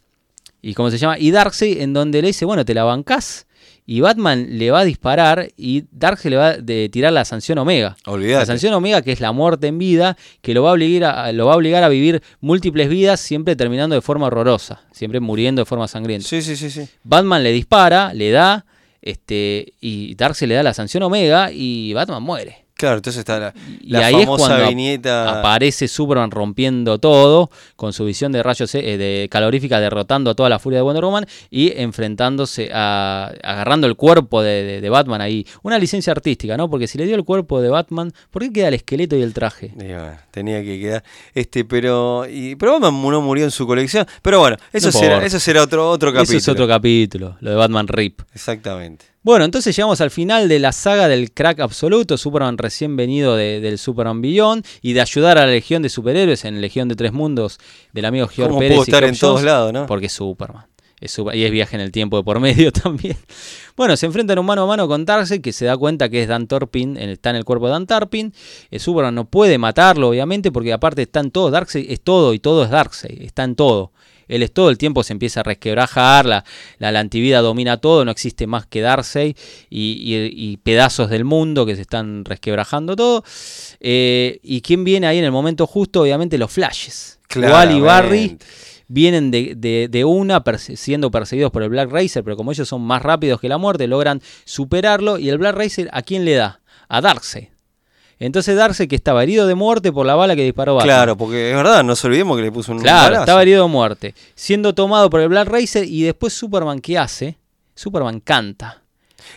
B: y ¿Cómo se llama? Y Darkseid, en donde le dice, bueno, te la bancás. Y Batman le va a disparar y Darkseid le va a de- tirar la sanción Omega. La
A: Olvidate.
B: sanción Omega, que es la muerte en vida, que lo va, a obligar a, lo va a obligar a vivir múltiples vidas, siempre terminando de forma horrorosa, siempre muriendo de forma sangrienta.
A: Sí, sí, sí, sí.
B: Batman le dispara, le da, este, y Darkseid le da la sanción Omega y Batman muere.
A: Claro, entonces está la,
B: Y
A: la
B: ahí es
A: famosa
B: cuando ap-
A: viñeta.
B: Aparece Superman rompiendo todo, con su visión de rayos eh, de calorífica, derrotando a toda la furia de Wonder Woman y enfrentándose a. agarrando el cuerpo de, de- de Batman ahí. Una licencia artística, ¿no? Porque si le dio el cuerpo de Batman, ¿por qué queda el esqueleto y el traje?
A: Y bueno, tenía que quedar. Este, pero. Y, pero Batman mu- no murió en su colección. Pero bueno, eso
B: No
A: será,
B: importa.
A: eso será otro, otro
B: Eso
A: capítulo.
B: es otro capítulo, lo de Batman Rip.
A: Exactamente.
B: Bueno, entonces llegamos al final de la saga del crack absoluto, Superman recién venido de- del Superman Beyond y de ayudar a la Legión de Superhéroes en Legión de Tres Mundos del amigo George
A: ¿Cómo
B: Pérez.
A: puedo
B: y
A: estar
B: Geoff
A: en todos
B: Johns,
A: lados, no?
B: Porque es Superman. Es Super- y es viaje en el tiempo de por medio también. Bueno, se enfrentan un mano a mano con Darkseid que se da cuenta que es Dan Torpin, en- está en el cuerpo de Dan Torpin. Eh, Superman no puede matarlo, obviamente, porque aparte están todos. Darkseid es todo y todo es Darkseid, está en todo. Él es todo el tiempo, se empieza a resquebrajar, la, la, la antivida domina todo, no existe más que Darkseid y, y- y pedazos del mundo que se están resquebrajando todo. Eh, ¿Y quién viene ahí en el momento justo? Obviamente los flashes. Wall y Barry
A: Claramente.
B: vienen de, de- de una perse- siendo perseguidos por el Black Racer, pero como ellos son más rápidos que la muerte, logran superarlo. ¿Y el Black Racer a quién le da? A Darkseid. Entonces Darkseid, que estaba herido de muerte por la bala que disparó Batman.
A: Claro, porque es verdad, no se olvidemos que le puso un.
B: Claro,
A: balazo.
B: estaba herido de muerte. Siendo tomado por el Black Racer y después Superman, ¿qué hace? Superman canta.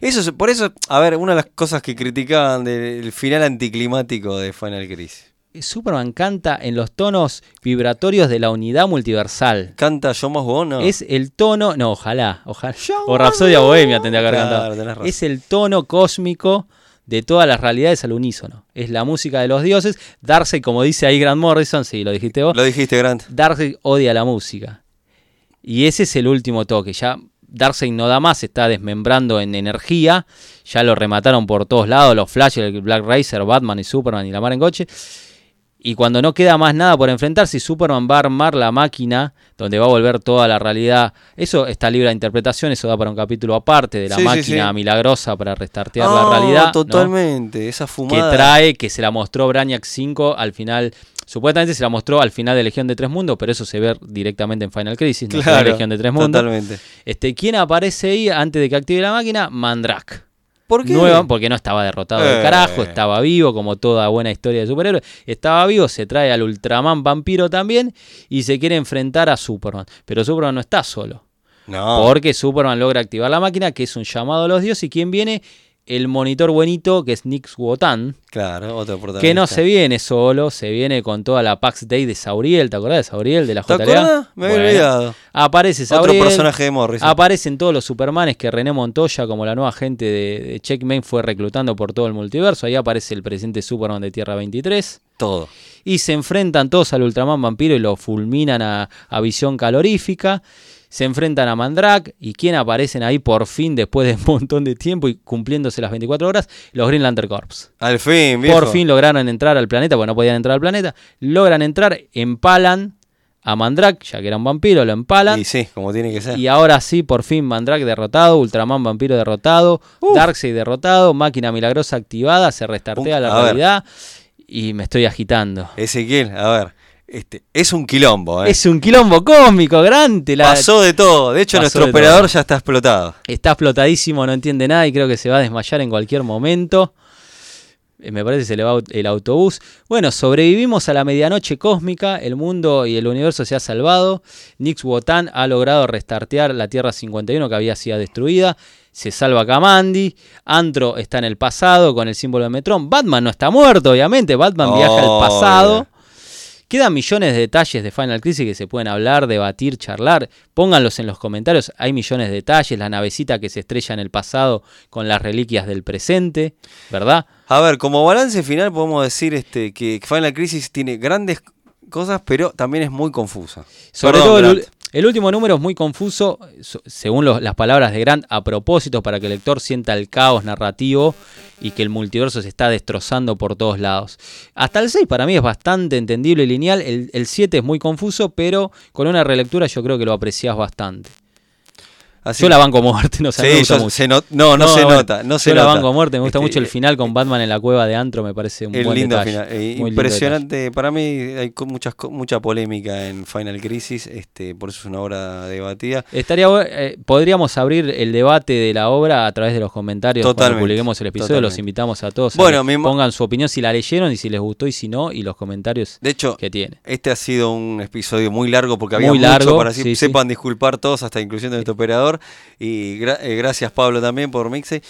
A: Eso es- por eso, a ver, una de las cosas que criticaban del final anticlimático de Final Crisis.
B: Superman canta en los tonos vibratorios de la unidad multiversal.
A: Canta Yo Más Bono.
B: Es el tono, no, ojalá, ojalá.
A: Yo
B: O Rapsodia Bohemia tendría que haber
A: Claro,
B: cantado.
A: tenés razón.
B: Es el tono cósmico de todas las realidades al unísono. Es la música de los dioses. Darcy, como dice ahí Grant Morrison, sí, lo dijiste vos.
A: Lo dijiste, Grant.
B: Darcy odia la música. Y ese es el último toque. Ya Darcy no da más, se está desmembrando en energía. Ya lo remataron por todos lados, los Flash, el Black Racer, Batman y Superman y la mar en coche. Y cuando no queda más nada por enfrentarse, Superman va a armar la máquina donde va a volver toda la realidad. Eso está libre de interpretación, eso da para un capítulo aparte de la
A: Sí, sí,
B: máquina
A: sí.
B: milagrosa para restartear
A: Ah,
B: la realidad. ¿no?
A: Totalmente, esa fumada.
B: que trae, que se la mostró Brainiac 5 al final. Supuestamente se la mostró al final de Legión de Tres Mundos, pero eso se ve directamente en Final Crisis, no se ve en
A: Claro,
B: Legión de Tres Mundos.
A: Totalmente.
B: Este, ¿Quién aparece ahí antes de que active la máquina? Mandrak.
A: ¿Por qué?
B: Nueva, porque no estaba derrotado del
A: Eh.
B: carajo, estaba vivo, como toda buena historia de superhéroes. Estaba vivo, se trae al Ultraman vampiro también y se quiere enfrentar a Superman. Pero Superman no está solo.
A: No.
B: Porque Superman logra activar la máquina, que es un llamado a los dioses. ¿Y quién viene? El monitor buenito, que es Nick Wotan.
A: Claro, otro protagonista.
B: Que no se viene solo, se viene con toda la Pax Day de Sauriel, ¿te acordás de Sauriel de la
A: ¿Te
B: JLA?
A: acuerdas? Me había
B: Bueno, Ah,
A: olvidado.
B: Aparece
A: Otro
B: Sauriel.
A: personaje de Morrison.
B: Aparecen todos los Supermanes que René Montoya, como la nueva gente de, de Checkmate, fue reclutando por todo el multiverso. Ahí aparece el presidente Superman de Tierra 23.
A: Todo.
B: Y se enfrentan todos al Ultraman vampiro y lo fulminan a, a visión calorífica. Se enfrentan a Mandrak. ¿Y quién aparecen ahí por fin después de un montón de tiempo y cumpliéndose las 24 horas? Los Green Lantern Corps.
A: Al fin, viejo.
B: Por fin lograron entrar al planeta, porque no podían entrar al planeta. Logran entrar, empalan a Mandrak, ya que era un vampiro, lo empalan.
A: Y sí, como tiene que ser.
B: Y ahora sí, por fin, Mandrake derrotado, Ultraman vampiro derrotado, Darkseid derrotado, máquina milagrosa activada, se restartea
A: Un-
B: la
A: a ver.
B: realidad y me estoy agitando.
A: Ezequiel, a ver. Este, es un quilombo, ¿eh?
B: Es un quilombo cósmico, grande. La...
A: Pasó de todo. De hecho,
B: Pasó
A: nuestro
B: de
A: operador
B: todo.
A: ya está explotado.
B: Está explotadísimo, no entiende nada y creo que se va a desmayar en cualquier momento. Eh, Me parece que se le va au- el autobús. Bueno, sobrevivimos a la medianoche cósmica. El mundo y el universo se ha salvado. Nix Wotan ha logrado restartear la Tierra 51 que había sido destruida. Se salva Kamandi. Antro está en el pasado con el símbolo de Metrón. Batman no está muerto, obviamente. Batman viaja al
A: Obvio.
B: pasado. Quedan millones de detalles de Final Crisis que se pueden hablar, debatir, charlar. Pónganlos en los comentarios. Hay millones de detalles. La navecita que se estrella en el pasado con las reliquias del presente, ¿verdad?
A: A ver, como balance final podemos decir este, que Final Crisis tiene grandes cosas, pero también es muy confusa.
B: Sobre
A: Perdón,
B: todo, el,
A: Grant.
B: ul- el último número es muy confuso, so- según los- las palabras de Grant, a propósito para que el lector sienta el caos narrativo y que el multiverso se está destrozando por todos lados. Hasta el 6 para mí es bastante entendible y lineal, el, el 7 es muy confuso, pero con una relectura yo creo que lo apreciás bastante.
A: Así-
B: Yo la banco a muerte, no sé, a mí me
A: Sí,
B: gusta
A: yo-
B: mucho.
A: se not- no, no, se
B: bueno,
A: nota. No se
B: yo la
A: nota.
B: banco a muerte, me gusta
A: Este,
B: mucho el final con Batman en la cueva de Antro, me parece un
A: El
B: buen
A: lindo
B: detalle,
A: final. eh,
B: muy lindo detalle.
A: impresionante. Para mí hay co- muchas, co- mucha polémica en Final Crisis, este, por eso es una obra debatida.
B: Estaría, bu- eh, podríamos abrir el debate de la obra a través de los comentarios cuando
A: Totalmente,
B: publiquemos el episodio. Los
A: totalmente.
B: invitamos a todos. a
A: Bueno,
B: que
A: mi ma-
B: pongan su opinión si la leyeron y si les gustó y si no y los comentarios
A: De hecho,
B: que tiene.
A: este ha sido un episodio muy largo porque había
B: Muy largo,
A: mucho para así
B: sí, sí.
A: sepan disculpar todos, hasta incluyendo nuestro operador. Y gra- eh, gracias Pablo también por Mixe.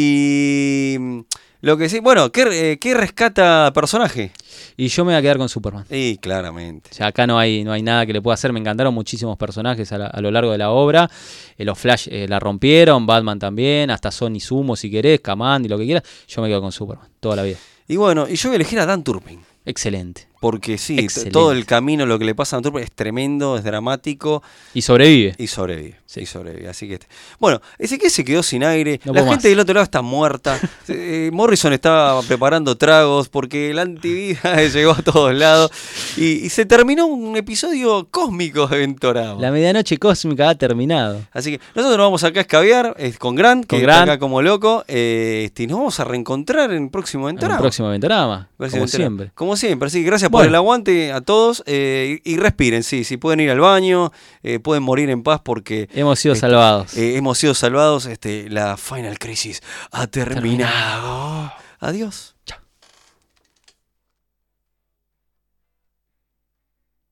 A: Y mm, lo que sí, bueno, ¿qué, eh, qué rescata personaje?
B: Y yo me voy a quedar con Superman.
A: Y claramente.
B: O sea, acá no hay, no hay nada que le pueda hacer. Me encantaron muchísimos personajes a, la- a lo largo de la obra. Eh, los Flash eh, la rompieron, Batman también, hasta Sony Sumo si querés, Kamandi, lo que quieras. Yo me quedo con Superman, toda la vida.
A: Y bueno, y yo voy a elegir a Dan Turpin.
B: Excelente.
A: Porque sí, t-
B: Excelente.
A: todo el camino, lo que le pasa a Dan Turpin es tremendo, es dramático.
B: Y sobrevive.
A: Y sobrevive. Y sobrevive. Así que. este- Bueno, Ezequiel se quedó sin aire.
B: No
A: la
B: puedo
A: gente
B: más.
A: del otro lado está muerta. Eh, Morrison estaba preparando tragos porque el antivida llegó a todos lados. Y, y se terminó un episodio cósmico de Ventorado.
B: La medianoche cósmica ha terminado.
A: Así que nosotros nos vamos acá a escabear eh, con Grant, que
B: Con
A: está
B: Grant.
A: acá como loco. eh, este, y nos vamos a reencontrar en el próximo
B: En el
A: Ventorado.
B: próximo Ventorama, como
A: Gracias, Ventura.
B: siempre.
A: Como siempre, así que gracias por
B: Bueno.
A: el aguante a todos eh, y, y respiren, sí, si pueden ir al baño, eh, pueden morir en paz porque
B: Hemos sido
A: Este,
B: salvados.
A: eh, hemos sido salvados, este, la Final Crisis ha terminado. Adiós.